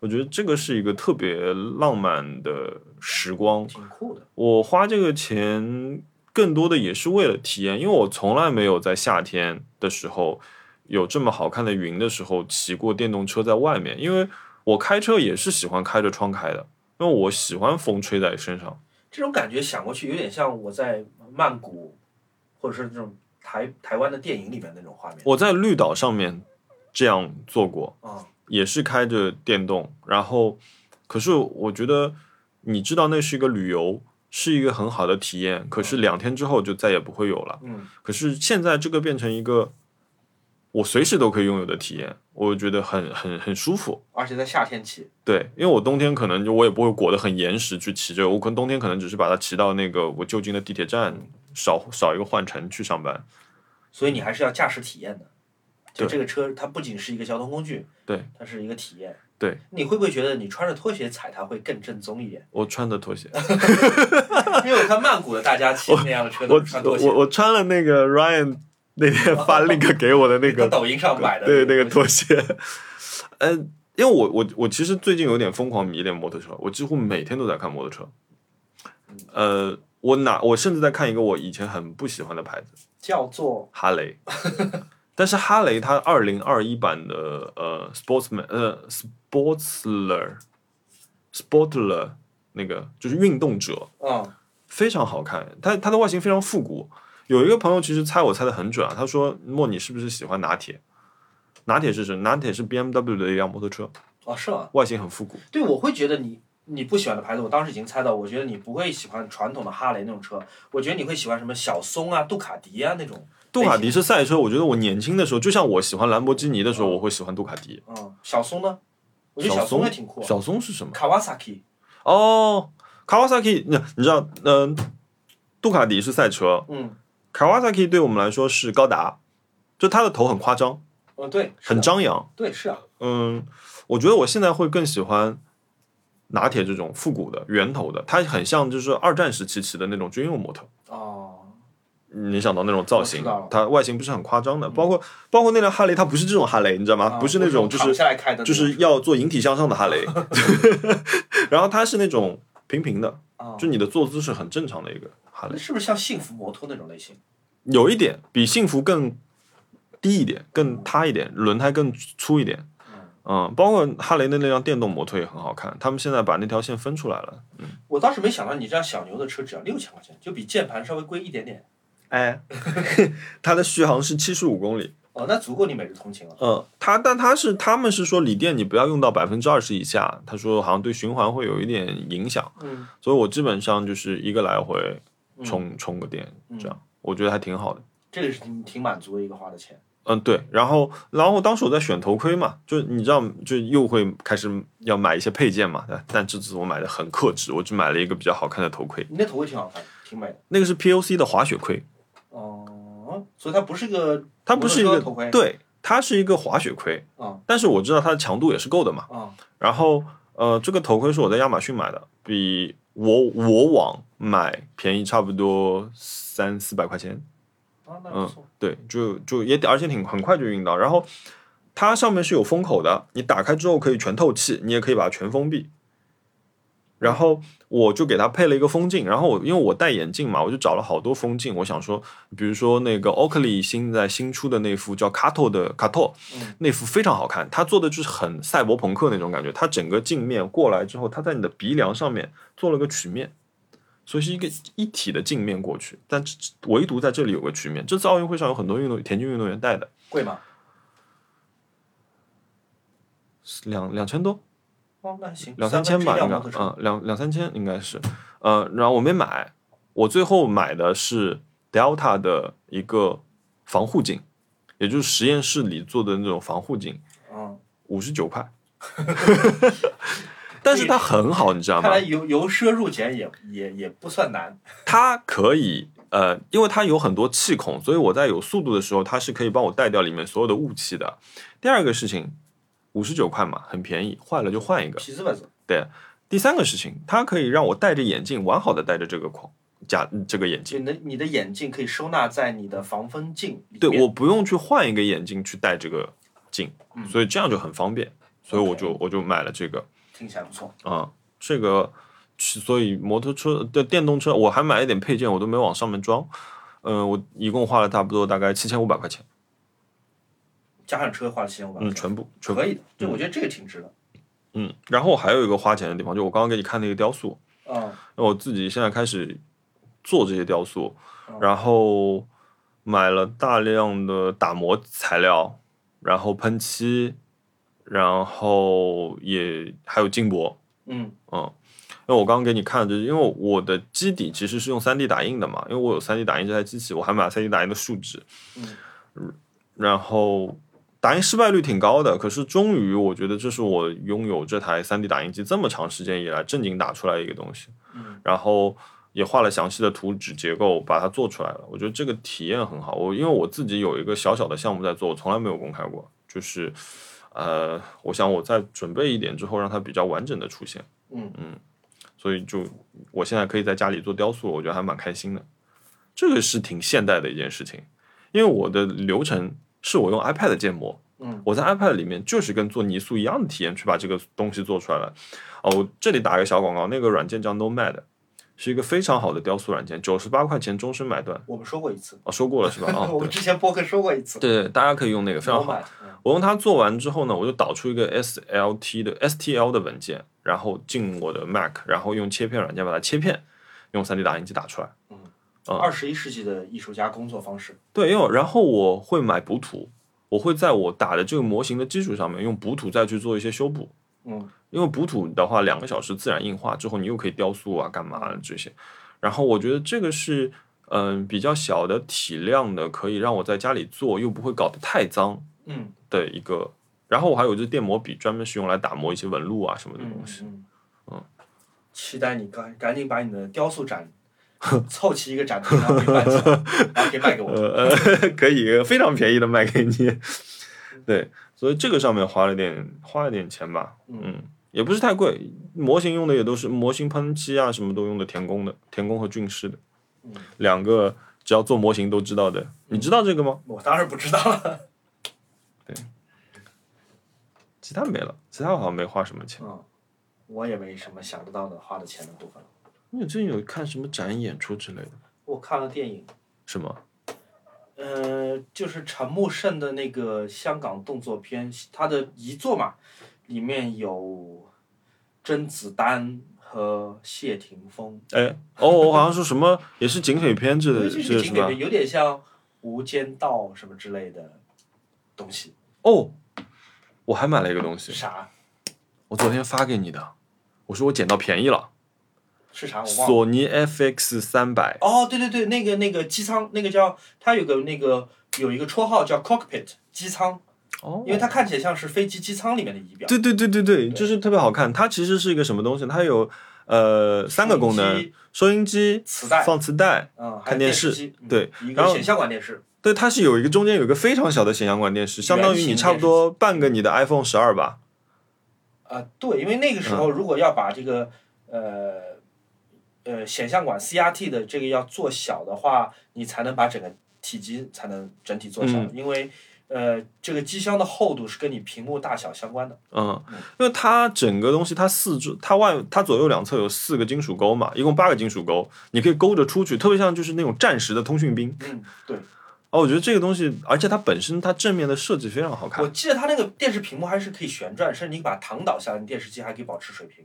Speaker 1: 我觉得这个是一个特别浪漫的时光。
Speaker 2: 挺酷的，
Speaker 1: 我花这个钱更多的也是为了体验，因为我从来没有在夏天的时候有这么好看的云的时候骑过电动车在外面，因为我开车也是喜欢开着窗开的，因为我喜欢风吹在身上。
Speaker 2: 这种感觉想过去有点像我在曼谷，或者是这种台台湾的电影里面那种画面。
Speaker 1: 我在绿岛上面这样做过，
Speaker 2: 嗯，
Speaker 1: 也是开着电动，然后可是我觉得你知道那是一个旅游，是一个很好的体验，可是两天之后就再也不会有了。
Speaker 2: 嗯，
Speaker 1: 可是现在这个变成一个我随时都可以拥有的体验，我觉得很很很舒服。
Speaker 2: 而且在夏天骑，
Speaker 1: 对，因为我冬天可能就我也不会裹得很严实去骑这个，我可能冬天可能只是把它骑到那个我就近的地铁站，少少一个换乘去上班。
Speaker 2: 所以你还是要驾驶体验的。就
Speaker 1: 对
Speaker 2: 这个车，它不仅是一个交通工具，
Speaker 1: 对，
Speaker 2: 它是一个体验。
Speaker 1: 对，
Speaker 2: 你会不会觉得你穿着拖鞋踩它会更正宗一点？
Speaker 1: 我穿的拖鞋，
Speaker 2: 因为我看曼谷的大家骑那样的车都
Speaker 1: 我
Speaker 2: 是穿拖鞋
Speaker 1: 我，我穿了那个 Ryan 那天发 link 给我的那
Speaker 2: 在
Speaker 1: 个
Speaker 2: 抖音上买的，
Speaker 1: 对那个拖鞋，呃，因为我我我其实最近有点疯狂迷恋摩托车，我几乎每天都在看摩托车。呃，我哪我甚至在看一个我以前很不喜欢的牌子
Speaker 2: 叫做
Speaker 1: 哈 雷，但是哈雷它二零二一版的呃 Sportsman 呃 Sportsler Sportler 那个就是运动者，
Speaker 2: 嗯
Speaker 1: 非常好看，它它的外形非常复古。有一个朋友其实猜我猜的很准啊，他说：“莫，你是不是喜欢拿铁？拿铁是什么？拿铁是 BMW 的一辆摩托车，
Speaker 2: 哦是吗？
Speaker 1: 外形很复古。
Speaker 2: 对，我会觉得你你不喜欢的牌子，我当时已经猜到，我觉得你不会喜欢传统的哈雷那种车，我觉得你会喜欢什么小松啊、杜卡迪啊那种，
Speaker 1: 杜卡迪是赛车，我觉得我年轻的时候，就像我喜欢兰博基尼的时候，我会喜欢杜卡迪。
Speaker 2: 嗯，小松呢，我觉得
Speaker 1: 小
Speaker 2: 小
Speaker 1: 松
Speaker 2: 也挺酷啊
Speaker 1: 小松是什么？
Speaker 2: ，Kawasaki，
Speaker 1: 哦，Kawasaki，那你知道，嗯、杜卡迪是赛车
Speaker 2: 嗯
Speaker 1: ，Kawasaki 对我们来说是高达，就它的头很夸张，
Speaker 2: 嗯对，是
Speaker 1: 很
Speaker 2: 的
Speaker 1: 张扬。
Speaker 2: 对是啊，
Speaker 1: 嗯，我觉得我现在会更喜欢拿铁这种复古的圆头的，它很像就是二战时期骑的那种军用摩托。
Speaker 2: 哦，
Speaker 1: 你想到那种造型
Speaker 2: 我知道了，嗯
Speaker 1: 它外形不是很夸张的，包括包括那辆哈雷，它不是这种哈雷，你知道吗？
Speaker 2: 啊
Speaker 1: 不是那种就
Speaker 2: 躺
Speaker 1: 是
Speaker 2: 下来开的那种，
Speaker 1: 就是要做引体向上的哈 雷， 然后它是那种平平的，
Speaker 2: 啊，
Speaker 1: 就你的坐姿是很正常的一个哈雷
Speaker 2: 那，是不是像幸福摩托那种类型？
Speaker 1: 有一点比幸福更低一点，更塌一点，轮胎更粗一点。嗯，包括哈雷的那辆电动摩托也很好看，他们现在把那条线分出来了。
Speaker 2: 我当时没想到你这样小牛的车只要六千块钱，就比键盘稍微贵一点点。
Speaker 1: 哎， 它的续航是七十五公里。
Speaker 2: 哦，那足够你每日通勤了。
Speaker 1: 嗯，它但它是他们是说锂电你不要用到百分之二十以下，他说好像对循环会有一点影响，
Speaker 2: 嗯，
Speaker 1: 所以我基本上就是一个来回充充个电这样，我觉得还挺好的。
Speaker 2: 这个是挺挺满足的一个花的钱。
Speaker 1: 嗯，对，然后，然后当时我在选头盔嘛，就你知道，就又会开始要买一些配件嘛，但但这次我买的很克制，我只买了一个比较好看的头盔，
Speaker 2: 你那头盔挺好看，挺美的。
Speaker 1: 那个是 POC 的滑雪盔，
Speaker 2: 哦，所以它不是个
Speaker 1: 它不是一
Speaker 2: 摩
Speaker 1: 个
Speaker 2: 托车头盔
Speaker 1: 对，它是一个滑雪盔，
Speaker 2: 嗯
Speaker 1: 但是我知道它的强度也是够的嘛。
Speaker 2: 啊、
Speaker 1: 然后呃，这个头盔是我在亚马逊买的，比我我网买便宜差不多三四百块钱。
Speaker 2: 啊，那
Speaker 1: 嗯
Speaker 2: 不错。
Speaker 1: 对，就就也而且挺很快就运到，然后它上面是有封口的，你打开之后可以全透气，你也可以把它全封闭。然后我就给它配了一个风镜，然后我因为我戴眼镜嘛，我就找了好多风镜。我想说，比如说那个 Oakley 现在新出的那副叫 Kato 的 Kato，、
Speaker 2: 嗯
Speaker 1: 那副非常好看，它做的就是很赛博朋克那种感觉。它整个镜面过来之后，它在你的鼻梁上面做了个曲面，所以是一个一体的镜面过去。但这唯独在这里有个曲面，这次奥运会上有很多运动田径运动员戴的，
Speaker 2: 贵吗？
Speaker 1: 两两千多，
Speaker 2: 哦，那还行，
Speaker 1: 两三千吧，应
Speaker 2: 应
Speaker 1: 该
Speaker 2: 该。，
Speaker 1: 嗯，两两三千应该是，呃，然后我没买，我最后买的是 Delta 的一个防护镜，也就是实验室里做的那种防护镜，
Speaker 2: 嗯，
Speaker 1: 五十九块，但是它很好，你知道吗
Speaker 2: 看？来由由奢入俭也也也不算难。
Speaker 1: 它可以呃，因为它有很多气孔，所以我在有速度的时候，它是可以帮我带掉里面所有的雾气的。第二个事情，五十九块嘛，很便宜，坏了就换一个。
Speaker 2: 皮子本子，
Speaker 1: 第三个事情，它可以让我戴着眼镜完好的戴着这个框假这个眼镜，
Speaker 2: 就你的你的眼镜可以收纳在你的防风镜里面。
Speaker 1: 对我不用去换一个眼镜去戴这个镜，所以这样就很方便。所以我就我就买了这个。
Speaker 2: 听起来不错。
Speaker 1: 啊，这个，所以摩托车的电动车，我还买了一点配件，我都没往上面装。嗯、我一共花了差不多大概七千五百块钱，
Speaker 2: 加上车花了七千五百，
Speaker 1: 嗯，全部全部，
Speaker 2: 可以的。就我觉得这个挺值的。
Speaker 1: 嗯。然后还有一个花钱的地方，就我刚刚给你看那个雕塑，
Speaker 2: 嗯，
Speaker 1: 我自己现在开始做这些雕塑，
Speaker 2: 嗯
Speaker 1: 然后买了大量的打磨材料，然后喷漆，然后也还有金箔，
Speaker 2: 嗯
Speaker 1: 嗯，因为我刚刚给你看，就是因为我的基底其实是用 3D 打印的嘛，因为我有 3D 打印这台机器，我还买 3D 打印的树脂，
Speaker 2: 嗯
Speaker 1: 然后打印失败率挺高的，可是终于我觉得这是我拥有这台 3D 打印机这么长时间以来正经打出来一个东西，
Speaker 2: 嗯
Speaker 1: 然后也画了详细的图纸结构，把它做出来了。我觉得这个体验很好。我因为我自己有一个小小的项目在做，我从来没有公开过，就是呃，我想我再准备一点之后，让它比较完整的出现。
Speaker 2: 嗯
Speaker 1: 所以就我现在可以在家里做雕塑了，我觉得还蛮开心的。这个是挺现代的一件事情，因为我的流程是我用 iPad 建模，
Speaker 2: 嗯，
Speaker 1: 我在 iPad 里面就是跟做泥塑一样的体验去把这个东西做出来了。哦，我这里打一个小广告，那个软件叫 Nomad，是一个非常好的雕塑软件，九十八块钱终身买断。
Speaker 2: 我们说过一次，
Speaker 1: 哦，说过了是吧？ 啊、
Speaker 2: 我
Speaker 1: 对
Speaker 2: 们之前播客说过一次，
Speaker 1: 对对，大家可以用那个非常好。
Speaker 2: 好，嗯
Speaker 1: 我用它做完之后呢，我就导出一个 SLT 的 STL 的文件，然后进我的 Mac，然后用切片软件把它切片，用 3D 打印机打出来。嗯
Speaker 2: 二十一世纪的艺术家工作方式，
Speaker 1: 对，因为然后我会买补土，我会在我打的这个模型的基础上面用补土再去做一些修补。
Speaker 2: 嗯，
Speaker 1: 因为补土的话，两个小时自然硬化之后，你又可以雕塑啊，干嘛啊这些。然后我觉得这个是嗯、比较小的体量的，可以让我在家里做，又不会搞得太脏。
Speaker 2: 嗯
Speaker 1: 的一个。然后我还有一支电磨笔，专门是用来打磨一些纹路啊什么的
Speaker 2: 嗯
Speaker 1: 东西。
Speaker 2: 嗯，
Speaker 1: 嗯
Speaker 2: 期待你赶赶紧把你的雕塑展凑齐一个展厅，然后给办 起来，然后给卖给我，
Speaker 1: 呃呃， 可以非常便宜的卖给你。 对，所以这个上面花了点花了点钱吧，
Speaker 2: 嗯
Speaker 1: 嗯，也不是太贵。模型用的也都是模型喷漆啊，什么都用的田工的，田工和俊师的
Speaker 2: 嗯
Speaker 1: 两个，只要做模型都知道的。你知道这个吗？
Speaker 2: 我当然不知道了，
Speaker 1: 其他没了，其他我好像没花什么钱。
Speaker 2: 嗯，我也没什么想得到的花的钱的部分了，
Speaker 1: 你最近有看什么展演出之类的吗？
Speaker 2: 我看了电影。
Speaker 1: 是吗？
Speaker 2: 呃，就是陈木胜的那个香港动作片，他的遗作嘛，里面有甄子丹和谢霆锋，
Speaker 1: 哎，哦，我好像说什么也是警匪片之类
Speaker 2: 尤
Speaker 1: 的，
Speaker 2: 其
Speaker 1: 是
Speaker 2: 是
Speaker 1: 是
Speaker 2: 警
Speaker 1: 吧
Speaker 2: 匪？片，有点像《无间道》什么之类的东西。
Speaker 1: 哦，我还买了一个东西，
Speaker 2: 啥？
Speaker 1: 我昨天发给你的，我说我捡到便宜了，
Speaker 2: 是啥？我忘了。
Speaker 1: 索尼 FX 三百。
Speaker 2: 哦，对对对，那个那个机舱，那个叫他有个那个有一个绰号叫 cockpit 机舱，
Speaker 1: 哦
Speaker 2: 因为它看起来像是飞机机舱里面的仪表。
Speaker 1: 对对对对对，就是特别好看。它其实是一个什么东西？它有呃三个功
Speaker 2: 收音
Speaker 1: 能
Speaker 2: 机：
Speaker 1: 收音机、
Speaker 2: 磁带
Speaker 1: 放磁带。
Speaker 2: 嗯，还
Speaker 1: 看
Speaker 2: 有
Speaker 1: 电
Speaker 2: 视
Speaker 1: 视
Speaker 2: 机，嗯
Speaker 1: 对
Speaker 2: 一
Speaker 1: 然
Speaker 2: 个
Speaker 1: 后
Speaker 2: 显像管电视。
Speaker 1: 对，它是有一个中间有一个非常小的显像管电视，相当于你差不多半个你的 iPhone 十二吧。
Speaker 2: 啊、对，因为那个时候如果要把这个、呃呃显像管 CRT 的这个要做小的话，你才能把整个体积才能整体做小，因为呃这个机箱的厚度是跟你屏幕大小相关的。
Speaker 1: 嗯，因为它整个东西，它四周、它外、它左右两侧有四个金属钩嘛，一共八个金属钩，你可以勾着出去，特别像就是那种战时的通讯兵。
Speaker 2: 嗯，对，
Speaker 1: 哦，我觉得这个东西，而且它本身它正面的设计非常好看
Speaker 2: 我。记得它那个电视屏幕还是可以旋转，甚至你把它躺倒下来，你电视机还可以保持水平，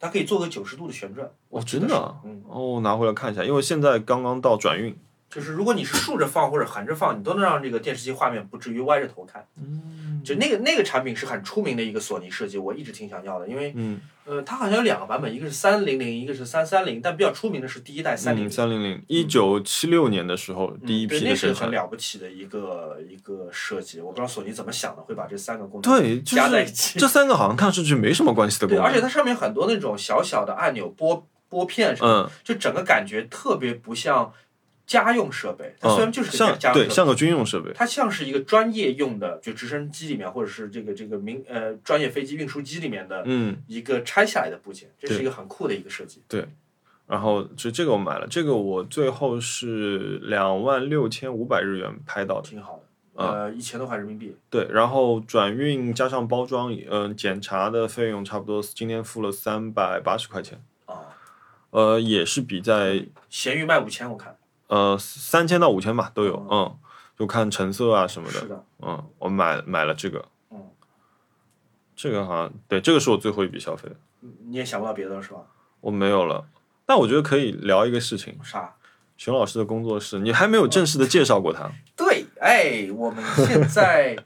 Speaker 2: 它可以做个九十度的旋转。我
Speaker 1: 哦，
Speaker 2: 记
Speaker 1: 真
Speaker 2: 得
Speaker 1: 的
Speaker 2: 是
Speaker 1: 啊？
Speaker 2: 嗯，
Speaker 1: 哦，我拿回来看一下，因为现在刚刚到转运。
Speaker 2: 就是如果你是竖着放或者横着放，你都能让这个电视机画面不至于歪着头看。嗯，就那个那个产品是很出名的一个索尼设计，我一直挺想要的，因为
Speaker 1: 嗯
Speaker 2: 呃，它好像有两个版本，一个是三零零，一个是三三零，但比较出名的是第一代三
Speaker 1: 嗯，
Speaker 2: 零零。
Speaker 1: 三零零，一九七六年的时候第一
Speaker 2: 对，
Speaker 1: 批
Speaker 2: 那
Speaker 1: 的
Speaker 2: 是
Speaker 1: 生
Speaker 2: 很
Speaker 1: 产。
Speaker 2: 了不起的一个一个设计，我不知道索尼怎么想的，会把这三个功能
Speaker 1: 对，就
Speaker 2: 加在一
Speaker 1: 是
Speaker 2: 起。
Speaker 1: 这三个好像看上去没什么关系的功
Speaker 2: 对，
Speaker 1: 能。
Speaker 2: 而且它上面很多那种小小的按钮、拨拨片什
Speaker 1: 嗯，
Speaker 2: 么，就整个感觉特别不像家用设备。它虽然就是
Speaker 1: 嗯
Speaker 2: 个
Speaker 1: 像
Speaker 2: 家用
Speaker 1: 对
Speaker 2: 设备，
Speaker 1: 像个军用设备。
Speaker 2: 它像是一个专业用的，就直升机里面或者是这个这个民呃专业飞机运输机里面的
Speaker 1: 嗯，
Speaker 2: 一个拆下来的部件，这是
Speaker 1: 对
Speaker 2: 一个很酷的一个设计。
Speaker 1: 然后就这个我买了，这个我最后是两万六千五百日元拍到的。
Speaker 2: 挺好的。
Speaker 1: 啊
Speaker 2: 呃，一千多块人民币，
Speaker 1: 对，然后转运加上包装，嗯、检查的费用差不多今天付了三百八十块钱。
Speaker 2: 啊
Speaker 1: 呃，也是比在
Speaker 2: 闲鱼卖五千，我看
Speaker 1: 呃三千到五千吧都有，嗯，就看成色啊什么的。
Speaker 2: 是的，
Speaker 1: 嗯，我买买了这个，
Speaker 2: 嗯，
Speaker 1: 这个好像对，这个是我最后一笔消费，
Speaker 2: 你你也想不到别的了是吧？
Speaker 1: 我没有了。但我觉得可以聊一个事情，
Speaker 2: 啥？
Speaker 1: 熊老师的工作室，你还没有正式的介绍过他，
Speaker 2: 对，哎，我们现在，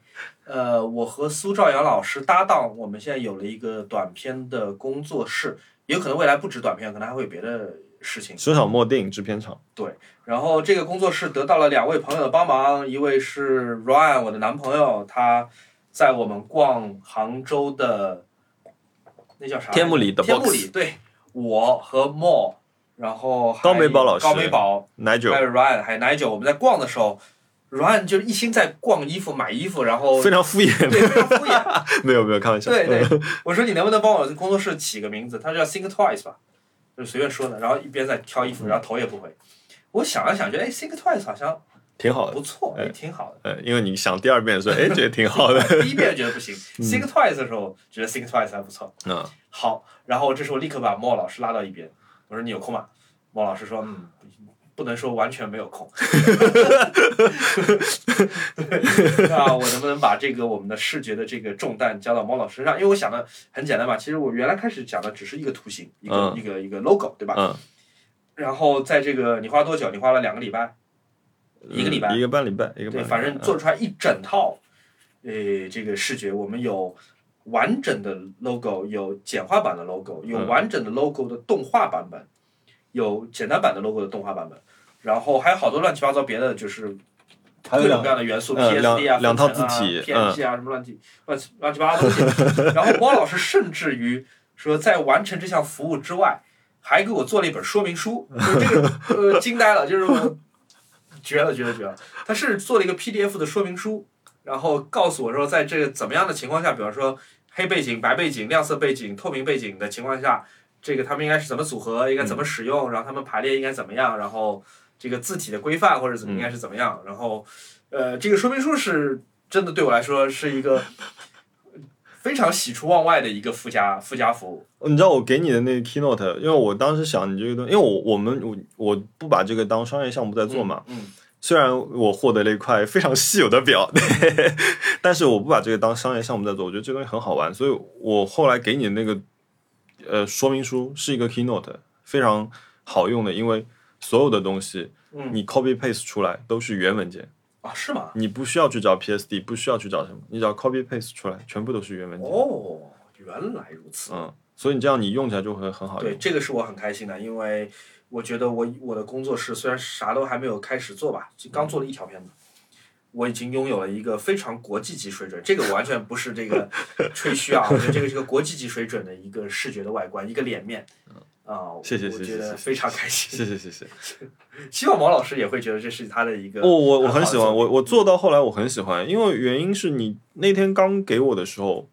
Speaker 2: 呃，我和苏兆阳老师搭档，我们现在有了一个短片的工作室，也有可能未来不止短片，可能还会有别的事情。
Speaker 1: 石小墨电影制片厂，
Speaker 2: 然后这个工作室得到了两位朋友的帮忙，一位是 Ryan，我的男朋友，他在我们逛杭州的那叫啥来着？
Speaker 1: 天幕里的
Speaker 2: 天幕
Speaker 1: box
Speaker 2: 里，对我和莫，然后还
Speaker 1: 高美宝老师
Speaker 2: 高美宝，
Speaker 1: 奶酒
Speaker 2: 还有 Ryan，还有奶酒，我们在逛的时候，Ryan 就一心在逛衣服、买衣服，然后
Speaker 1: 非常敷衍，
Speaker 2: 对非常敷衍。
Speaker 1: 没有没有开玩笑，
Speaker 2: 对 对，我说你能不能帮我工作室起个名字？他说叫 Think Twice 吧，就是随便说的，然后一边在挑衣
Speaker 1: 嗯
Speaker 2: 服，然后头也不回。我想了想，觉得哎，Think Twice 好像。
Speaker 1: 挺好的。
Speaker 2: 不错，
Speaker 1: 哎
Speaker 2: 也挺好的。
Speaker 1: 呃，因为你想第二遍的时候，哎，觉得挺好 的。
Speaker 2: 第一遍觉得不行，Think Twice 的时候觉得 Think Twice 还不错。
Speaker 1: 嗯，
Speaker 2: 好，然后这时候立刻把莫老师拉到一边，我说你有空吗？莫老师说嗯，不能说完全没有空。 对，那我能不能把这个我们的视觉的这个重担交到莫老师身上？因为我想的很简单嘛，其实我原来开始讲的只是一个图形，一个、
Speaker 1: 嗯
Speaker 2: 一个一个 logo，对吧？
Speaker 1: 嗯
Speaker 2: 然后在这个你花多久？你花了两个礼拜，一个礼拜
Speaker 1: 嗯一个半礼拜，一个半礼嗯
Speaker 2: 对，
Speaker 1: 拜。
Speaker 2: 反正做出来一整套，呃，这个视觉我们有完整的 logo，有简化版的 logo，有
Speaker 1: 嗯
Speaker 2: 完整的 logo 的动画版本，有简单版的 logo 的动画版本，然后还有好多乱七八糟别的，就是
Speaker 1: 还
Speaker 2: 各
Speaker 1: 有
Speaker 2: 种
Speaker 1: 两
Speaker 2: 各样的元素
Speaker 1: 呃两
Speaker 2: ，PSD 啊，
Speaker 1: 两套
Speaker 2: 分层啊
Speaker 1: 字体嗯
Speaker 2: PNG 啊，什么乱七乱七乱七八糟东西。然后汪老师甚至于说，在完成这项服务之外，还给我做了一本说明书，就是这个呃惊呆了，就是我绝了绝了绝了。他甚至做了一个 PDF 的说明书，然后告诉我说，在这个怎么样的情况下，比方说黑背景、白背景、亮色背景、透明背景的情况下，这个他们应该是怎么组合，应该怎
Speaker 1: 嗯
Speaker 2: 么使用，然后他们排列应该怎么样，然后这个字体的规范或者怎么
Speaker 1: 嗯
Speaker 2: 应该是怎么样，然后呃，这个说明书是真的对我来说是一个非常喜出望外的一个附加附加服务。
Speaker 1: 你知道我给你的那个 keynote，因为我当时想你这个东西，因为我我们我我不把这个当商业项目在做嘛，
Speaker 2: 嗯，
Speaker 1: 虽然我获得了一块非常稀有的表， 但是我不把这个当商业项目在做，我觉得这东西很好玩，所以我后来给你的那个呃说明书是一个 keynote，非常好用的，因为所有的东西
Speaker 2: 嗯
Speaker 1: 你 copy paste 出来都是原文件，
Speaker 2: 啊，是吗？
Speaker 1: 你不需要去找 PSD，不需要去找什么，你只要 copy paste 出来，全部都是原文件，
Speaker 2: 哦，原来如此。
Speaker 1: 嗯，所以你这样你用起来就会很好用。
Speaker 2: 对，这个是我很开心的，因为我觉得我我的工作室虽然啥都还没有开始做吧，就刚做了一条片子，我已经拥有了一个非常国际级水准。这个我完全不是 这个吹嘘啊，我觉得这个是个国际级水准的一个视觉的外观，一个脸面。啊、
Speaker 1: 嗯谢谢
Speaker 2: 我
Speaker 1: 谢谢
Speaker 2: 觉
Speaker 1: 谢
Speaker 2: 得
Speaker 1: 谢
Speaker 2: 非常开心。
Speaker 1: 谢谢谢谢，
Speaker 2: 希望毛老师也会觉得这是他的一个
Speaker 1: 我哦我我
Speaker 2: 很好嗯
Speaker 1: 很
Speaker 2: 的
Speaker 1: 喜欢
Speaker 2: 作品
Speaker 1: 我我做到后来我很喜欢，因为原因是你那天刚给我的时候，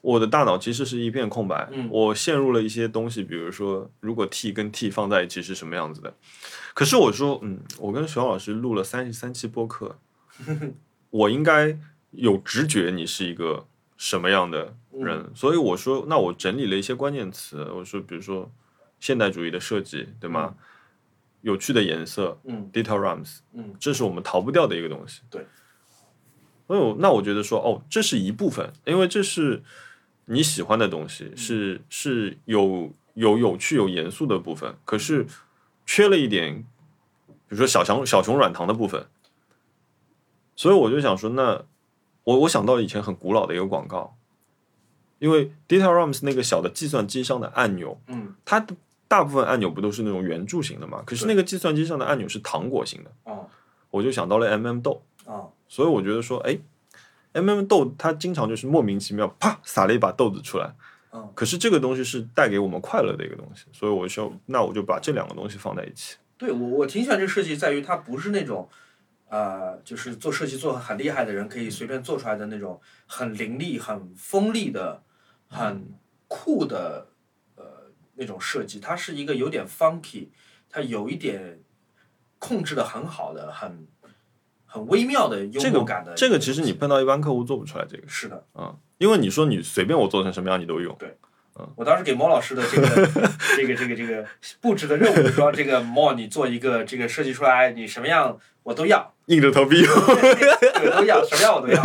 Speaker 1: 我的大脑其实是一片空白，
Speaker 2: 嗯
Speaker 1: 我陷入了一些东西，比如说如果 T 跟 T 放在一起是什么样子的，可是我说嗯，我跟熊老师录了三十三期播 客，我应该有直觉你是一个什么样的
Speaker 2: 嗯
Speaker 1: 人，所以我说那我整理了一些关键词，我说比如说现代主义的设计，对吗？有趣的颜色，
Speaker 2: 嗯
Speaker 1: ，detail rams，
Speaker 2: 嗯，
Speaker 1: 这是我们逃不掉的一个东西。
Speaker 2: 对，
Speaker 1: 所以我那我觉得说，哦，这是一部分，因为这是你喜欢的东
Speaker 2: 嗯
Speaker 1: 西，是是有有有趣有严肃的部分，可
Speaker 2: 嗯
Speaker 1: 是缺了一点，比如说小熊小熊软糖的部分。所以我就想说，那我我想到了以前很古老的一个广告，因为 detail rams 那个小的计算机上的按钮，
Speaker 2: 嗯
Speaker 1: 它的大部分按钮不都是那种圆柱形的嘛？可是那个计算机上的按钮是糖果型的，
Speaker 2: 哦
Speaker 1: 我就想到了 MM 豆，
Speaker 2: 哦
Speaker 1: 所以我觉得说，哎，MM 豆它经常就是莫名其妙啪撒了一把豆子出来，
Speaker 2: 嗯
Speaker 1: 可是这个东西是带给我们快乐的一个东西，所以我就那我就把这两个东西放在一起，
Speaker 2: 对我我挺喜欢这个设计，在于它不是那种，呃，就是做设计做得很厉害的人可以随便做出来的那种很凌厉、很锋利的、很酷的呃那种设计，它是一个有点 funky，它有一点控制的很好的、很很微妙的幽
Speaker 1: 这
Speaker 2: 默
Speaker 1: 个
Speaker 2: 感的一
Speaker 1: 这个
Speaker 2: 东
Speaker 1: 其实
Speaker 2: 西
Speaker 1: 你碰到一般客户做不出来这个，
Speaker 2: 是的，
Speaker 1: 嗯，因为你说你随便我做成什么样你都用，
Speaker 2: 我当时给毛老师的这 个这个这个这个布置的任务说，这个毛你做一个这个设计出来，你什么样我都要。
Speaker 1: 硬着头皮用，
Speaker 2: 我都要，什么样我都 要。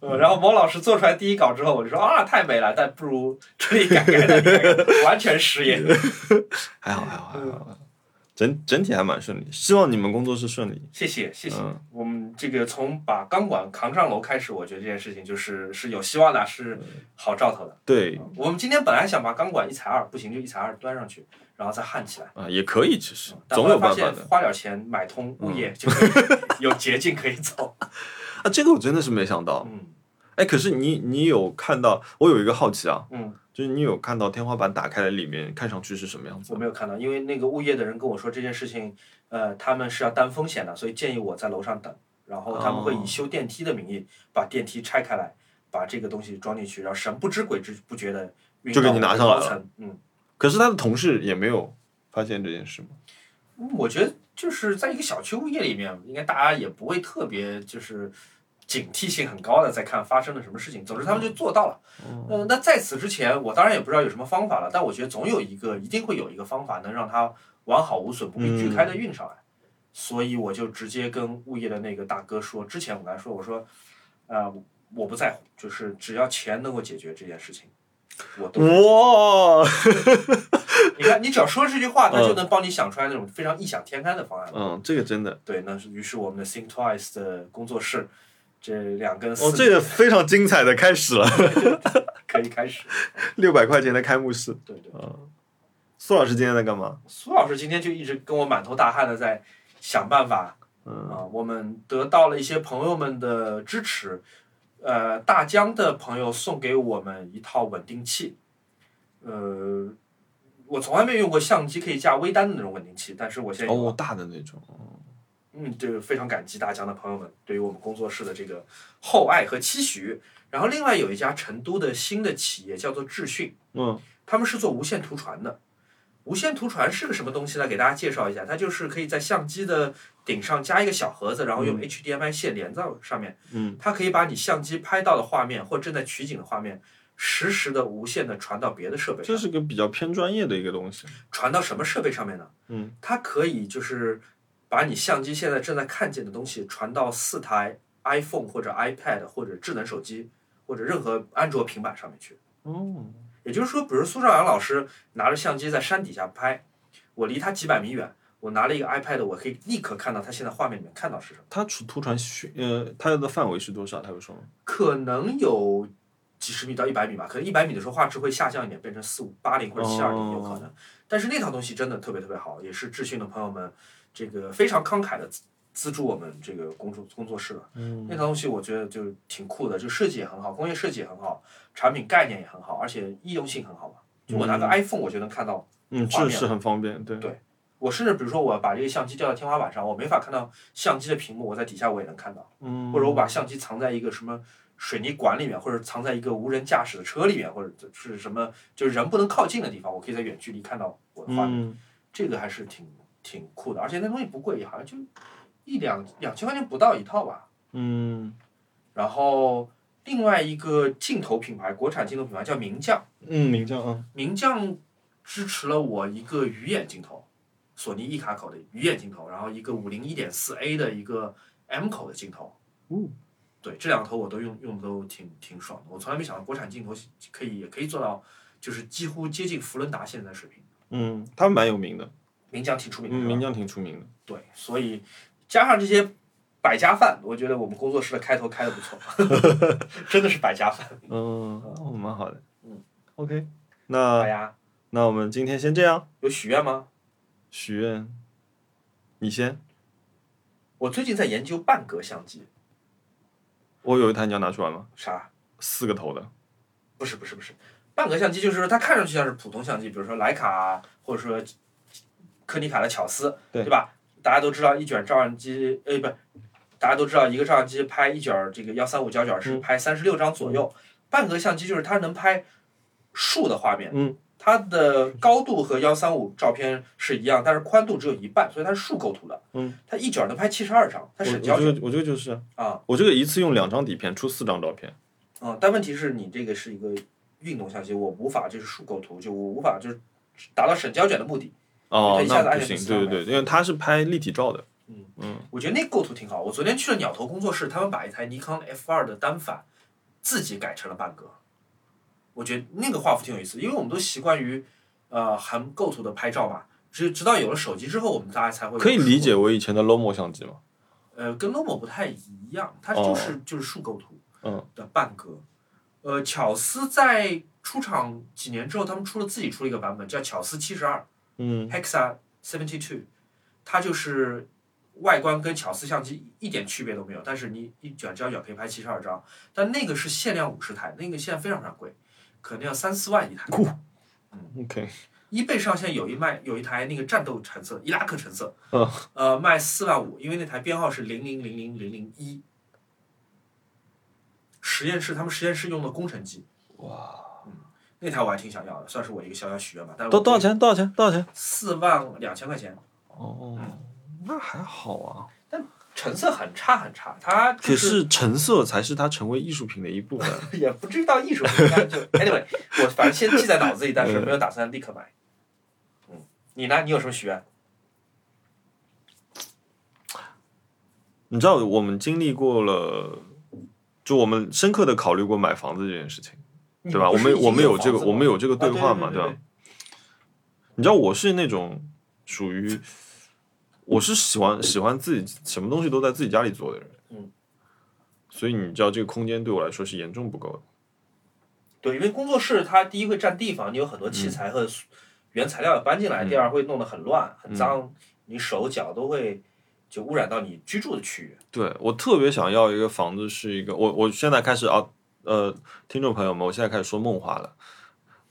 Speaker 2: 呃，然后毛老师做出来第一稿之后，我就说啊，太美了，但不 如这里改改那里改改，完全失业。
Speaker 1: 还好还好还好，整整体还蛮顺利，希望你们工作室顺利。
Speaker 2: 谢谢谢谢，
Speaker 1: 嗯
Speaker 2: 我们这个从把钢管扛上楼开始，我觉得这件事情就是是有希望的，是好兆头的。
Speaker 1: 嗯对
Speaker 2: 嗯我们今天本来想把钢管一踩二，不行就一踩二端上去，然后再焊起来。
Speaker 1: 啊，也可以，其实
Speaker 2: 但
Speaker 1: 总
Speaker 2: 后来
Speaker 1: 有
Speaker 2: 发
Speaker 1: 办
Speaker 2: 现
Speaker 1: 法的嗯
Speaker 2: 花点钱买通物业 就可以有捷径可以走。
Speaker 1: 啊。这个我真的是没想到。
Speaker 2: 嗯
Speaker 1: 哎，可是你你有看到？我有一个好奇啊，
Speaker 2: 嗯，
Speaker 1: 就是你有看到天花板打开来里面看上去是什么样子
Speaker 2: 我
Speaker 1: 吗？
Speaker 2: 没有看到，因为那个物业的人跟我说这件事情，呃，他们是要担风险的，所以建议我在楼上等。然后他们
Speaker 1: 哦
Speaker 2: 会以修电梯的名义把电梯拆开来，把这个东西装进去，然后神不知鬼之不觉的运
Speaker 1: 就给
Speaker 2: 到
Speaker 1: 你拿上来了
Speaker 2: 高层。嗯，
Speaker 1: 可是他的同事也没有发现这件事吗？
Speaker 2: 嗯我觉得就是在一个小区物业里面，应该大家也不会特别就是警惕性很高的在看发生了什么事情。总之他们就做到了。嗯、那在此之前，我当然也不知道有什么方法了，但我觉得总有一个一定会有一个方法能让它完好无损、不必拒开的运上来。所以我就直接跟物业的那个大哥说，之前我跟他说，我说，呃，我不在乎，就是只要钱能够解决这件事情，我
Speaker 1: 嗯
Speaker 2: 都。
Speaker 1: 哇，
Speaker 2: 你看，你只要说这句话，他就
Speaker 1: 嗯
Speaker 2: 能帮你想出来那种非常异想天开的方案。
Speaker 1: 嗯，这个真的，
Speaker 2: 对，那是于是我们的 Think Twice 的工作室，这两根
Speaker 1: 哦
Speaker 2: 丝，
Speaker 1: 这个非常精彩的开始了，
Speaker 2: 可以开始。
Speaker 1: 六百块钱的开幕式。
Speaker 2: 对对，
Speaker 1: 苏老师今天在干嘛？
Speaker 2: 苏老师今天就一直跟我满头大汗的在想办法啊、
Speaker 1: 嗯，
Speaker 2: 我们得到了一些朋友们的支持，呃，大疆的朋友送给我们一套稳定器，呃。我从来没有用过相机可以架微单的那种稳定器，但是我现在有
Speaker 1: 哦，大的那种，
Speaker 2: 嗯，这个非常感激大疆的朋友们对于我们工作室的这个厚爱和期许。然后另外有一家成都的新的企业叫做智讯，
Speaker 1: 嗯，
Speaker 2: 他们是做无线图传的。无线图传是个什么东西呢？给大家介绍一下，它就是可以在相机的顶上加一个小盒子，然后用 HDMI 线连到上面。
Speaker 1: 嗯，
Speaker 2: 它可以把你相机拍到的画面或正在取景的画面，实时的无线的传到别的设备上
Speaker 1: 这。是个比较偏专业的一个东西。
Speaker 2: 传到什么设备上面呢？
Speaker 1: 嗯，
Speaker 2: 它可以就是把你相机现在正在看见的东西传到四台 iPhone 或者 iPad 或者智能手机或者任何安卓平板上面去。
Speaker 1: 哦，
Speaker 2: 也就是说，比如苏兆阳老师拿着相机在山底下拍，我离他几百米远，我拿了一个 iPad，我可以立刻看到他现在画面里面看到是什么，
Speaker 1: 它图图传讯，呃，它的范围是多少？他有说吗？
Speaker 2: 可能有。几十米到一百米吧，可能一百米的时候画质会下降一点，变成四五八零或者七二零有可能。但是那套东西真的特别特别好，也是智讯的朋友们这个非常慷慨的资助我们这个工作工作室的。
Speaker 1: 嗯，
Speaker 2: 那套东西我觉得就挺酷的，就设计也很好，工业设计也很好，产品概念也很好，而且易用性很好嘛。就我拿个 iPhone 我就能看到，
Speaker 1: 嗯，
Speaker 2: 画
Speaker 1: 这
Speaker 2: 面
Speaker 1: 是很方便，对
Speaker 2: 对我甚至比如说我把这个相机吊到天花板上，我没法看到相机的屏幕，我在底下我也能看到，
Speaker 1: 嗯，
Speaker 2: 或者我把相机藏在一个什么。水泥管里面，或者藏在一个无人驾驶的车里面，或者是什么，就是人不能靠近的地方，我可以在远距离看到我的画面。
Speaker 1: 嗯，
Speaker 2: 这个还是挺挺酷的，而且那东西不贵，好像就一两两千块钱不到一套吧。
Speaker 1: 嗯
Speaker 2: 然后另外一个镜头品牌，国产镜头品牌叫名匠，
Speaker 1: 嗯，名将啊，
Speaker 2: 名匠支持了我一个鱼眼镜头，索尼一卡口的鱼眼镜头，然后一个五零一点四 A 的一个 M 口的镜头。
Speaker 1: 嗯，
Speaker 2: 对，这两个头我都用用的都挺挺爽的，我从来没想到国产镜头可以也可以做到，就是几乎接近福伦达现在的水平。
Speaker 1: 嗯，他蛮有名的，
Speaker 2: 名匠挺出名
Speaker 1: 嗯，
Speaker 2: 的，是吧
Speaker 1: 名将挺出名的。
Speaker 2: 对，所以加上这些百家饭，我觉得我们工作室的开头开的 不错，真的是百家饭。
Speaker 1: 嗯，哦，蛮好的。
Speaker 2: 嗯
Speaker 1: ，OK，
Speaker 2: 好
Speaker 1: 那
Speaker 2: 哎呀，
Speaker 1: 那我们今天先这样，
Speaker 2: 有许愿吗？
Speaker 1: 许愿，你先。
Speaker 2: 我最近在研究半格相机，
Speaker 1: 我有一台你要拿出来吗？
Speaker 2: 啥？
Speaker 1: 四个头的。
Speaker 2: 不是不是不是，半格相机就是说它看上去像是普通相机，比如说徕卡啊或者说柯尼卡的巧思，
Speaker 1: 对
Speaker 2: 吧？大家都知道一卷照相机，呃，不，大家都知道一个照相机拍一卷儿这个幺三五胶卷是
Speaker 1: 嗯
Speaker 2: 拍三十六张左右，半格相机就是它能拍竖的画面，
Speaker 1: 嗯，
Speaker 2: 它的高度和幺三五照片是一样，但是宽度只有一半，所以它是竖构图的，
Speaker 1: 嗯，
Speaker 2: 它一卷儿能拍七十二张，它
Speaker 1: 我
Speaker 2: 省
Speaker 1: 我
Speaker 2: 胶
Speaker 1: 这
Speaker 2: 卷
Speaker 1: 个我这个就是啊
Speaker 2: 啊，
Speaker 1: 我这个一次用两张底片出四张照片。
Speaker 2: 嗯，但问题是你这个是一个运动相机，我无法就是竖构图，就我无法就是达到省胶卷的目的。
Speaker 1: 哦
Speaker 2: 对，一
Speaker 1: 那
Speaker 2: 下子
Speaker 1: 不
Speaker 2: 按下
Speaker 1: 行
Speaker 2: 去，
Speaker 1: 对对对，因为它是拍立体照的。
Speaker 2: 我觉得那个构图挺好。我昨天去了鸟头工作室，他们把一台尼康 F 二的单反自己改成了半格，我觉得那个画幅挺有意思，因为我们都习惯于呃含构图的拍照嘛。直直到有了手机之后，我们大家才会
Speaker 1: 可以
Speaker 2: 有
Speaker 1: 理
Speaker 2: 数
Speaker 1: 解为以前的 Lomo 相机吗？
Speaker 2: 呃，跟 Lomo 不太一样，它就是、就是竖构图，
Speaker 1: 哦嗯
Speaker 2: 的半格。呃，巧思在出厂几年之后，他们出了自己出了一个版本，叫巧思七十二
Speaker 1: 嗯
Speaker 2: Hexa Seventy Two，它就是外观跟巧思相机一点区别都没有，但是你一卷胶卷可以拍七十二张，但那个是限量五十台，那个现在非常非常贵，可能要三四万一台。
Speaker 1: ，OK，
Speaker 2: 一倍上现在有一卖有一台那个战斗橙色伊拉克橙色，
Speaker 1: 嗯
Speaker 2: 呃，卖四万五，因为那台编号是零零零零零零一。实验室他们实验室用的工程机，嗯
Speaker 1: 哇，
Speaker 2: 那台我还挺想要的，算是我一个小小许愿吧。但是
Speaker 1: 多多少？钱？多少钱？多少钱？
Speaker 2: 四万两千块钱。
Speaker 1: 哦，那还好啊。
Speaker 2: 成色很差很差，它
Speaker 1: 可
Speaker 2: 就是
Speaker 1: 成色才是它成为艺术品的一部分。
Speaker 2: 也不至于到艺术品，但就 anyway，我反正先记在脑子里，但是没有打算立刻买。嗯，你呢？你有什么许愿？
Speaker 1: 你知道，我们经历过了，就我们深刻的考虑过买房子这件事情，对吧？
Speaker 2: 你
Speaker 1: 我
Speaker 2: 嗯不是
Speaker 1: 们
Speaker 2: 已经
Speaker 1: 我们有这个
Speaker 2: 房子
Speaker 1: 我
Speaker 2: 吗
Speaker 1: 们有这个对话嘛，
Speaker 2: 啊
Speaker 1: 对
Speaker 2: 对
Speaker 1: 吧？你知道我是那种属于，我是喜欢喜欢自己什么东西都在自己家里做的人，
Speaker 2: 嗯，
Speaker 1: 所以你知道这个空间对我来说是严重不够的，
Speaker 2: 对，因为工作室它第一会占地方，你有很多
Speaker 1: 嗯
Speaker 2: 器材和原材料搬进来；第二会弄得很
Speaker 1: 嗯
Speaker 2: 乱、很脏，你手脚都会就污染到你居住的区域。
Speaker 1: 对我特别想要一个房子，是一个我我现在开始啊，呃，听众朋友们，我现在开始说梦话了，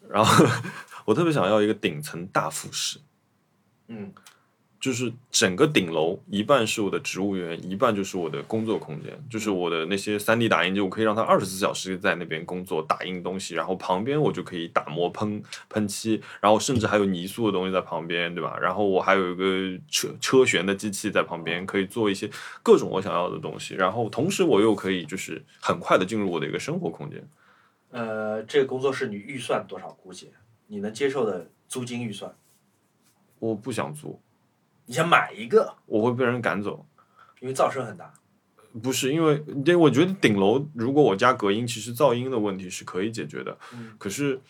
Speaker 1: 然后 我特别想要一个顶层大复式，
Speaker 2: 嗯，
Speaker 1: 就是整个顶楼一半是我的植物园，一半就是我的工作空间，就是我的那些三 D 打印机，我可以让它二十四小时在那边工作打印东西，然后旁边我就可以打磨喷喷漆，然后甚至还有泥塑的东西在旁边，对吧？然后我还有一个车车旋的机器在旁边，可以做一些各种我想要的东西，然后同时我又可以就是很快的进入我的一个生活空间。
Speaker 2: 呃，这个工作室你预算多少？估计你能接受的租金预算？
Speaker 1: 我不想租，
Speaker 2: 你想买一个，
Speaker 1: 我会被人赶走。
Speaker 2: 因为噪声很大。
Speaker 1: 不是因为，对，我觉得顶楼如果我加隔音，其实噪音的问题是可以解决的。
Speaker 2: 嗯
Speaker 1: 可是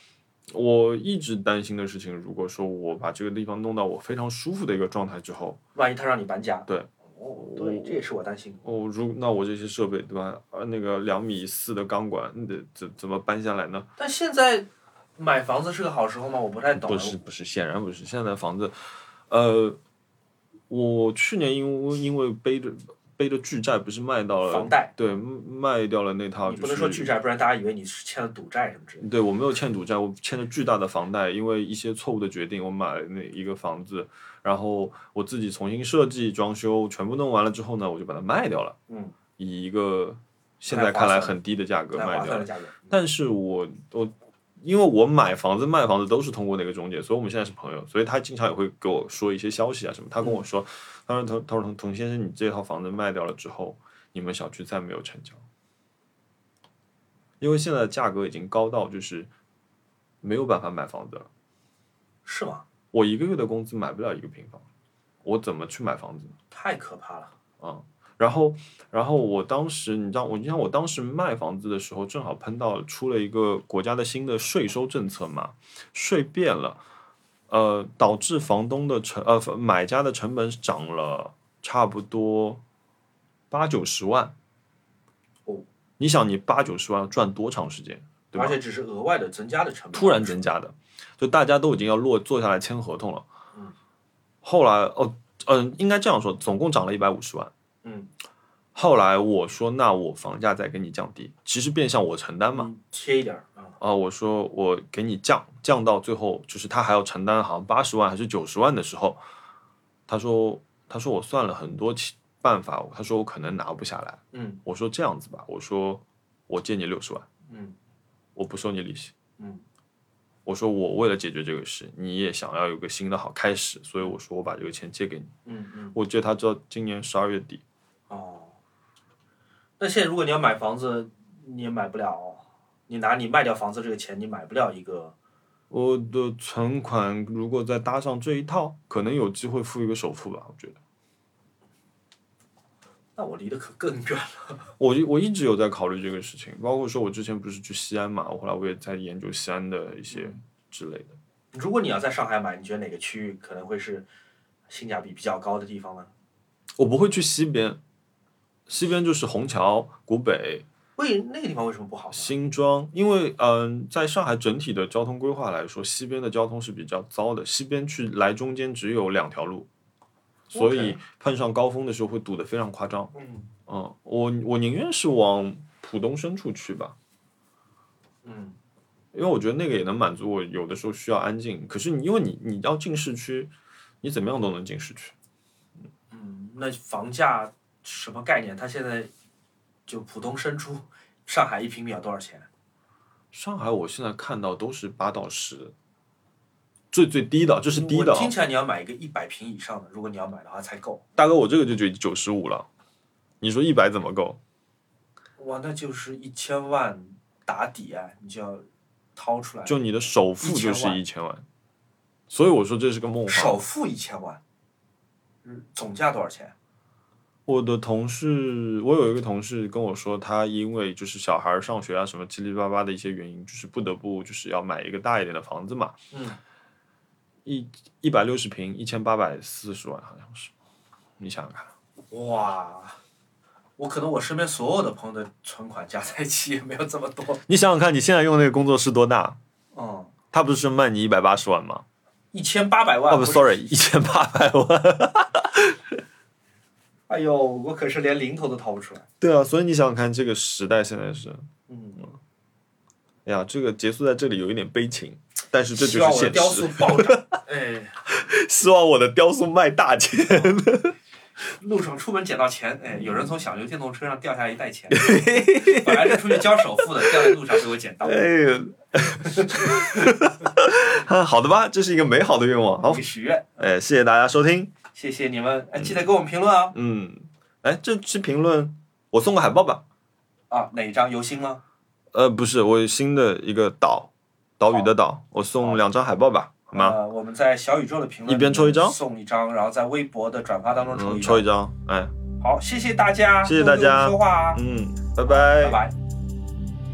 Speaker 1: 我一直担心的事情，如果说我把这个地方弄到我非常舒服的一个状态之后，
Speaker 2: 万一他让你搬家，
Speaker 1: 对，
Speaker 2: 哦，对，这也是我担心。
Speaker 1: 哦，如那我这些设备对吧？呃，那个两米四的钢管，那得怎怎么搬下来呢？
Speaker 2: 但现在买房子是个好时候吗？我不太懂。啊
Speaker 1: 不是不是，显然不是。现在房子，呃，我去年因为因为背着背着巨债，不是卖到了
Speaker 2: 房贷，
Speaker 1: 对，卖掉了那套、
Speaker 2: 你
Speaker 1: 就是，
Speaker 2: 不能说巨债，不然大家以为你是欠了赌债什么之类的。
Speaker 1: 对我没有欠赌债，我欠了巨大的房贷，因为一些错误的决定，我买了那一个房子，然后我自己重新设计、装修，全部弄完了之后呢，我就把它卖掉了，
Speaker 2: 嗯，
Speaker 1: 以一个现在看来很低的价格
Speaker 2: 太划
Speaker 1: 卖掉
Speaker 2: 算的
Speaker 1: 了。
Speaker 2: 价格。
Speaker 1: 但是我我因为我买房子卖房子都是通过那个中介，所以我们现在是朋友，所以他经常也会给我说一些消息啊什么。他跟我说，他说童童童童先生，你这套房子卖掉了之后，你们小区再没有成交，因为现在的价格已经高到就是没有办法买房子了。
Speaker 2: 是吗？
Speaker 1: 我一个月的工资买不了一个平方，我怎么去买房子？
Speaker 2: 太可怕了。
Speaker 1: 然后，然后我当时，你知道，我你像我当时卖房子的时候，正好碰到出了一个国家的新的税收政策嘛，税变了，呃，导致房东的成呃买家的成本涨了差不多八九十万。
Speaker 2: 哦，
Speaker 1: 你想，你八九十万赚多长时间，对吧？
Speaker 2: 而且只是额外的增加的成本。
Speaker 1: 突然增加的，就大家都已经要落坐下来签合同了。
Speaker 2: 嗯，
Speaker 1: 后来哦，嗯、应该这样说，总共涨了一百五十万。
Speaker 2: 嗯，
Speaker 1: 后来我说，那我房价再给你降低，其实变相我承担嘛。
Speaker 2: 嗯贴一点儿啊，
Speaker 1: 啊、我说我给你降，降到最后就是他还要承担好像八十万还是九十万的时候，他说他说我算了很多其办法，他说我可能拿不下来。
Speaker 2: 嗯，
Speaker 1: 我说这样子吧，我说我借你六十万，
Speaker 2: 嗯，
Speaker 1: 我不收你利息，
Speaker 2: 嗯，
Speaker 1: 我说我为了解决这个事，你也想要有个新的好开始，所以我说我把这个钱借给你，
Speaker 2: 嗯嗯，
Speaker 1: 我借他到今年十二月底，
Speaker 2: 哦。那现在如果你要买房子，你也买不了，你拿你卖掉房子这个钱，你买不了一个。
Speaker 1: 我的存款如果再搭上这一套，可能有机会付一个首付吧，我觉得。
Speaker 2: 那我离得可更远 了。
Speaker 1: 我一我一直有在考虑这个事情，包括说我之前不是去西安嘛，我后来我也在研究西安的一些之类的。
Speaker 2: 如果你要在上海买，你觉得哪个区域可能会是性价比比较高的地方呢？
Speaker 1: 我不会去西边，西边就是虹桥、古北、
Speaker 2: 为那个地方为什么不好？
Speaker 1: 新庄，因为嗯、在上海整体的交通规划来说，西边的交通是比较糟的，西边去来中间只有两条路，所以碰上高峰的时候会堵得非常夸张。
Speaker 2: 嗯
Speaker 1: 嗯，我我宁愿是往浦东深处去吧，
Speaker 2: 嗯，
Speaker 1: 因为我觉得那个也能满足我有的时候需要安静。可是你因为你你要进市区，你怎么样都能进市区。
Speaker 2: 嗯，那房价什么概念？它现在就浦东深处，上海一平米要多少钱？
Speaker 1: 上海我现在看到都是八到十，最最低的，这是低的
Speaker 2: 嗯我
Speaker 1: 啊。
Speaker 2: 听起来你要买一个一百平以上的，如果你要买的话才够。
Speaker 1: 大哥，我这个就九九十五了，你说一百怎么够？
Speaker 2: 哇，那就是一千万打底啊，你就要掏出来。
Speaker 1: 就你的首付就是一千万，所以我说这是个梦话。
Speaker 2: 首付一千万，嗯，总价多少钱？
Speaker 1: 我的同事，我有一个同事跟我说，他因为就是小孩上学啊什么七七八八的一些原因，就是不得不就是要买一个大一点的房子嘛，
Speaker 2: 嗯，
Speaker 1: 一一百六十平，一千八百四十万好像是，你想想看，
Speaker 2: 哇，我可能我身边所有的朋友的存款加在一起也没有这么多。
Speaker 1: 你想想看，你现在用那个工作室多大？
Speaker 2: 嗯，
Speaker 1: 他不是卖你一百八十万吗？
Speaker 2: 一千八百万。
Speaker 1: 哦不
Speaker 2: 是
Speaker 1: ，sorry，一千八百万。
Speaker 2: 哎呦，我可是连零头都掏不出来。
Speaker 1: 对啊，所以你想想看，这个时代现在是，
Speaker 2: 嗯，
Speaker 1: 哎呀，这个结束在这里有一点悲情，但是这
Speaker 2: 希
Speaker 1: 就
Speaker 2: 望
Speaker 1: 是
Speaker 2: 我
Speaker 1: 现
Speaker 2: 的雕
Speaker 1: 实
Speaker 2: 塑。爆炸。 哎，
Speaker 1: 希望我的雕塑卖大钱。
Speaker 2: 路上出门捡到钱，
Speaker 1: 嗯
Speaker 2: 哎，有人从小牛电动车上掉下来一袋 钱，本来是出去交首付的，掉在路上被我捡到。
Speaker 1: 哎， 好的吧，这是一个美好的愿望。好
Speaker 2: 我，许愿，
Speaker 1: 哎，谢谢大家收听。
Speaker 2: 谢谢你们，哎，记得给我们评论啊、
Speaker 1: 嗯，哎，这期评论我送个海报吧。
Speaker 2: 啊，哪一张游星吗？
Speaker 1: 呃，不是，我有新的一个岛，岛屿的岛，我送两张海报吧，好吗？
Speaker 2: 呃，我们在小宇宙的评论
Speaker 1: 一边抽一张
Speaker 2: 送一张，然后在微博的转发当中
Speaker 1: 嗯，
Speaker 2: 抽一张。
Speaker 1: 抽一张，哎，
Speaker 2: 好，谢谢大家，
Speaker 1: 谢谢大
Speaker 2: 多跟我们
Speaker 1: 家
Speaker 2: 说话啊，
Speaker 1: 嗯，拜拜
Speaker 2: 拜拜。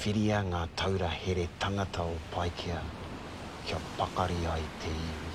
Speaker 3: whiria ngā taura here tangata o Paikia kia pakari ai te iwi.